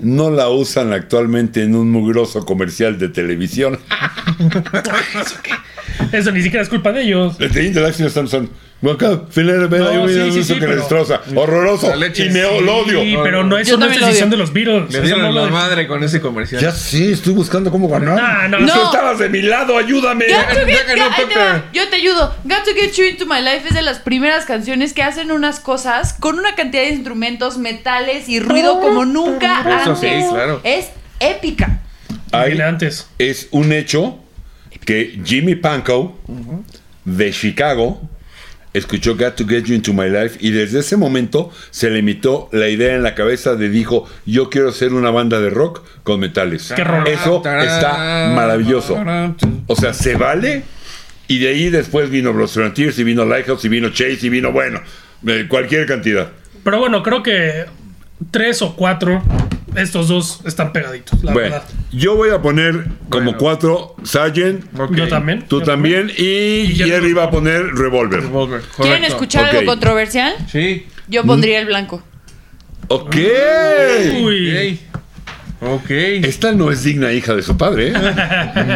Speaker 1: No la usan actualmente en un mugroso comercial de televisión.
Speaker 2: Eso ni siquiera es culpa de ellos.
Speaker 1: El de Interaction Samson. Acá, filera, vela,
Speaker 2: No,
Speaker 1: yo
Speaker 2: sí,
Speaker 1: mira
Speaker 2: sí,
Speaker 1: eso
Speaker 2: sí,
Speaker 1: que
Speaker 2: pero-
Speaker 1: destroza. Horroroso.
Speaker 3: La leche.
Speaker 1: Y me
Speaker 3: Sí.
Speaker 1: lo
Speaker 2: Sí,
Speaker 1: odio.
Speaker 2: pero no, eso
Speaker 4: Yo
Speaker 2: no es
Speaker 4: también lo
Speaker 2: decisión de
Speaker 4: odio.
Speaker 2: los Beatles.
Speaker 3: Le
Speaker 2: Eso
Speaker 3: dieron
Speaker 2: no
Speaker 3: la
Speaker 2: lo-
Speaker 3: madre con ese comercial.
Speaker 1: Ya sí, estoy buscando cómo ganar.
Speaker 2: Ah, No, no,
Speaker 1: Tú
Speaker 4: No.
Speaker 1: estabas de mi lado, ayúdame.
Speaker 4: Got to get-
Speaker 3: Ya ganó
Speaker 4: ahí te
Speaker 3: Pepe.
Speaker 4: va, Yo te ayudo. Got to Get You Into My Life es de las primeras canciones que hacen unas cosas con una cantidad de instrumentos, metales y ruido como nunca
Speaker 3: Eso
Speaker 4: antes.
Speaker 3: sí, claro.
Speaker 4: Es épica.
Speaker 1: Ahí
Speaker 2: Dile antes.
Speaker 1: es un hecho que Jimmy Pankow de Chicago escuchó Got to Get You Into My Life y desde ese momento se le imitó la idea en la cabeza de dijo yo quiero ser una banda de rock con metales.
Speaker 2: Qué rolón.
Speaker 3: Ah,
Speaker 1: Eso está maravilloso. O sea, se vale y de ahí después vino Los Frontiers y vino Lighthouse y vino Chase y vino, bueno, eh, cualquier cantidad.
Speaker 2: Pero bueno, creo que tres o cuatro, estos dos están pegaditos, la
Speaker 1: Bueno,
Speaker 2: verdad.
Speaker 1: yo voy a poner como
Speaker 3: Bueno.
Speaker 1: cuatro Sargent,
Speaker 3: Ok.
Speaker 2: Yo también.
Speaker 1: tú
Speaker 2: Yo
Speaker 1: también y
Speaker 2: Y yo-
Speaker 1: Jerry va a poner Revolver.
Speaker 3: Revolver,
Speaker 4: ¿Quieren
Speaker 3: correcto. Mm.
Speaker 4: escuchar
Speaker 1: Ok.
Speaker 4: algo controversial?
Speaker 3: Sí.
Speaker 4: Yo pondría el blanco.
Speaker 1: Ok.
Speaker 2: Uy.
Speaker 3: Ok.
Speaker 1: Esta no es digna hija de su padre. ¿eh?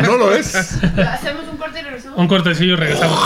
Speaker 1: No lo es.
Speaker 4: Hacemos un corte y regresamos.
Speaker 2: Un cortecillo y regresamos.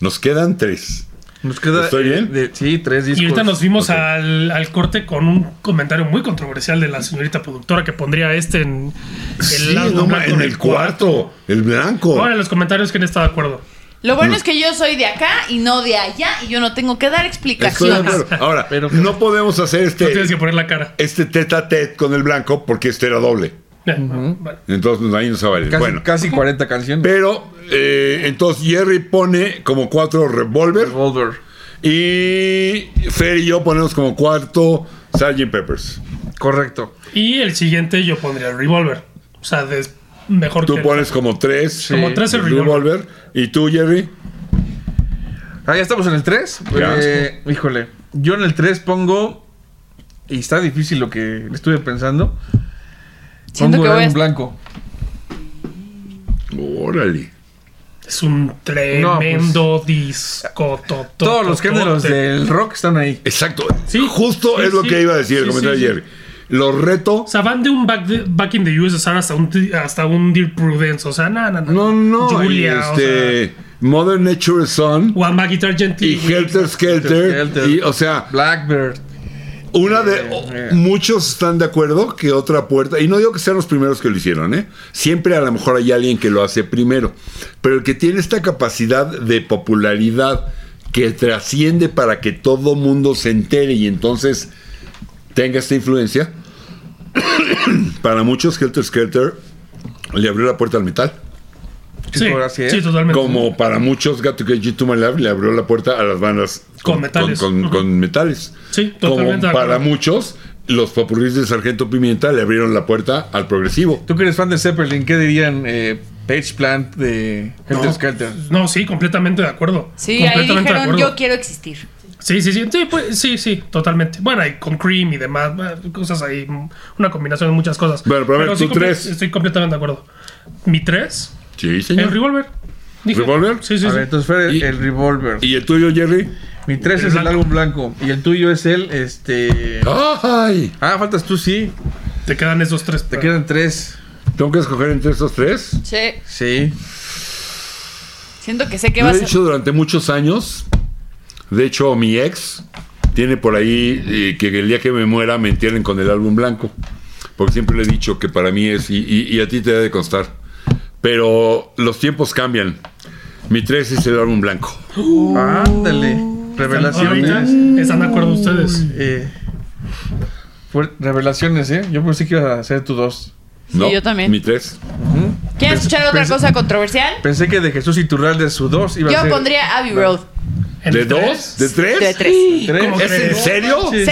Speaker 1: Nos quedan tres.
Speaker 3: Nos queda. eh,
Speaker 1: ¿Estoy bien?
Speaker 3: de- sí, tres discos.
Speaker 2: Y ahorita nos fuimos
Speaker 1: Ok.
Speaker 2: al, al corte con un comentario muy controversial de la señorita productora que pondría este en el
Speaker 1: Sí,
Speaker 2: lado
Speaker 1: no, ma-
Speaker 2: blanco
Speaker 1: en
Speaker 2: del
Speaker 1: el cuarto. El blanco.
Speaker 2: Ahora en los comentarios quién está de acuerdo.
Speaker 4: Lo bueno es que yo soy de acá y no de allá y yo no tengo que dar
Speaker 1: Estoy de
Speaker 4: explicaciones.
Speaker 1: acuerdo. Ahora,
Speaker 3: Pero-
Speaker 1: no podemos hacer
Speaker 2: Tú tienes que
Speaker 1: este,
Speaker 2: poner la cara.
Speaker 1: este tete a tete con el blanco porque este era doble.
Speaker 2: Ya, bueno.
Speaker 1: Entonces pues, ahí no se vale.
Speaker 3: Casi,
Speaker 1: bueno,
Speaker 3: casi 40 canciones.
Speaker 1: pero eh, entonces Jerry pone como cuatro Revolver
Speaker 3: Revolver.
Speaker 1: y Fer y yo ponemos como cuarto Sgt. Peppers.
Speaker 3: Correcto.
Speaker 2: Y el siguiente yo pondría el revolver. O sea, des- mejor que
Speaker 1: Tú
Speaker 2: el-
Speaker 1: pones como tres.
Speaker 2: como
Speaker 3: Sí,
Speaker 2: tres el revolver.
Speaker 1: Revolver. ¿Y tú, Jerry?
Speaker 3: Ah, ya estamos en el 3.
Speaker 1: Ya.
Speaker 3: híjole. Yo en el 3 pongo. Y está difícil lo que estuve pensando.
Speaker 4: Siento
Speaker 3: pongo
Speaker 4: que voy
Speaker 3: Gran
Speaker 4: a-
Speaker 3: blanco.
Speaker 1: Órale.
Speaker 2: Es un tremendo disco. to- to-
Speaker 3: pues, Todos
Speaker 2: to-
Speaker 3: los géneros
Speaker 2: tote.
Speaker 3: del rock están ahí.
Speaker 1: Exacto.
Speaker 2: Sí.
Speaker 1: Justo
Speaker 2: Sí,
Speaker 1: es lo
Speaker 2: sí.
Speaker 1: que iba a decir el
Speaker 2: Sí,
Speaker 1: comentario
Speaker 2: sí,
Speaker 1: de Jerry. Los
Speaker 2: O
Speaker 1: retos.
Speaker 2: sea, van de un back, de- back in the USSR hasta un, di- hasta un Dear Prudence. O sea, no, no, no.
Speaker 1: No, no.
Speaker 2: Julia,
Speaker 1: y este, Modern Nature
Speaker 2: o
Speaker 1: Son
Speaker 2: sea, One Back Guitar Gently.
Speaker 1: y Helter Skelter.
Speaker 3: Skelter.
Speaker 1: Y, o sea,
Speaker 3: Blackbird.
Speaker 1: una de.
Speaker 3: eh.
Speaker 1: o- muchos están de acuerdo que otra puerta. Y no digo que sean los primeros que lo hicieron, ¿eh? Siempre a lo mejor hay alguien que lo hace primero. Pero el que tiene esta capacidad de popularidad que trasciende para que todo mundo se entere y entonces tenga esta influencia. para muchos, Helter Skelter le abrió la puerta al metal.
Speaker 2: Sí,
Speaker 3: Chico, así es.
Speaker 2: sí, totalmente.
Speaker 1: Como para muchos, Gato que G2 My Love le abrió la puerta a las bandas
Speaker 2: Con metales.
Speaker 1: con-
Speaker 2: Ujú.
Speaker 1: con metales.
Speaker 2: Sí,
Speaker 1: Como
Speaker 2: totalmente. de
Speaker 1: para
Speaker 2: acuerdo.
Speaker 1: muchos, los popurrís de Sargento Pimienta le abrieron la puerta al progresivo.
Speaker 3: Tú que eres fan de Zeppelin, ¿qué dirían eh, Page Plant de Helter
Speaker 2: No,
Speaker 3: Skelter?
Speaker 2: No, sí, completamente de acuerdo.
Speaker 4: Sí, ahí
Speaker 2: Completamente de
Speaker 4: dijeron
Speaker 2: acuerdo.
Speaker 4: yo quiero existir.
Speaker 2: Sí, sí, sí, sí, pues, sí, sí, totalmente. Bueno, y con cream y demás, eh, cosas ahí, m- una combinación de muchas cosas.
Speaker 1: Bueno, pero a ver, tu
Speaker 2: comple-
Speaker 1: tres.
Speaker 2: Estoy completamente de acuerdo. Mi tres,
Speaker 1: Sí,
Speaker 2: el
Speaker 1: señor.
Speaker 2: revólver. Dije.
Speaker 1: ¿Revolver?
Speaker 2: Sí, sí,
Speaker 3: A
Speaker 2: sí.
Speaker 3: ver, entonces Fer,
Speaker 1: Y-
Speaker 3: el Revolver.
Speaker 1: ¿Y el tuyo, Jerry?
Speaker 3: Mi 3
Speaker 2: el
Speaker 3: es el
Speaker 2: blanco.
Speaker 3: álbum blanco. Y el tuyo es el, este...
Speaker 1: ¡Ay!
Speaker 3: Ah, faltas tú, sí.
Speaker 2: Te quedan esos tres.
Speaker 3: Te quedan tres.
Speaker 1: ¿Tengo que escoger entre estos tres?
Speaker 4: Sí,
Speaker 3: Sí.
Speaker 4: siento que sé que
Speaker 1: Lo
Speaker 4: va a
Speaker 1: he
Speaker 4: ser.
Speaker 1: hecho durante muchos años. De hecho, mi ex tiene por ahí eh, que el día que me muera me entierren con el álbum blanco. Porque siempre le he dicho que para mí es, y, y- y a ti te debe constar. Pero los tiempos cambian. Mi tres es el álbum blanco. Uh.
Speaker 3: Ándale.
Speaker 2: Ahorita
Speaker 3: Revelaciones.
Speaker 2: Están de acuerdo ustedes.
Speaker 3: Eh, fue- revelaciones, ¿eh? Yo pensé que ibas a hacer tu dos.
Speaker 4: Sí, yo también.
Speaker 1: Mi tres.
Speaker 4: ¿Quieren escuchar otra
Speaker 3: pensé-
Speaker 4: cosa controversial?
Speaker 3: Pensé que de Jesús Iturralde su dos iba a
Speaker 4: Yo
Speaker 3: ser...
Speaker 4: pondría Abbey Road.
Speaker 2: ¿En
Speaker 1: ¿De
Speaker 2: tres?
Speaker 1: dos? ¿De tres?
Speaker 4: De tres.
Speaker 3: ¿Tres?
Speaker 2: ¿Cómo
Speaker 1: ¿Es en
Speaker 2: crees?
Speaker 1: serio?
Speaker 4: Sí.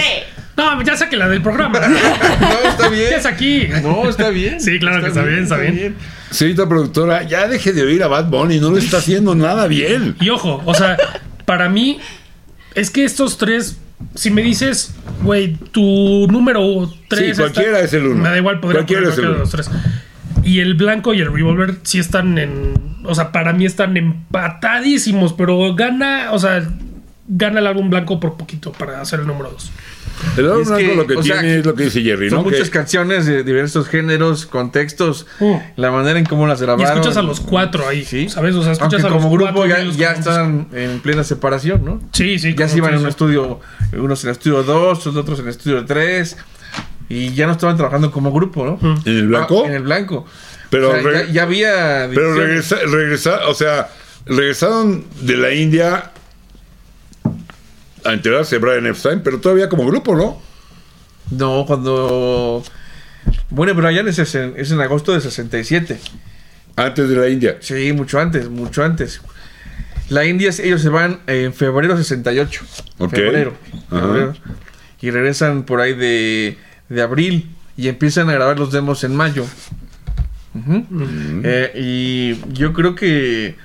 Speaker 2: No, ya saqué la del programa.
Speaker 3: No, está bien.
Speaker 2: ¿Qué es aquí?
Speaker 3: No, está bien.
Speaker 2: Sí, claro que está bien, está bien.
Speaker 1: Señorita productora, ya deje de oír a Bad Bunny, no lo está haciendo nada bien.
Speaker 2: Y ojo, o sea, para mí es que estos tres, si me dices, güey, tu número tres. está-
Speaker 1: cualquiera es el uno.
Speaker 2: Me da igual, podría
Speaker 1: Cualquiera
Speaker 2: poner
Speaker 1: es el
Speaker 2: cualquiera de los tres. Y el blanco y el revolver sí están en. O sea, para mí están empatadísimos, pero gana, o sea, gana el álbum blanco por poquito para hacer el número dos.
Speaker 1: El álbum
Speaker 3: Es
Speaker 1: blanco
Speaker 3: que,
Speaker 1: lo que
Speaker 3: o sea,
Speaker 1: tiene es lo que dice Jerry,
Speaker 3: Son
Speaker 1: ¿no?
Speaker 3: muchas
Speaker 1: Que-
Speaker 3: canciones de diversos géneros, contextos,
Speaker 2: Mm.
Speaker 3: la manera en cómo las
Speaker 2: Y
Speaker 3: grabaron.
Speaker 2: escuchas a los cuatro ahí,
Speaker 3: Sí.
Speaker 2: ¿sabes? O sea, escuchas
Speaker 3: Aunque
Speaker 2: a los
Speaker 3: como grupo
Speaker 2: cuatro
Speaker 3: ya,
Speaker 2: videos
Speaker 3: ya
Speaker 2: con-
Speaker 3: están en plena separación, ¿no?
Speaker 2: Sí, sí.
Speaker 3: Ya
Speaker 2: como
Speaker 3: se iban
Speaker 2: tú
Speaker 3: en un
Speaker 2: dices.
Speaker 3: estudio, unos en el estudio 2, otros en el estudio 3, y ya no estaban trabajando como grupo, ¿no?
Speaker 1: ¿En el blanco?
Speaker 3: Ah, en el blanco.
Speaker 1: Pero
Speaker 3: O sea,
Speaker 1: re-
Speaker 3: ya, ya había.
Speaker 1: Pero
Speaker 3: división.
Speaker 1: regresa, regresa- o sea, regresaron de la India a enterarse de Brian Epstein, pero todavía como grupo, ¿no?
Speaker 3: No, cuando. Bueno, Brian es, en- es en agosto de 67.
Speaker 1: Antes de la India.
Speaker 3: Sí, mucho antes, mucho antes. La India, ellos se van en febrero 68.
Speaker 1: Ok.
Speaker 3: Febrero.
Speaker 1: Ajá.
Speaker 3: febrero. Y regresan por ahí de, de abril y empiezan a grabar los demos en mayo. Ujú.
Speaker 1: Mm.
Speaker 3: Eh, y yo creo que,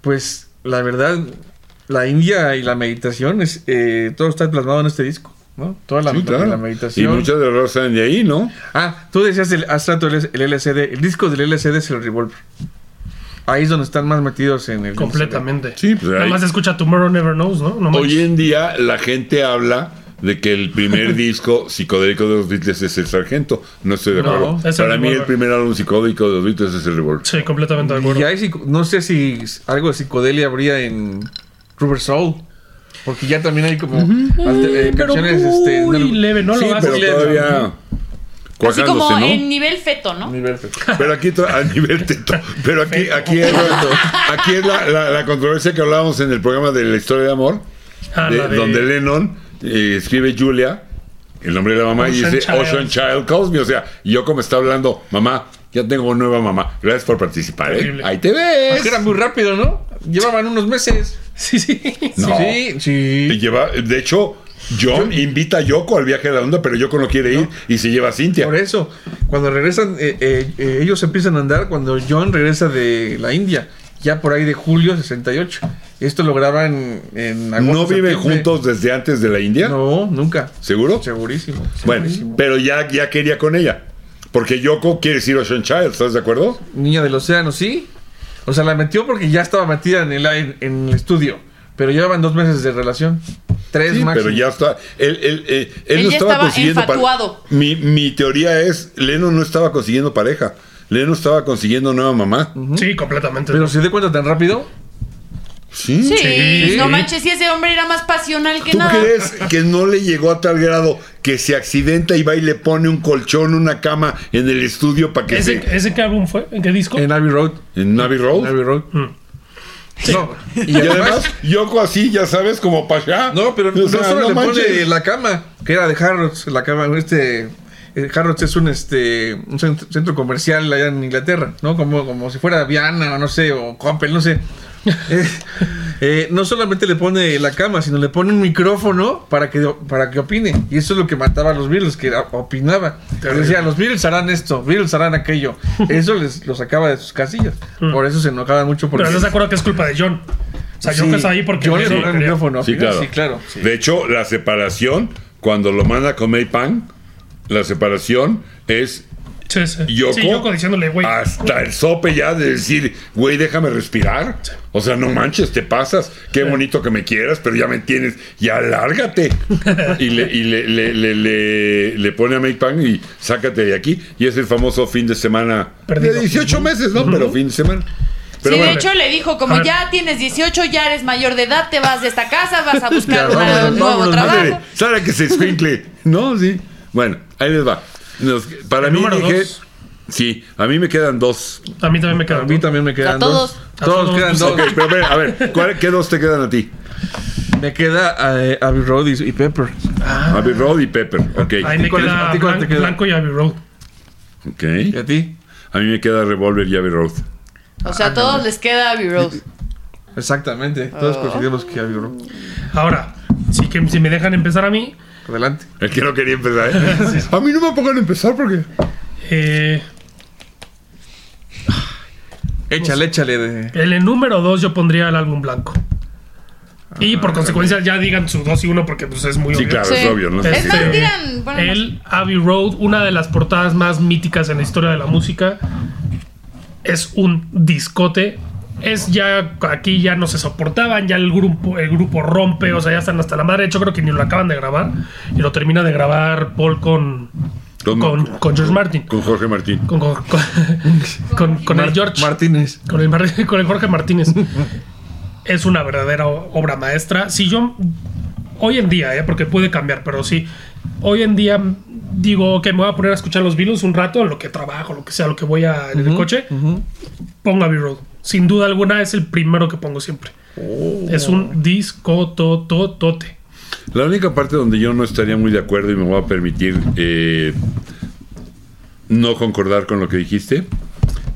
Speaker 3: pues, la verdad, la India y la meditación, es, eh, todo está plasmado en este disco. ¿no? Toda la,
Speaker 1: Sí, claro.
Speaker 3: la
Speaker 1: Y
Speaker 3: meditación.
Speaker 1: muchas de las razas salen de ahí, ¿no?
Speaker 3: Ah, tú decías el, hace rato el, el LCD. El disco del LCD es el Revolver. Ahí es donde están más metidos en el.
Speaker 2: Completamente.
Speaker 1: Sí, pues,
Speaker 2: Nada
Speaker 1: ahí-
Speaker 2: más escucha Tomorrow Never Knows, ¿no? No manches.
Speaker 1: Hoy en día la gente habla de que el primer disco psicodélico de los Beatles es El Sargento. No estoy de
Speaker 2: No,
Speaker 1: acuerdo.
Speaker 2: es el
Speaker 1: Para mí el
Speaker 2: Revolver.
Speaker 1: primer álbum psicodélico de los Beatles es El Revolver.
Speaker 2: Sí, completamente de acuerdo.
Speaker 3: Y ahí psico- no sé si s- algo de psicodelia habría en Rubber Soul. Porque ya también hay como alter- eh,
Speaker 2: Mm, pero
Speaker 3: canciones
Speaker 2: muy
Speaker 3: este, en el-
Speaker 2: leve, no
Speaker 1: sí,
Speaker 2: lo
Speaker 1: pero
Speaker 2: hagas.
Speaker 3: leer,
Speaker 1: todavía
Speaker 4: Así como
Speaker 1: cuajándose, ¿no?
Speaker 4: en nivel feto, ¿no?
Speaker 3: universo.
Speaker 1: Pero aquí to- a nivel teto. Pero aquí, aquí es, aquí es la, la- la controversia que hablábamos en el programa de la historia de amor,
Speaker 2: Ah,
Speaker 1: de-
Speaker 2: la de-
Speaker 1: donde Lennon eh, escribe Julia, el nombre de la mamá, y
Speaker 2: Ocean
Speaker 1: dice
Speaker 2: Child.
Speaker 1: Ocean Child Cosme. O sea, yo como está hablando, mamá, ya tengo nueva mamá. Gracias por participar, ¿eh?
Speaker 2: Terrible.
Speaker 1: Ahí te
Speaker 3: Es que
Speaker 1: ves.
Speaker 3: era muy rápido, ¿no? Llevaban unos meses.
Speaker 2: Sí, sí.
Speaker 1: No.
Speaker 3: Sí,
Speaker 1: Y
Speaker 3: sí.
Speaker 1: lleva, de hecho, John invita a Yoko al viaje de la onda, pero Yoko no quiere ir y se lleva a Cintia.
Speaker 3: Por eso, cuando regresan, eh, eh, eh, ellos empiezan a andar cuando John regresa de la India, ya por ahí de julio 68. Esto lo graban en agosto,
Speaker 1: ¿No viven
Speaker 3: septiembre.
Speaker 1: juntos desde antes de la India?
Speaker 3: No, nunca.
Speaker 1: ¿Seguro?
Speaker 3: Segurísimo.
Speaker 1: Bueno,
Speaker 3: segurísimo.
Speaker 1: pero ya, ya quería con ella. Porque Yoko quiere decir Ocean Child, ¿estás de acuerdo?
Speaker 3: Niña del Océano, sí. O sea, la metió porque ya estaba metida en el, en, en el estudio. Pero llevaban dos meses de relación. Tres
Speaker 1: Sí,
Speaker 3: más.
Speaker 1: pero ya está. Él, él, eh, él
Speaker 4: Él
Speaker 1: no
Speaker 4: ya
Speaker 1: estaba,
Speaker 4: estaba
Speaker 1: consiguiendo pa-
Speaker 4: enfatuado.
Speaker 1: Mi, mi teoría es: Lennon no estaba consiguiendo pareja. Lennon estaba consiguiendo nueva mamá.
Speaker 2: Sí, completamente.
Speaker 3: Pero se dio cuenta tan rápido.
Speaker 1: Sí.
Speaker 4: Sí, Pues
Speaker 2: Sí.
Speaker 4: no manches, si ese hombre era más pasional que
Speaker 1: ¿Tú
Speaker 4: nada.
Speaker 1: crees que no le llegó a tal grado que se accidenta y va y le pone un colchón, una cama en el estudio para que
Speaker 2: ¿Ese,
Speaker 1: se.
Speaker 2: ¿Ese qué álbum fue? ¿En qué disco? Mm.
Speaker 3: En Abbey Road.
Speaker 1: En Navi
Speaker 3: En Abbey
Speaker 1: Road.
Speaker 3: Road. No.
Speaker 1: Y además, Yoko así, ya sabes, como para allá.
Speaker 3: No, pero
Speaker 1: O sea,
Speaker 3: no solo
Speaker 1: no
Speaker 3: le pone
Speaker 1: manches.
Speaker 3: la cama, que era de Harrods, la cama, este. eh, Harrods es un este un cent- centro comercial allá en Inglaterra, ¿no? Como, como si fuera Viana o no sé, o Coppel, no sé. Eh, eh, no solamente le pone la cama, sino le pone un micrófono para que, para que opine. Y eso es lo que mataba a los Beatles, que a- opinaba. Les decía, los Beatles harán esto, Beatles harán aquello. Eso les los sacaba de sus casillas. Por eso se enojaban mucho porque...
Speaker 2: Mm. Pero no se acuerda que es culpa de John. O sea, John
Speaker 3: Sí,
Speaker 2: que está ahí porque.
Speaker 3: John le
Speaker 2: sí,
Speaker 3: pone el
Speaker 2: quería.
Speaker 3: micrófono.
Speaker 1: Sí, claro.
Speaker 3: Sí, claro. sí.
Speaker 1: De hecho, la separación, cuando lo manda con May Pan, la separación es
Speaker 2: Sí, sí.
Speaker 1: Yoko,
Speaker 2: Sí, Yoko diciéndole, güey.
Speaker 3: Ah.
Speaker 1: hasta el sope ya de decir, güey, déjame respirar. O sea, no manches, te pasas. Qué bonito que me quieras, pero ya me tienes. Ya lárgate. y le, y le, le- le- le- le pone a May Pan y sácate de aquí. Y es el famoso fin de semana.
Speaker 2: Perdido.
Speaker 1: De 18 meses, ¿no? Pero fin de semana. Pero
Speaker 4: sí, de
Speaker 1: bueno,
Speaker 4: hecho le dijo,
Speaker 2: A
Speaker 4: como
Speaker 2: ver.
Speaker 4: ya tienes 18, ya eres mayor de edad, te vas de esta casa, vas a buscar
Speaker 3: Ya,
Speaker 4: una-
Speaker 3: vámonos,
Speaker 4: un nuevo
Speaker 3: vámonos,
Speaker 4: trabajo.
Speaker 1: ándale, Sara que se escuincle. no, sí. Bueno, ahí les va. Nos- para
Speaker 2: El
Speaker 1: mí
Speaker 2: número
Speaker 1: dije.
Speaker 2: dos.
Speaker 1: Sí, a mí me quedan dos.
Speaker 2: A mí también me queda.
Speaker 3: A mí también me quedan
Speaker 4: A todos.
Speaker 3: dos.
Speaker 2: A
Speaker 3: Todos,
Speaker 2: todos.
Speaker 3: quedan
Speaker 1: Ok,
Speaker 3: dos.
Speaker 1: pero a ver, a ver, ¿cuál- ¿qué dos te quedan a ti?
Speaker 3: Me queda eh, Abbey Road y, y Pepper.
Speaker 1: Abbey Road y Pepper. Ok.
Speaker 2: Ahí
Speaker 3: ¿A ti
Speaker 2: me
Speaker 3: cuál es-
Speaker 2: queda,
Speaker 3: a ti cuál te
Speaker 2: Blan-
Speaker 3: queda?
Speaker 2: Blanco y Abbey Road.
Speaker 1: Ok.
Speaker 3: ¿Y a ti?
Speaker 1: A mí me queda Revolver y Abbey Road. Ah,
Speaker 4: O sea, a todos les queda Abbey Road.
Speaker 2: Ah.
Speaker 3: Exactamente. Todos coincidimos que había uno.
Speaker 2: Ahora, si, que, si me dejan empezar a mí,
Speaker 3: Adelante.
Speaker 1: El que no quería empezar. ¿eh? A mí no me pongan a empezar porque.
Speaker 2: eh,
Speaker 3: Échale,
Speaker 2: Pues,
Speaker 3: échale de.
Speaker 2: en el número 2 yo pondría el álbum blanco. Y
Speaker 3: Ah,
Speaker 2: por consecuencia ya digan su 2 y 1 porque pues es muy
Speaker 1: Sí,
Speaker 2: obvio.
Speaker 1: claro,
Speaker 4: Sí.
Speaker 1: es obvio, ¿no?
Speaker 4: Es
Speaker 1: Sí,
Speaker 4: más,
Speaker 1: sí.
Speaker 4: digan. Bueno,
Speaker 2: El Abbey Road, una de las portadas más míticas en la historia de la música, es un discote. Es ya, aquí ya no se soportaban, ya el grupo, el grupo rompe, o sea, ya están hasta la madre. De hecho, creo que ni lo acaban de grabar y lo termina de grabar Paul con,
Speaker 1: Con-
Speaker 2: con, con George Martin.
Speaker 1: Con Jorge Martín.
Speaker 2: Con, con, con- con- con el George.
Speaker 3: Martínez.
Speaker 2: Con el, Mar- con el Jorge Martínez. es una verdadera o- obra maestra. Si yo. Hoy en día, ¿eh? porque puede cambiar, pero sí. Hoy en día mm, digo que me voy a poner a escuchar los Beatles un rato, en lo que trabajo, lo que sea, lo que voy a, en el coche. Pongo Abbey Road. Sin duda alguna es el primero que pongo siempre.
Speaker 1: Oh.
Speaker 2: Es un disco tototote.
Speaker 1: La única parte donde yo no estaría muy de acuerdo y me voy a permitir eh, no concordar con lo que dijiste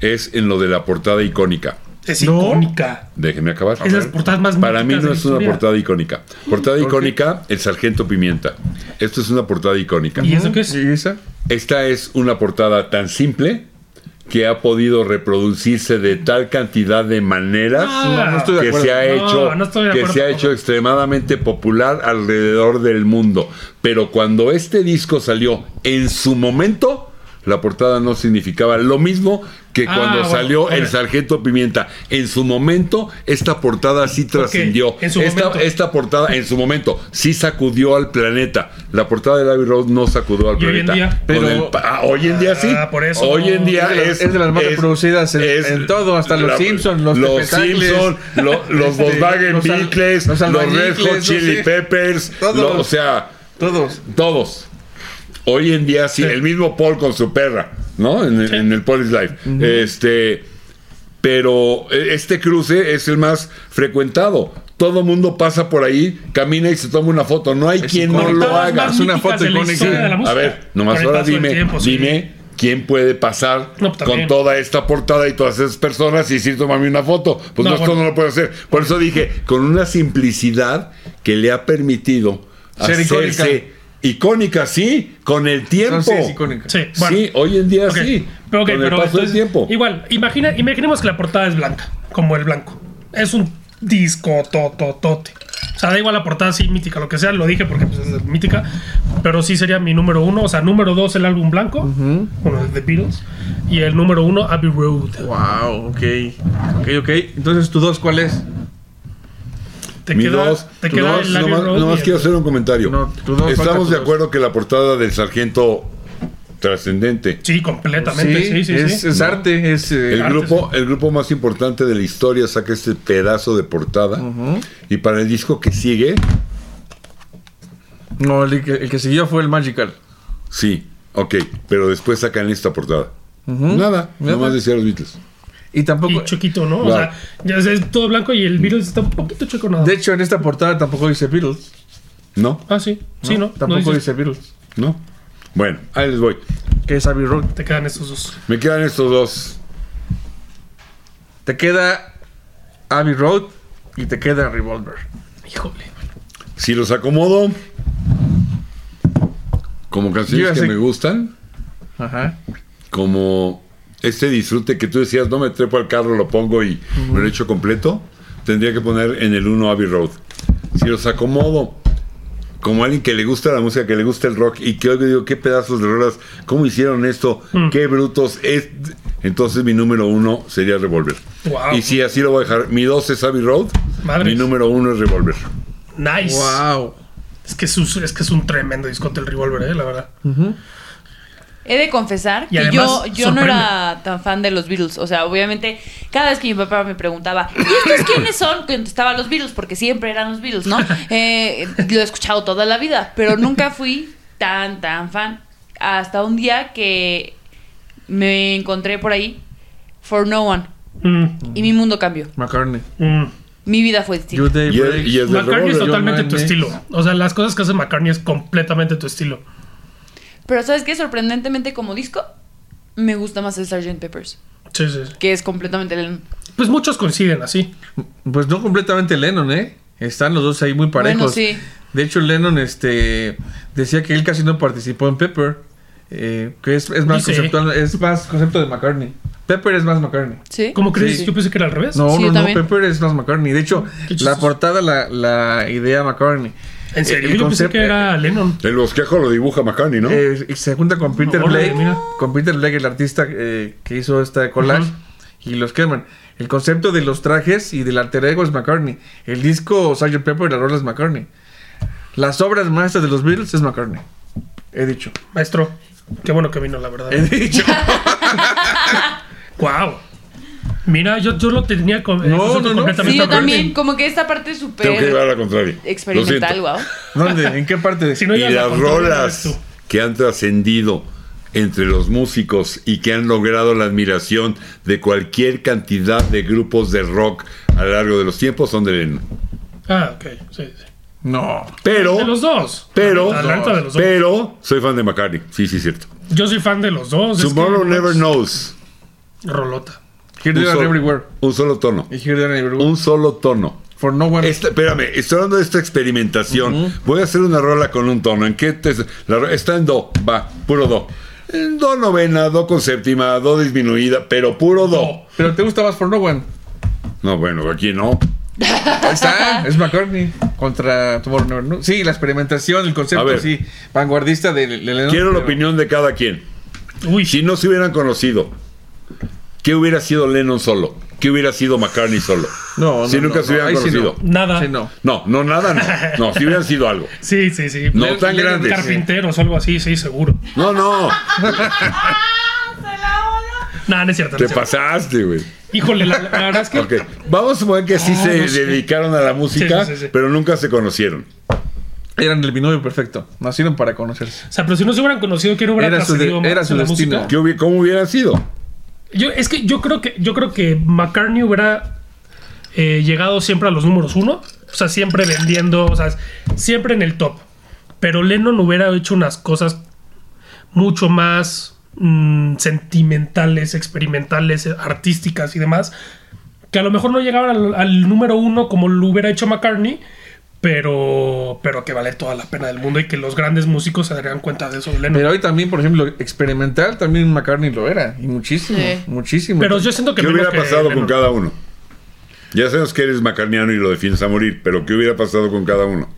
Speaker 1: es en lo de la portada icónica.
Speaker 2: Es
Speaker 3: No.
Speaker 2: icónica.
Speaker 1: Déjenme acabar.
Speaker 2: Es las portadas más
Speaker 1: Para mí
Speaker 2: míticas
Speaker 1: no
Speaker 2: de la
Speaker 1: es una
Speaker 2: historia.
Speaker 1: portada icónica. Portada icónica, el Sargento Pimienta. Esto es una portada icónica.
Speaker 2: ¿Y eso qué es?
Speaker 3: ¿Y esa?
Speaker 1: Esta es una portada tan simple que ha podido reproducirse de tal cantidad de maneras
Speaker 2: Ah,
Speaker 3: no estoy de
Speaker 1: que
Speaker 3: acuerdo.
Speaker 1: se ha
Speaker 2: No,
Speaker 1: hecho,
Speaker 2: no estoy de
Speaker 1: que
Speaker 2: acuerdo
Speaker 1: se ha
Speaker 2: tampoco.
Speaker 1: hecho extremadamente popular alrededor del mundo. Pero cuando este disco salió en su momento, la portada no significaba lo mismo que
Speaker 2: Ah,
Speaker 1: cuando
Speaker 2: bueno,
Speaker 1: salió
Speaker 2: ok.
Speaker 1: el Sargento Pimienta. En su momento, esta portada sí trascendió.
Speaker 2: en su
Speaker 1: esta,
Speaker 2: momento.
Speaker 1: esta portada, en su momento, sí sacudió al planeta. La portada de Abbey Road no sacudió al
Speaker 2: ¿Y hoy en
Speaker 1: planeta.
Speaker 2: día?
Speaker 1: Con
Speaker 3: Pero-
Speaker 1: el pa- ah, hoy en día sí.
Speaker 2: Ah, por eso.
Speaker 1: Hoy en día
Speaker 3: Es de la-
Speaker 1: es,
Speaker 3: es de las más reproducidas en- en todo, hasta los Simpson, los Tepetacles.
Speaker 1: Simpson, lo- los
Speaker 3: Este,
Speaker 1: Volkswagen
Speaker 3: los al-
Speaker 1: Beatles, los,
Speaker 3: los
Speaker 1: Red
Speaker 3: albañiles,
Speaker 1: Hot
Speaker 3: no
Speaker 1: Chili
Speaker 3: sé.
Speaker 1: Peppers,
Speaker 3: Todos.
Speaker 1: lo- o sea,
Speaker 3: Todos.
Speaker 1: todos. Hoy en día sí, el mismo Paul con su perra, ¿no? En, en el Police Life. Este, pero eh, este cruce es el más frecuentado. Todo mundo pasa por ahí, camina y se toma una foto. No hay quien no
Speaker 3: icónico.
Speaker 1: lo
Speaker 2: Portadas
Speaker 1: haga.
Speaker 2: más
Speaker 3: Es una
Speaker 2: míticas
Speaker 3: foto
Speaker 2: de la
Speaker 3: icónica.
Speaker 2: historia de la música.
Speaker 1: A ver, nomás
Speaker 2: Con el
Speaker 1: ahora
Speaker 2: paso del
Speaker 1: dime,
Speaker 2: tiempo, sí.
Speaker 1: dime quién puede pasar
Speaker 2: No, pues,
Speaker 1: con
Speaker 2: también.
Speaker 1: toda esta portada y todas esas personas y decir, tómame una foto. Pues no,
Speaker 2: No,
Speaker 1: esto
Speaker 2: bueno.
Speaker 1: no lo puede hacer. Por eso dije, con una simplicidad que le ha permitido
Speaker 3: Ser icónica.
Speaker 1: hacerse icónica, sí, con el tiempo.
Speaker 3: No, sí, es icónica.
Speaker 2: Sí,
Speaker 1: Sí,
Speaker 2: bueno.
Speaker 1: hoy en día
Speaker 2: Ok,
Speaker 1: sí.
Speaker 2: Pero, ok,
Speaker 1: con
Speaker 2: pero
Speaker 1: el paso del
Speaker 2: entonces,
Speaker 1: tiempo.
Speaker 2: Igual, imagina, imaginemos que la portada es blanca, como el blanco. Es un disco tototote. O sea, da igual la portada, sí, mítica, lo que sea, lo dije porque pues, es mítica, pero sí sería mi número uno. O sea, número dos, el álbum blanco, bueno, el de Beatles, y el número uno, Abbey Road.
Speaker 3: Wow, ok. Ok, ok. Entonces, ¿tu dos cuál es?
Speaker 2: Te
Speaker 1: Mi
Speaker 2: queda,
Speaker 1: dos,
Speaker 2: te
Speaker 1: tu
Speaker 2: queda
Speaker 1: dos,
Speaker 2: el Abbey
Speaker 1: nomás,
Speaker 2: Road.
Speaker 1: nomás
Speaker 2: y el-
Speaker 1: quiero hacer un comentario.
Speaker 3: No, tu dos, falta
Speaker 1: Estamos
Speaker 3: tu
Speaker 1: de
Speaker 3: dos.
Speaker 1: acuerdo que la portada del sargento trascendente.
Speaker 2: Sí, completamente, sí, sí, sí.
Speaker 3: es, es arte, es... eh,
Speaker 1: El
Speaker 2: Antes-
Speaker 1: grupo, el grupo más importante de la historia saca este pedazo de portada. Y para el disco que sigue,
Speaker 3: No, el que, el que siguió fue el Magical.
Speaker 1: sí, ok. Pero después sacan esta portada. Nada,
Speaker 3: Nada.
Speaker 1: nomás decía los Beatles.
Speaker 3: Y tampoco...
Speaker 2: Y chiquito, ¿no? O
Speaker 1: Claro.
Speaker 2: sea, ya es, es todo blanco y el Beatles está un poquito chueco nada.
Speaker 3: De
Speaker 2: más.
Speaker 3: hecho, en esta portada tampoco dice Beatles.
Speaker 1: ¿No?
Speaker 2: ah, sí, sí, ¿no? no
Speaker 3: Tampoco
Speaker 2: dices-
Speaker 3: dice Beatles.
Speaker 1: ¿No? Bueno, ahí les voy.
Speaker 3: Que es Abbey Road.
Speaker 2: Te quedan estos dos.
Speaker 1: Me quedan estos dos.
Speaker 3: Te queda Abbey Road y te queda Revolver.
Speaker 2: Híjole.
Speaker 1: Si los acomodo como
Speaker 3: Yo
Speaker 1: canciones
Speaker 3: ya
Speaker 1: que
Speaker 3: sé.
Speaker 1: me gustan,
Speaker 3: Ajá.
Speaker 1: como este disfrute que tú decías, no me trepo al carro, lo pongo y me lo echo completo, tendría que poner en el 1 Abbey Road. Si los acomodo como alguien que le gusta la música, que le gusta el rock y que hoy digo, qué pedazos de rolas, cómo hicieron esto, qué brutos es. Entonces mi número uno sería Revolver.
Speaker 2: Wow.
Speaker 1: Y si así lo voy a dejar, mi dos es Abbey Road,
Speaker 2: Madres.
Speaker 1: mi número uno es Revolver.
Speaker 2: Nice.
Speaker 3: Wow.
Speaker 2: Es, que es, un- es que es un tremendo discote el Revolver, eh, la verdad.
Speaker 4: He de confesar
Speaker 2: Y
Speaker 4: que
Speaker 2: además,
Speaker 4: yo, yo no
Speaker 2: sorprende.
Speaker 4: era tan fan de los Beatles. O sea, obviamente, cada vez que mi papá me preguntaba, ¿y estos quiénes son? Contestaba los Beatles, porque siempre eran los Beatles, ¿no? Eh, lo he escuchado toda la vida, pero nunca fui tan, tan fan. Hasta un día que me encontré por ahí, For No One,
Speaker 2: Mm,
Speaker 4: y mi mundo cambió.
Speaker 3: McCartney.
Speaker 2: mm.
Speaker 4: Mi vida fue distinta.
Speaker 3: You Day
Speaker 1: Y es,
Speaker 3: Breaks.
Speaker 1: y es de
Speaker 2: McCartney es
Speaker 1: Revolver.
Speaker 2: totalmente tu
Speaker 3: Yo,
Speaker 2: estilo. O sea, las cosas que hace McCartney es completamente tu estilo.
Speaker 4: Pero ¿sabes qué? Sorprendentemente como disco, me gusta más el Sgt. Peppers,
Speaker 2: Sí, sí. sí.
Speaker 4: que es completamente el...
Speaker 2: Pues muchos coinciden así.
Speaker 3: Pues no completamente Lennon, ¿eh? Están los dos ahí muy parejos.
Speaker 4: sí.
Speaker 3: De hecho, Lennon este, decía que él casi no participó en Pepper, eh, que es, es más
Speaker 2: Dice.
Speaker 3: conceptual, es más concepto de McCartney. Pepper es más McCartney.
Speaker 4: ¿Sí?
Speaker 2: ¿Cómo crees?
Speaker 3: Sí.
Speaker 2: Yo pensé que era al revés.
Speaker 3: No,
Speaker 4: Sí,
Speaker 3: no,
Speaker 4: yo
Speaker 3: no,
Speaker 4: también.
Speaker 3: Pepper es más McCartney. De hecho,
Speaker 2: Qué
Speaker 3: la
Speaker 2: chistoso.
Speaker 3: portada la, la idea McCartney. Eh,
Speaker 2: En serio,
Speaker 3: El
Speaker 2: yo pensé
Speaker 3: concepto-
Speaker 2: que era Lennon.
Speaker 1: El bosquejo lo dibuja McCartney, ¿no?
Speaker 3: Eh, y se junta con Peter
Speaker 2: Órale,
Speaker 3: Blake,
Speaker 2: mira.
Speaker 3: con Peter Blake, el artista eh, que hizo esta collage,
Speaker 2: Ujú.
Speaker 3: y los queman. El concepto de los trajes y del alter ego es McCartney. El disco Sgt. Pepper y la rola es McCartney. Las obras maestras de los Beatles es McCartney. He dicho.
Speaker 2: Maestro, qué bueno que vino, la verdad.
Speaker 3: He dicho.
Speaker 2: Wow. Mira, yo, yo lo tenía con, eh,
Speaker 3: No,
Speaker 2: concepto
Speaker 3: no, no.
Speaker 2: completamente
Speaker 4: Sí, yo
Speaker 2: al revés.
Speaker 4: también. Como que esta parte es
Speaker 1: Tengo que llevar
Speaker 4: súper
Speaker 1: la contraria. Lo
Speaker 4: experimental,
Speaker 1: siento.
Speaker 4: wow.
Speaker 3: ¿Dónde? ¿En qué parte?
Speaker 2: Si no,
Speaker 1: y
Speaker 2: ya la
Speaker 1: las
Speaker 2: contaste,
Speaker 1: rolas
Speaker 2: tú.
Speaker 1: que han trascendido entre los músicos y que han logrado la admiración de cualquier cantidad de grupos de rock a lo largo de los tiempos son de Lennon.
Speaker 2: Ah, ok. Sí, sí.
Speaker 3: No.
Speaker 1: Pero,
Speaker 2: De los dos.
Speaker 1: pero,
Speaker 2: La neta de los dos.
Speaker 1: pero, soy fan de McCartney. Sí, sí, cierto.
Speaker 2: Yo soy fan de los dos. es
Speaker 1: Tomorrow
Speaker 2: que-
Speaker 1: Never Knows.
Speaker 2: Rolota.
Speaker 3: Here,
Speaker 1: Un
Speaker 3: there, and
Speaker 1: solo-
Speaker 3: everywhere.
Speaker 1: un solo tono.
Speaker 3: Y here, there, and everywhere.
Speaker 1: Un solo tono.
Speaker 3: For no one.
Speaker 1: Esta- espérame, estoy hablando de esta experimentación. Voy a hacer una rola con un tono. ¿En qué te- la ro- está en do, va, puro do. En do novena, do con séptima, do disminuida, pero puro do.
Speaker 3: Pero te gusta más For No One.
Speaker 1: No, bueno, aquí no.
Speaker 3: Ahí está, es McCartney contra Tomorrow Never Knows. Sí, la experimentación, el
Speaker 1: A
Speaker 3: concepto,
Speaker 1: ver.
Speaker 3: sí, vanguardista de, de Lennon.
Speaker 1: Quiero la
Speaker 3: pero-
Speaker 1: opinión de cada quien.
Speaker 2: Uy,
Speaker 1: Si no se hubieran conocido, ¿qué hubiera sido Lennon solo? ¿Qué hubiera sido McCartney solo?
Speaker 3: No, no,
Speaker 1: Si nunca
Speaker 3: no,
Speaker 1: se
Speaker 3: no,
Speaker 1: hubieran
Speaker 3: ahí sí
Speaker 1: conocido.
Speaker 3: no.
Speaker 2: nada.
Speaker 3: Sí, no.
Speaker 1: No, no, nada, no. No, si hubieran sido algo.
Speaker 2: Sí, sí, sí.
Speaker 1: No
Speaker 3: Lennon-
Speaker 1: tan
Speaker 3: Lennon
Speaker 1: grandes.
Speaker 2: Carpinteros o algo así, sí, seguro.
Speaker 1: No, no,
Speaker 2: Nada, no es cierto. no
Speaker 1: te
Speaker 2: es cierto.
Speaker 1: pasaste, güey.
Speaker 2: Híjole, la, la verdad es que.
Speaker 1: Ok, vamos a suponer que sí
Speaker 2: Ah,
Speaker 1: se
Speaker 2: no sé.
Speaker 1: dedicaron a la música,
Speaker 2: Sí, sí, sí, sí.
Speaker 1: pero nunca se conocieron.
Speaker 3: Eran el binomio perfecto. Nacieron para conocerse.
Speaker 2: O sea, pero si no se hubieran conocido, ¿quién hubiera
Speaker 3: Era su de-
Speaker 2: trascendido más
Speaker 3: era su
Speaker 2: en la
Speaker 3: destino.
Speaker 2: música?
Speaker 1: ¿Qué hubi- ¿Cómo hubieran sido?
Speaker 2: Yo, es que yo creo que yo creo que McCartney hubiera eh, llegado siempre a los números uno, o sea, siempre vendiendo, o sea, siempre en el top. Pero Lennon hubiera hecho unas cosas mucho más mm, sentimentales, experimentales, eh, artísticas y demás, que a lo mejor no llegaban al, al número uno como lo hubiera hecho McCartney, pero, pero que vale toda la pena del mundo y que los grandes músicos se darían cuenta de eso de Lennon.
Speaker 3: Pero hoy también, por ejemplo, experimental, también McCartney lo era. Y muchísimo,
Speaker 4: Sí.
Speaker 3: muchísimo.
Speaker 2: Pero yo siento que...
Speaker 1: ¿Qué
Speaker 2: menos
Speaker 1: hubiera
Speaker 2: que
Speaker 1: pasado con
Speaker 2: Lennon.
Speaker 1: cada uno? Ya sabemos que eres macarniano y lo defiendes a morir, pero ¿qué hubiera pasado con cada uno?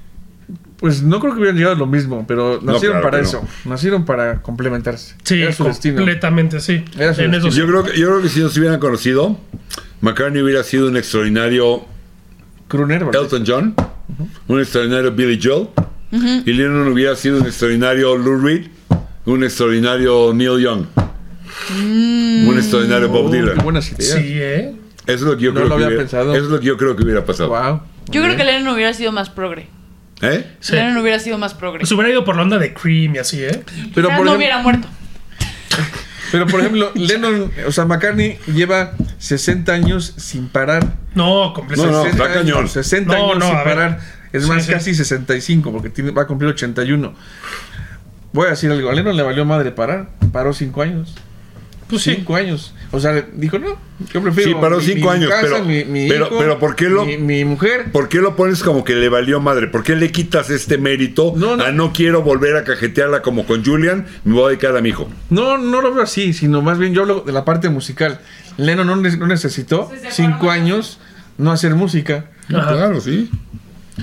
Speaker 3: Pues no creo que hubieran llegado a lo mismo, pero
Speaker 1: No,
Speaker 3: nacieron
Speaker 1: claro
Speaker 3: para
Speaker 1: que
Speaker 3: eso. Nacieron para complementarse.
Speaker 2: Sí,
Speaker 3: era su destino.
Speaker 2: completamente, sí.
Speaker 3: Era su
Speaker 2: En eso
Speaker 3: destino.
Speaker 2: sí.
Speaker 1: Yo creo que, yo creo que si no se hubieran conocido, McCartney hubiera sido un extraordinario
Speaker 3: Crooner, ¿verdad?
Speaker 1: Elton John, un extraordinario Billy Joel, y Lennon hubiera sido un extraordinario Lou Reed, un extraordinario Neil Young, un extraordinario Bob
Speaker 3: Oh,
Speaker 1: Dylan.
Speaker 3: qué buenas ideas.
Speaker 2: Sí, ¿eh?
Speaker 1: Eso es lo que yo
Speaker 3: No
Speaker 1: creo
Speaker 3: lo
Speaker 1: que
Speaker 3: había
Speaker 1: hubiera,
Speaker 3: pensado.
Speaker 1: Eso es lo que yo creo que hubiera pasado.
Speaker 3: Wow.
Speaker 4: Yo creo que Lennon hubiera sido más progre.
Speaker 1: ¿Eh?
Speaker 2: Sí. Pues
Speaker 4: Lennon hubiera sido más progre.
Speaker 2: Se hubiera ido por la onda de Cream y así, ¿eh?
Speaker 3: Pero
Speaker 4: Quizás
Speaker 3: por
Speaker 4: no
Speaker 3: ejemplo-
Speaker 4: hubiera muerto.
Speaker 3: Pero por ejemplo, Lennon, o sea, McCartney lleva 60 años sin parar.
Speaker 2: No, completamente.
Speaker 1: No, no,
Speaker 3: 60
Speaker 1: está
Speaker 3: Pues años,
Speaker 1: cañón.
Speaker 3: 60
Speaker 2: No,
Speaker 3: años
Speaker 2: no, a
Speaker 3: sin
Speaker 2: ver.
Speaker 3: parar. Es
Speaker 2: Sí,
Speaker 3: más,
Speaker 2: sí.
Speaker 3: casi 65, porque tiene, va a cumplir 81. Voy a decir algo, a Lennon le valió madre parar. Paró 5 años.
Speaker 2: Pues sí.
Speaker 3: 5 años. O sea, dijo, no, yo prefiero.
Speaker 1: Sí, paró
Speaker 3: mi-
Speaker 1: cinco
Speaker 3: mi
Speaker 1: años,
Speaker 3: casa,
Speaker 1: pero-
Speaker 3: mi- mi
Speaker 1: pero-
Speaker 3: hijo,
Speaker 1: pero ¿por qué lo-
Speaker 3: Mi, mi mujer.
Speaker 1: ¿Por qué lo pones como que le valió madre? ¿Por qué le quitas este mérito
Speaker 3: No, no.
Speaker 1: a no quiero volver a cajetearla como con Julian? Me voy a dedicar a mi hijo.
Speaker 3: No, no lo veo así, sino más bien yo hablo de la parte musical. Lennon no, ne- no necesitó
Speaker 4: Se separó.
Speaker 3: 5 años no hacer música.
Speaker 2: Ajá.
Speaker 1: sí.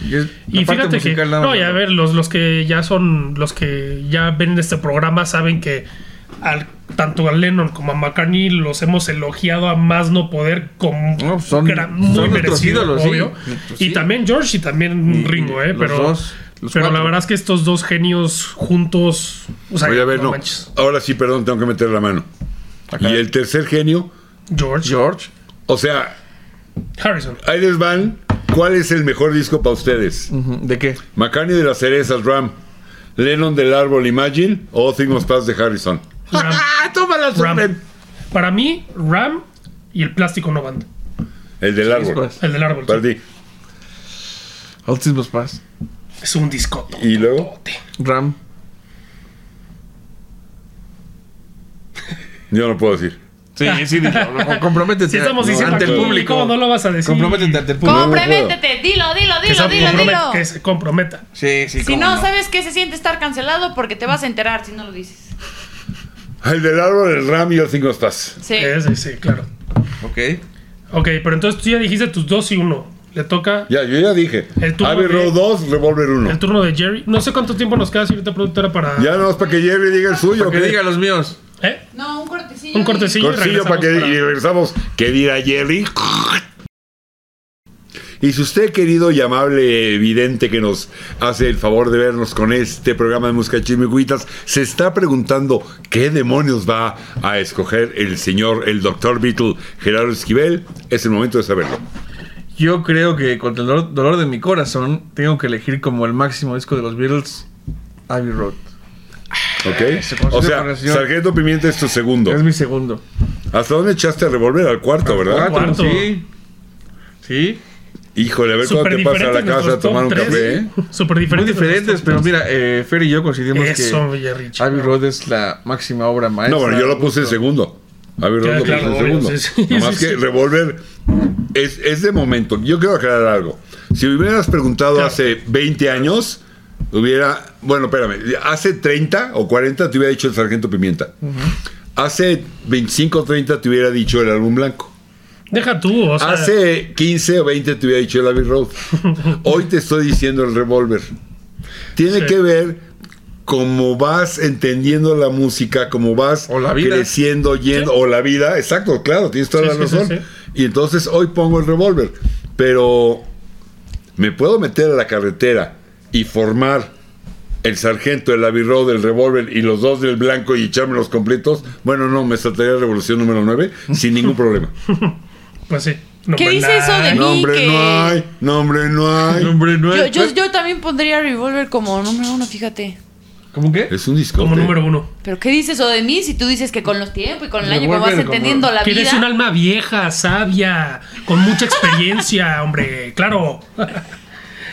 Speaker 3: Y, es
Speaker 2: Y
Speaker 3: la
Speaker 2: fíjate
Speaker 3: parte
Speaker 2: que.
Speaker 3: musical nada
Speaker 2: No,
Speaker 3: más.
Speaker 2: y a ver, los, los que ya son. Los que ya ven este programa saben que. Al, tanto a Lennon como a McCartney los hemos elogiado a más no poder como
Speaker 3: No, pues son-
Speaker 2: que era muy
Speaker 3: son nuestros
Speaker 2: merecido,
Speaker 3: ídolos, sí.
Speaker 2: obvio.
Speaker 3: Nuestros
Speaker 2: y
Speaker 3: ídolos.
Speaker 2: también George y también
Speaker 3: Y-
Speaker 2: Ringo, eh,
Speaker 3: los
Speaker 2: pero
Speaker 3: dos, los
Speaker 2: pero la
Speaker 3: cuatro.
Speaker 2: verdad es que estos dos genios juntos, o sea,
Speaker 1: Oye, a ver, no.
Speaker 2: manches.
Speaker 1: Ahora sí, perdón, tengo que meter la mano.
Speaker 3: Acá.
Speaker 1: Y el tercer genio,
Speaker 2: George,
Speaker 3: George.
Speaker 1: o sea,
Speaker 2: Harrison.
Speaker 1: ahí les van. ¿Cuál es el mejor disco para ustedes?
Speaker 3: Ujú, ¿De qué?
Speaker 1: ¿McCartney de las cerezas, Ram? ¿Lennon del árbol Imagine o Thing Must Pass de Harrison?
Speaker 2: Ram.
Speaker 3: ¡Ah,
Speaker 1: ¡Tómala,
Speaker 2: Ram.
Speaker 1: Soren!
Speaker 2: Para mí, Ram y el plástico no banda.
Speaker 1: El del árbol.
Speaker 3: Después.
Speaker 2: El del árbol.
Speaker 1: Para ti.
Speaker 3: Autismos Pass.
Speaker 2: sí. Es un disco.
Speaker 1: ¿Y luego?
Speaker 3: Ram.
Speaker 1: Yo no puedo decir.
Speaker 5: Sí, sí, dilo. no, comprométete.
Speaker 2: Si estamos
Speaker 5: No,
Speaker 2: diciendo
Speaker 5: ante el
Speaker 2: aquí,
Speaker 5: público.
Speaker 2: ¿cómo no lo vas a decir?
Speaker 3: Comprométete ante el público.
Speaker 4: Comprométete, dilo, dilo,
Speaker 2: Que,
Speaker 4: dilo,
Speaker 2: se
Speaker 4: dilo,
Speaker 2: comprometa-
Speaker 4: dilo.
Speaker 2: que se comprometa.
Speaker 5: Sí, sí,
Speaker 4: Si
Speaker 5: cómo
Speaker 4: no, sabes qué se siente estar cancelado porque te vas a enterar si no lo dices.
Speaker 1: Ah, El del árbol, el ram y el cinco estás.
Speaker 4: Sí.
Speaker 2: Sí, sí, claro.
Speaker 3: Ok.
Speaker 2: Ok, pero entonces tú ya dijiste tus dos y uno. Le toca
Speaker 1: Ya, yo ya dije.
Speaker 2: El turno
Speaker 1: Abbey
Speaker 2: de-
Speaker 1: Road 2, Revolver 1.
Speaker 2: el turno de Jerry. No sé cuánto tiempo nos queda, señorita productora, para.
Speaker 1: Ya no, es para que Jerry diga el suyo.
Speaker 5: Que
Speaker 1: ¿ok?
Speaker 5: diga los míos.
Speaker 2: ¿Eh?
Speaker 4: No, un cortecillo.
Speaker 2: Un cortecillo. y
Speaker 1: Corcillo
Speaker 2: regresamos
Speaker 1: para que
Speaker 2: para-
Speaker 1: y regresamos. ¿Qué dirá Jerry? Y si usted, querido y amable vidente que nos hace el favor de vernos con este programa de Música Chimiguitas, se está preguntando qué demonios va a escoger el señor, el doctor Beatle Gerardo Esquivel, es el momento de saberlo.
Speaker 3: Yo creo que con el dolor, dolor de mi corazón, tengo que elegir como el máximo disco de los Beatles, Abbey Road.
Speaker 1: ¿Ok?
Speaker 3: Eh, se conoce
Speaker 1: O
Speaker 3: por
Speaker 1: sea,
Speaker 3: el señor.
Speaker 1: Sargento Pimienta es tu segundo.
Speaker 3: Es mi segundo.
Speaker 1: ¿Hasta dónde echaste a revolver? Al cuarto, ¿verdad?
Speaker 3: Cuatro,
Speaker 2: Cuarto.
Speaker 3: Sí. Sí.
Speaker 1: Híjole, a ver cuándo
Speaker 2: Súper
Speaker 1: te pasas a la
Speaker 2: diferentes
Speaker 1: casa a
Speaker 2: nuestros
Speaker 1: tomar un
Speaker 2: top
Speaker 1: café,
Speaker 2: tres.
Speaker 1: ¿eh?
Speaker 2: Súper
Speaker 3: Muy
Speaker 2: diferentes.
Speaker 3: diferentes, pero mira, eh, Fer y yo coincidimos
Speaker 2: Eso,
Speaker 3: que
Speaker 2: Jerry. chico.
Speaker 3: Abbey Road es la máxima obra maestra.
Speaker 1: No, bueno, yo lo puse en segundo. A ver,
Speaker 2: Queda
Speaker 1: lo
Speaker 2: claro,
Speaker 1: puse en
Speaker 2: obvio,
Speaker 1: segundo.
Speaker 2: sí, sí,
Speaker 1: Nomás
Speaker 2: sí,
Speaker 1: que
Speaker 2: sí.
Speaker 1: Revolver es, es de momento. Yo quiero aclarar algo. Si me hubieras preguntado
Speaker 2: Claro.
Speaker 1: hace 20 años, hubiera. Bueno, espérame. Hace 30 o 40 te hubiera dicho el Sargento Pimienta. Hace 25 o 30 te hubiera dicho el álbum blanco.
Speaker 2: Deja tú, o sea.
Speaker 3: Ah,
Speaker 1: Hace 15 o 20 te hubiera dicho el Abbey Road. Hoy te estoy diciendo el revólver. Tiene
Speaker 2: Sí.
Speaker 1: que ver cómo vas entendiendo la música, cómo vas
Speaker 3: O la vida.
Speaker 1: creciendo, yendo, o la vida. Exacto, claro, tienes toda
Speaker 2: Sí,
Speaker 1: la
Speaker 2: sí, sí,
Speaker 1: razón.
Speaker 2: sí.
Speaker 1: Y entonces hoy pongo el revólver. Pero me puedo meter a la carretera y formar el sargento, el Abbey Road, el revólver y los dos del blanco y echarme los completos. Bueno, no, me saltaría la revolución número 9 sin ningún problema.
Speaker 2: Pues sí. No,
Speaker 4: ¿Qué
Speaker 2: pues,
Speaker 4: dice eso de-
Speaker 1: No, hombre,
Speaker 4: Mickey.
Speaker 1: no hay. No, hombre, no hay.
Speaker 3: Nombre
Speaker 4: Yo,
Speaker 3: nueve.
Speaker 4: yo, yo también pondría Revolver como número uno, fíjate.
Speaker 3: ¿Cómo qué?
Speaker 1: Es un disco.
Speaker 2: Como número uno.
Speaker 4: Pero ¿qué dices o de mí si tú dices que con los tiempos y con el año como
Speaker 3: Revolver
Speaker 4: vas
Speaker 3: como-
Speaker 4: entendiendo la
Speaker 2: Que eres
Speaker 4: vida?
Speaker 2: un alma vieja, sabia, con mucha experiencia, hombre, claro.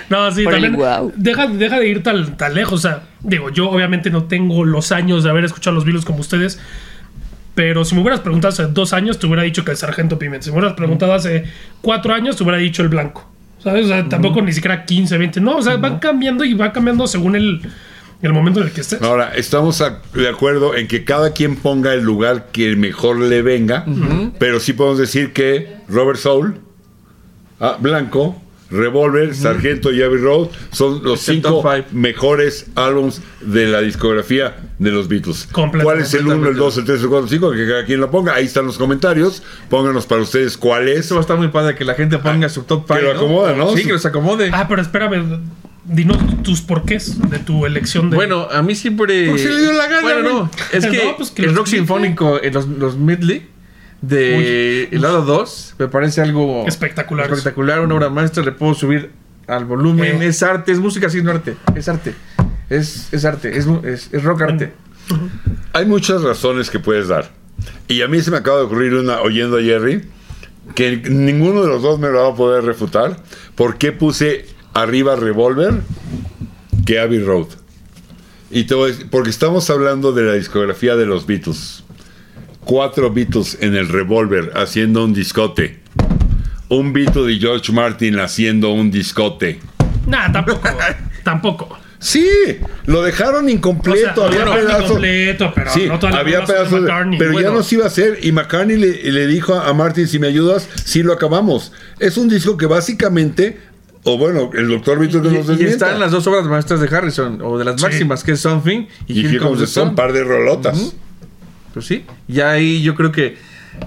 Speaker 2: No, sí,
Speaker 4: Órale,
Speaker 2: también.
Speaker 4: guau.
Speaker 2: Deja, deja de ir tan, tan lejos. O sea, digo, yo obviamente no tengo los años de haber escuchado los Beatles como ustedes. Pero si me hubieras preguntado hace dos años, te hubiera dicho que el Sargento Pimienta. Si me hubieras preguntado hace cuatro años, te hubiera dicho el Blanco. ¿Sabes? O sea, tampoco ni siquiera 15, 20. No, o sea, van cambiando y va cambiando según el, el momento en el que estés.
Speaker 1: Ahora, estamos a- de acuerdo en que cada quien ponga el lugar que mejor le venga, pero sí podemos decir que Robert Soul, ah, Blanco, Revolver, Sargento y Abbey Road son los
Speaker 3: Es
Speaker 2: Este
Speaker 3: el
Speaker 1: cinco
Speaker 3: top five.
Speaker 1: mejores álbums de la discografía de los Beatles.
Speaker 2: Completamente.
Speaker 1: ¿Cuál es el 1, el
Speaker 3: Completamente.
Speaker 1: 2, el 3, el 4, el 5? Que cada quien lo ponga. Ahí están los comentarios. Pónganos para ustedes cuál es.
Speaker 3: Eso va a estar muy padre que la gente ponga su top
Speaker 1: que
Speaker 3: 5.
Speaker 1: lo acomoda, ¿no?
Speaker 3: Sí, que los acomode.
Speaker 2: Ah, pero espérame. Dinos tus porqués de tu elección de.
Speaker 3: Bueno, a mí siempre.
Speaker 1: Pues se le dio la gana,
Speaker 3: bueno,
Speaker 1: güey.
Speaker 3: no. Es que,
Speaker 2: No, pues que
Speaker 3: el
Speaker 2: los
Speaker 3: rock
Speaker 2: explique.
Speaker 3: sinfónico, eh, los, los medley de el lado 2, me parece algo
Speaker 2: Espectacular.
Speaker 3: Espectacular, una obra maestra. Le puedo subir al volumen.
Speaker 2: Eh.
Speaker 3: Es arte, es música, sí, no arte. Es arte. Es, es arte, es, mu- es, es rock arte.
Speaker 1: Hay muchas razones que puedes dar. Y a mí se me acaba de ocurrir una oyendo a Jerry, que ninguno de los dos me lo va a poder refutar. ¿Por qué puse arriba Revolver que Abbey Road? Y te voy a decir- porque estamos hablando de la discografía de los Beatles. Cuatro Beatles en el Revolver haciendo un discote. Un Beatle y George Martin haciendo un discote.
Speaker 2: Nah, tampoco. tampoco.
Speaker 1: Sí, lo dejaron incompleto.
Speaker 2: O sea,
Speaker 1: había
Speaker 2: bueno,
Speaker 1: pedazos-
Speaker 2: completo, pero
Speaker 1: sí,
Speaker 2: no todas las
Speaker 1: había
Speaker 2: rolas son de
Speaker 1: pedazos. de-
Speaker 2: McCartney.
Speaker 1: pero
Speaker 2: Bueno,
Speaker 1: ya no se iba a hacer. Y McCartney le, le dijo a Martin: Si me ayudas, sí lo acabamos. Es un disco que básicamente. O bueno, el doctor Víctor que nos
Speaker 3: Y, y
Speaker 1: desmienta.
Speaker 3: están las dos obras maestras de Harrison, o de las máximas, que es Something
Speaker 1: Y
Speaker 3: Here Comes the
Speaker 1: son
Speaker 3: Sun.
Speaker 1: un par de rolotas.
Speaker 3: Ujú. Pues sí, ya ahí yo creo que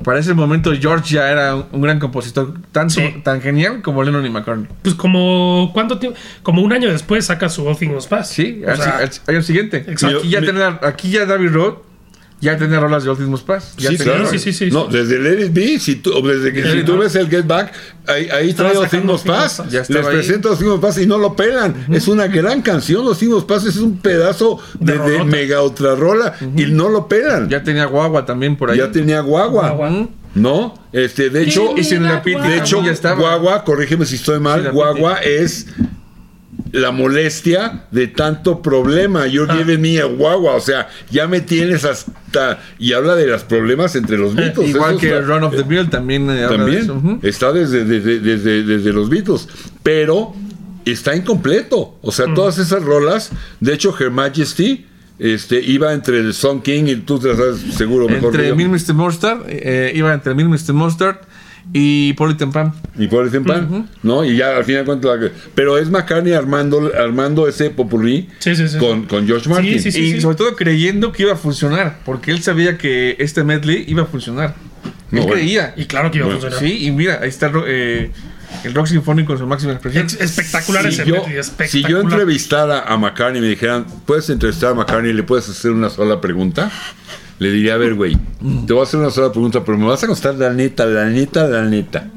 Speaker 3: para ese momento George ya era un un gran compositor, tan,
Speaker 2: Sí.
Speaker 3: tan genial como Lennon y McCartney.
Speaker 2: Pues como. ¿Cuánto tiempo? Como un año después saca su All Things Pass.
Speaker 3: Sí,
Speaker 2: O
Speaker 3: al-
Speaker 2: sea,
Speaker 3: al- al año siguiente.
Speaker 2: Exacto.
Speaker 3: Aquí, ya
Speaker 1: Mi-
Speaker 3: tenía, aquí ya David Roth ya tenía rolas de Ultimos Pass. Ya
Speaker 1: Sí,
Speaker 3: tenía-
Speaker 1: claro.
Speaker 2: sí, sí, sí,
Speaker 1: no,
Speaker 2: sí.
Speaker 1: desde Let It Be, si tú, o desde que, si tú ves el Get Back, ahí, ahí
Speaker 2: Estaba
Speaker 1: trae los
Speaker 2: sacando
Speaker 1: Sigmos Pass.
Speaker 2: Sigmos Pass.
Speaker 3: Ya
Speaker 1: Les
Speaker 3: estaba ahí.
Speaker 1: presento los Sigmos Pass y no lo pelan. Es una gran canción. Los Sigmos Pass es un pedazo
Speaker 2: De
Speaker 1: de, de
Speaker 2: rolota.
Speaker 1: mega otra rola y no lo pelan.
Speaker 3: Ya tenía Guagua también por ahí.
Speaker 1: ya tenía guagua,
Speaker 3: Guagua.
Speaker 1: ¿no? Este, de hecho,
Speaker 3: Y sin la
Speaker 1: de hecho,
Speaker 3: ya estaba.
Speaker 1: guagua, corrígeme si estoy mal,
Speaker 3: Sí, la
Speaker 1: guagua es la molestia de tanto problema. You're
Speaker 3: Ah.
Speaker 1: giving me a guagua. O sea, ya me tienes hasta. Y habla de los problemas entre los Beatles.
Speaker 3: Eh, Igual
Speaker 1: Eso
Speaker 3: que
Speaker 1: está-
Speaker 3: Run of the Mill también eh, habla de
Speaker 1: También.
Speaker 3: eso. Ujú.
Speaker 1: Está desde, desde, desde, desde los Beatles. Pero está incompleto. O
Speaker 3: Mm.
Speaker 1: sea, todas esas rolas. De hecho, Her Majesty. Este, iba entre el Song King y tú te la sabes seguro mejor que
Speaker 3: Entre
Speaker 1: yo.
Speaker 3: Mil Mr. Mustard, eh, iba entre Mil Mr. Mustard y Polly Pam.
Speaker 1: Y por en pan, ¿no? Y ya al final cuento la- Pero es McCartney armando, armando ese popurrí
Speaker 2: Sí, sí, sí.
Speaker 1: Con, con George Martin.
Speaker 2: sí, sí.
Speaker 3: y sobre todo creyendo que iba a funcionar, porque él sabía que este medley iba a funcionar.
Speaker 1: No,
Speaker 3: él
Speaker 1: bueno.
Speaker 3: creía.
Speaker 2: Y claro que iba a
Speaker 1: Bueno,
Speaker 2: funcionar.
Speaker 3: Sí, y mira, ahí está ro- eh, el rock sinfónico en su máxima expresión.
Speaker 2: Ex- espectacular
Speaker 1: Si
Speaker 2: ese
Speaker 1: yo-
Speaker 2: medley,
Speaker 1: si
Speaker 2: espectacular.
Speaker 1: yo entrevistara a McCartney y me dijeran, ¿puedes entrevistar a McCartney y le puedes hacer una sola pregunta? Le diría, a ver, güey, te voy a hacer una sola pregunta, pero me vas a contestar la neta, la neta, la neta.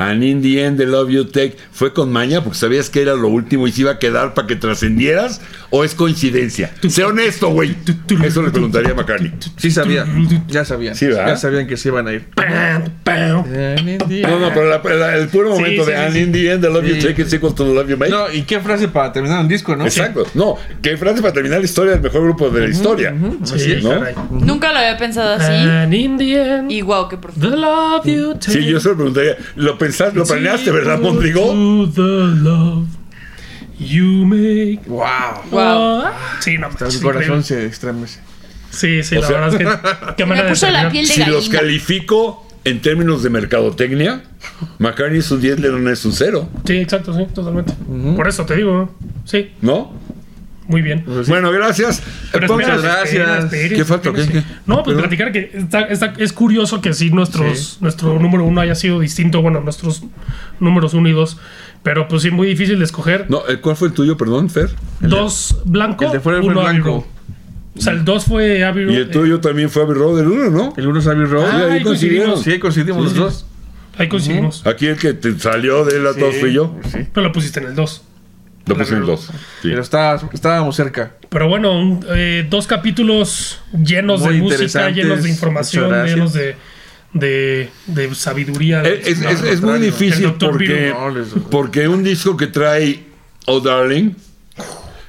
Speaker 1: And in the end, the love you take fue con maña porque sabías que era lo último y se iba a quedar para que trascendieras, o es coincidencia. Sé honesto, güey. Eso le preguntaría a McCartney.
Speaker 3: Sí sabía, ya sabían.
Speaker 1: Sí, ¿verdad?
Speaker 3: ya sabían que se iban a ir.
Speaker 2: Pam, pam.
Speaker 1: No, no, pero la- la- el puro
Speaker 2: Sí,
Speaker 1: momento
Speaker 2: sí,
Speaker 1: de "Ah, And
Speaker 2: sí, sí.
Speaker 1: in the end, the love you
Speaker 3: Sí.
Speaker 1: take is equal to the love you make.
Speaker 3: No, y qué frase para terminar el disco, ¿no?
Speaker 1: Exacto. No, que frase para terminar la historia del mejor grupo de la historia.
Speaker 2: Sí,
Speaker 1: ¿no?
Speaker 2: caray.
Speaker 4: Nunca lo había pensado así.
Speaker 2: And in the end,
Speaker 4: ¿Ah, Y wow, qué profundo.
Speaker 2: the love you take.
Speaker 1: Sí, yo se lo preguntaría. Lo pensaste, lo planeaste, ¿verdad, Mondrigo?
Speaker 2: To the love you make. Ah,
Speaker 3: Wow.
Speaker 4: Wow.
Speaker 2: Sí, no
Speaker 3: Hasta
Speaker 2: manches,
Speaker 3: mi corazón
Speaker 2: increíble.
Speaker 3: se estremece.
Speaker 2: Sí, sí,
Speaker 1: O
Speaker 2: la
Speaker 1: sea-
Speaker 2: verdad es que. qué
Speaker 4: Me
Speaker 2: manera de
Speaker 4: puso la
Speaker 2: terminar.
Speaker 4: piel de
Speaker 1: Si los
Speaker 4: gallina.
Speaker 1: califico en términos de mercadotecnia, McCartney es un 10, Lennon es un 0,
Speaker 2: Sí, exacto, sí, totalmente. Por eso te digo. Sí,
Speaker 1: ¿no?
Speaker 2: muy bien.
Speaker 1: Bueno, gracias. Entonces,
Speaker 2: espera,
Speaker 3: muchas
Speaker 2: espera,
Speaker 3: gracias.
Speaker 2: espera,
Speaker 1: ¿Qué falta?
Speaker 2: espera,
Speaker 1: ¿Qué?
Speaker 2: sí.
Speaker 1: ¿Qué?
Speaker 2: No, pues platicar que está- está- es curioso que sí, nuestros, nuestro número uno haya sido distinto. Bueno, nuestros números uno y dos. Pero pues sí, muy difícil de escoger.
Speaker 1: no, eh, ¿cuál fue el tuyo, perdón, Fer?
Speaker 2: dos blanco.
Speaker 3: El de fuera fue
Speaker 2: uno Abbey
Speaker 3: blanco.
Speaker 2: Road. O sea, el dos fue Abbey
Speaker 1: Y
Speaker 2: Road,
Speaker 1: el tuyo también fue Abbey Road, el 1, ¿no?
Speaker 3: El uno es Abbey Road.
Speaker 1: Sí,
Speaker 2: Ah, ahí
Speaker 1: ahí coincidieron.
Speaker 2: coincidimos,
Speaker 3: Sí, ahí coincidimos los dos.
Speaker 2: eh, ahí coincidimos.
Speaker 1: Aquí el que te salió de la tos fui yo.
Speaker 2: Pero lo pusiste en el dos.
Speaker 1: Lo puse en el 2.
Speaker 3: Pues Pero está, estábamos cerca.
Speaker 2: Pero bueno, un- eh, dos capítulos llenos
Speaker 3: Muy
Speaker 2: de música,
Speaker 3: interesantes,
Speaker 2: llenos de información,
Speaker 3: muchas gracias.
Speaker 2: llenos de, de, de sabiduría.
Speaker 1: Eh, Es, es- es- es muy
Speaker 3: contrario.
Speaker 1: difícil
Speaker 2: El Dr.
Speaker 1: porque,
Speaker 2: Beatle.
Speaker 3: No, les-
Speaker 1: porque un disco que trae Oh Darling,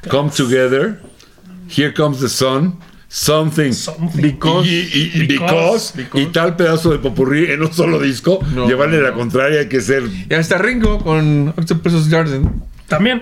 Speaker 1: Come Together, Here Comes the Sun, Something,
Speaker 2: Something.
Speaker 1: Because, y, y- y
Speaker 2: Because.
Speaker 1: Because, y tal pedazo de popurrí en un solo disco,
Speaker 3: No,
Speaker 1: llevarle la contraria hay que ser...
Speaker 3: Y hasta Ringo con Octopus Garden.
Speaker 2: También.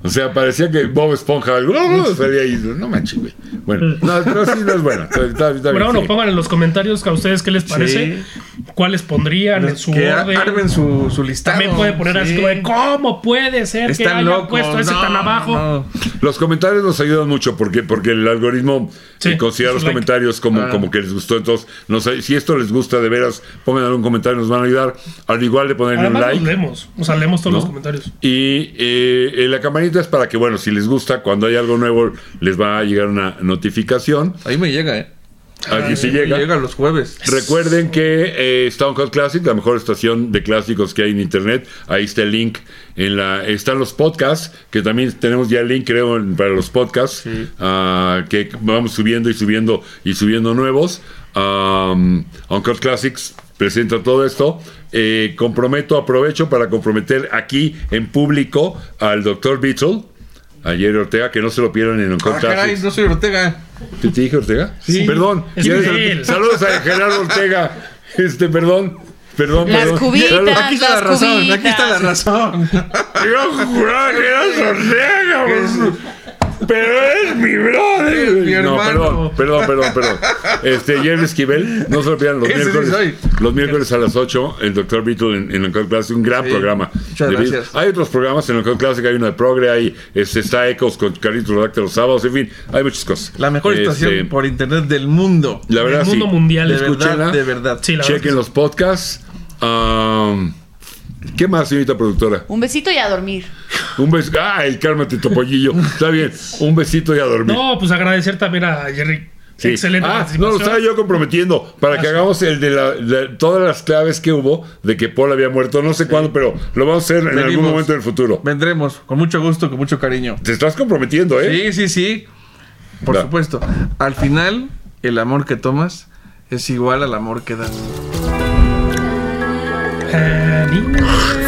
Speaker 1: O sea, parecía que Bob Esponja salía ahí. No manches, güey. Bueno, no, pero sí no es buena. Está- está- está
Speaker 2: Pero
Speaker 1: bien,
Speaker 2: bueno,
Speaker 1: sí.
Speaker 2: pongan en los comentarios que a ustedes qué les parece, cuáles pondrían en su
Speaker 3: que
Speaker 2: orden.
Speaker 3: armen su, su listado.
Speaker 2: También pueden poner así
Speaker 3: Sí.
Speaker 2: como de, ¿cómo puede ser que
Speaker 3: Están
Speaker 2: hayan
Speaker 3: locos.
Speaker 2: puesto ese
Speaker 3: no,
Speaker 2: tan abajo?
Speaker 3: no.
Speaker 1: Los comentarios nos ayudan mucho porque, porque el algoritmo
Speaker 2: Sí,
Speaker 1: eh, considera los
Speaker 2: like.
Speaker 1: comentarios como, como que les gustó. Entonces, nos, si esto les gusta de veras, pongan algún comentario, nos van a ayudar. Al igual de ponerle un
Speaker 2: Además los
Speaker 1: like.
Speaker 2: leemos, o sea, leemos todos
Speaker 1: ¿no?
Speaker 2: los comentarios.
Speaker 1: Y eh, eh, la campanita es para que, bueno, si les gusta, cuando hay algo nuevo, les va a llegar una notificación.
Speaker 3: Ahí me llega, eh.
Speaker 2: Ah,
Speaker 1: Aquí se
Speaker 3: Me
Speaker 1: llega.
Speaker 3: llega los jueves.
Speaker 1: Recuerden que eh, Stone Cold Classic, la mejor estación de clásicos que hay en internet, ahí está el link. En la, están los podcasts, que también tenemos ya el link, creo, en- para los podcasts, ah, que vamos subiendo y subiendo y subiendo nuevos. Um, Uncut Classics presenta todo esto. Eh, comprometo, aprovecho para comprometer aquí en público al doctor Beetle, a Jerry Ortega, que no se lo pierdan en Uncut
Speaker 3: Ah,
Speaker 1: Classics.
Speaker 3: caray, no soy Ortega.
Speaker 1: ¿Te, te dije Ortega?
Speaker 2: Sí.
Speaker 1: Perdón.
Speaker 2: Es
Speaker 1: Y eres-
Speaker 2: Miguel.
Speaker 1: Saludos a Gerardo Ortega. Este, perdón. Perdón,
Speaker 4: Las
Speaker 1: perdón.
Speaker 4: cubitas.
Speaker 2: Ah,
Speaker 1: Saludos.
Speaker 3: Aquí está la
Speaker 4: las
Speaker 3: razón,
Speaker 4: cubitas.
Speaker 3: aquí está la razón.
Speaker 1: Yo juraba que eras Ortega, bro. Pero es mi brother.
Speaker 3: Es mi
Speaker 1: no,
Speaker 3: hermano.
Speaker 1: perdón, perdón, perdón, perdón. Este, Jerry Esquivel, no se lo pierdan los
Speaker 3: Ese sí
Speaker 1: miércoles.
Speaker 3: soy.
Speaker 1: Los miércoles a las 8, el Dr. Beatle en, en Uncut Classic, un gran programa.
Speaker 3: muchas
Speaker 1: de Beatles.
Speaker 3: gracias.
Speaker 1: Hay otros programas en Uncut Classic, hay uno de Progre, hay, este, está Ecos con Carlitos Rodacta los sábados, en fin, hay muchas cosas.
Speaker 3: La mejor
Speaker 1: Este,
Speaker 3: estación por internet del mundo.
Speaker 1: La verdad,
Speaker 2: Del mundo
Speaker 1: sí.
Speaker 2: mundial.
Speaker 3: de
Speaker 1: Escúchenla.
Speaker 3: verdad, de verdad.
Speaker 2: Sí, la verdad es
Speaker 1: Chequen
Speaker 2: que
Speaker 1: los podcasts. Am, ¿Qué más, señorita productora?
Speaker 4: Un besito y a dormir.
Speaker 1: Un beso. ¡Ay, cálmate, topollillo! Está bien. Un besito y a dormir.
Speaker 2: No, pues agradecer también a Jerry
Speaker 1: Sí.
Speaker 2: Excelente
Speaker 1: Ah, no,
Speaker 2: participación.
Speaker 1: lo estaba yo comprometiendo para que hagamos el de, la- de todas las claves que hubo de que Paul había muerto. No sé cuándo, pero lo vamos a hacer en algún
Speaker 3: Venimos.
Speaker 1: momento del futuro.
Speaker 3: Vendremos con mucho gusto, con mucho cariño.
Speaker 1: Te estás comprometiendo, ¿eh?
Speaker 3: Sí, sí, sí. Por
Speaker 1: Va.
Speaker 3: supuesto. Al final, el amor que tomas es igual al amor que das.
Speaker 2: Ah, niña.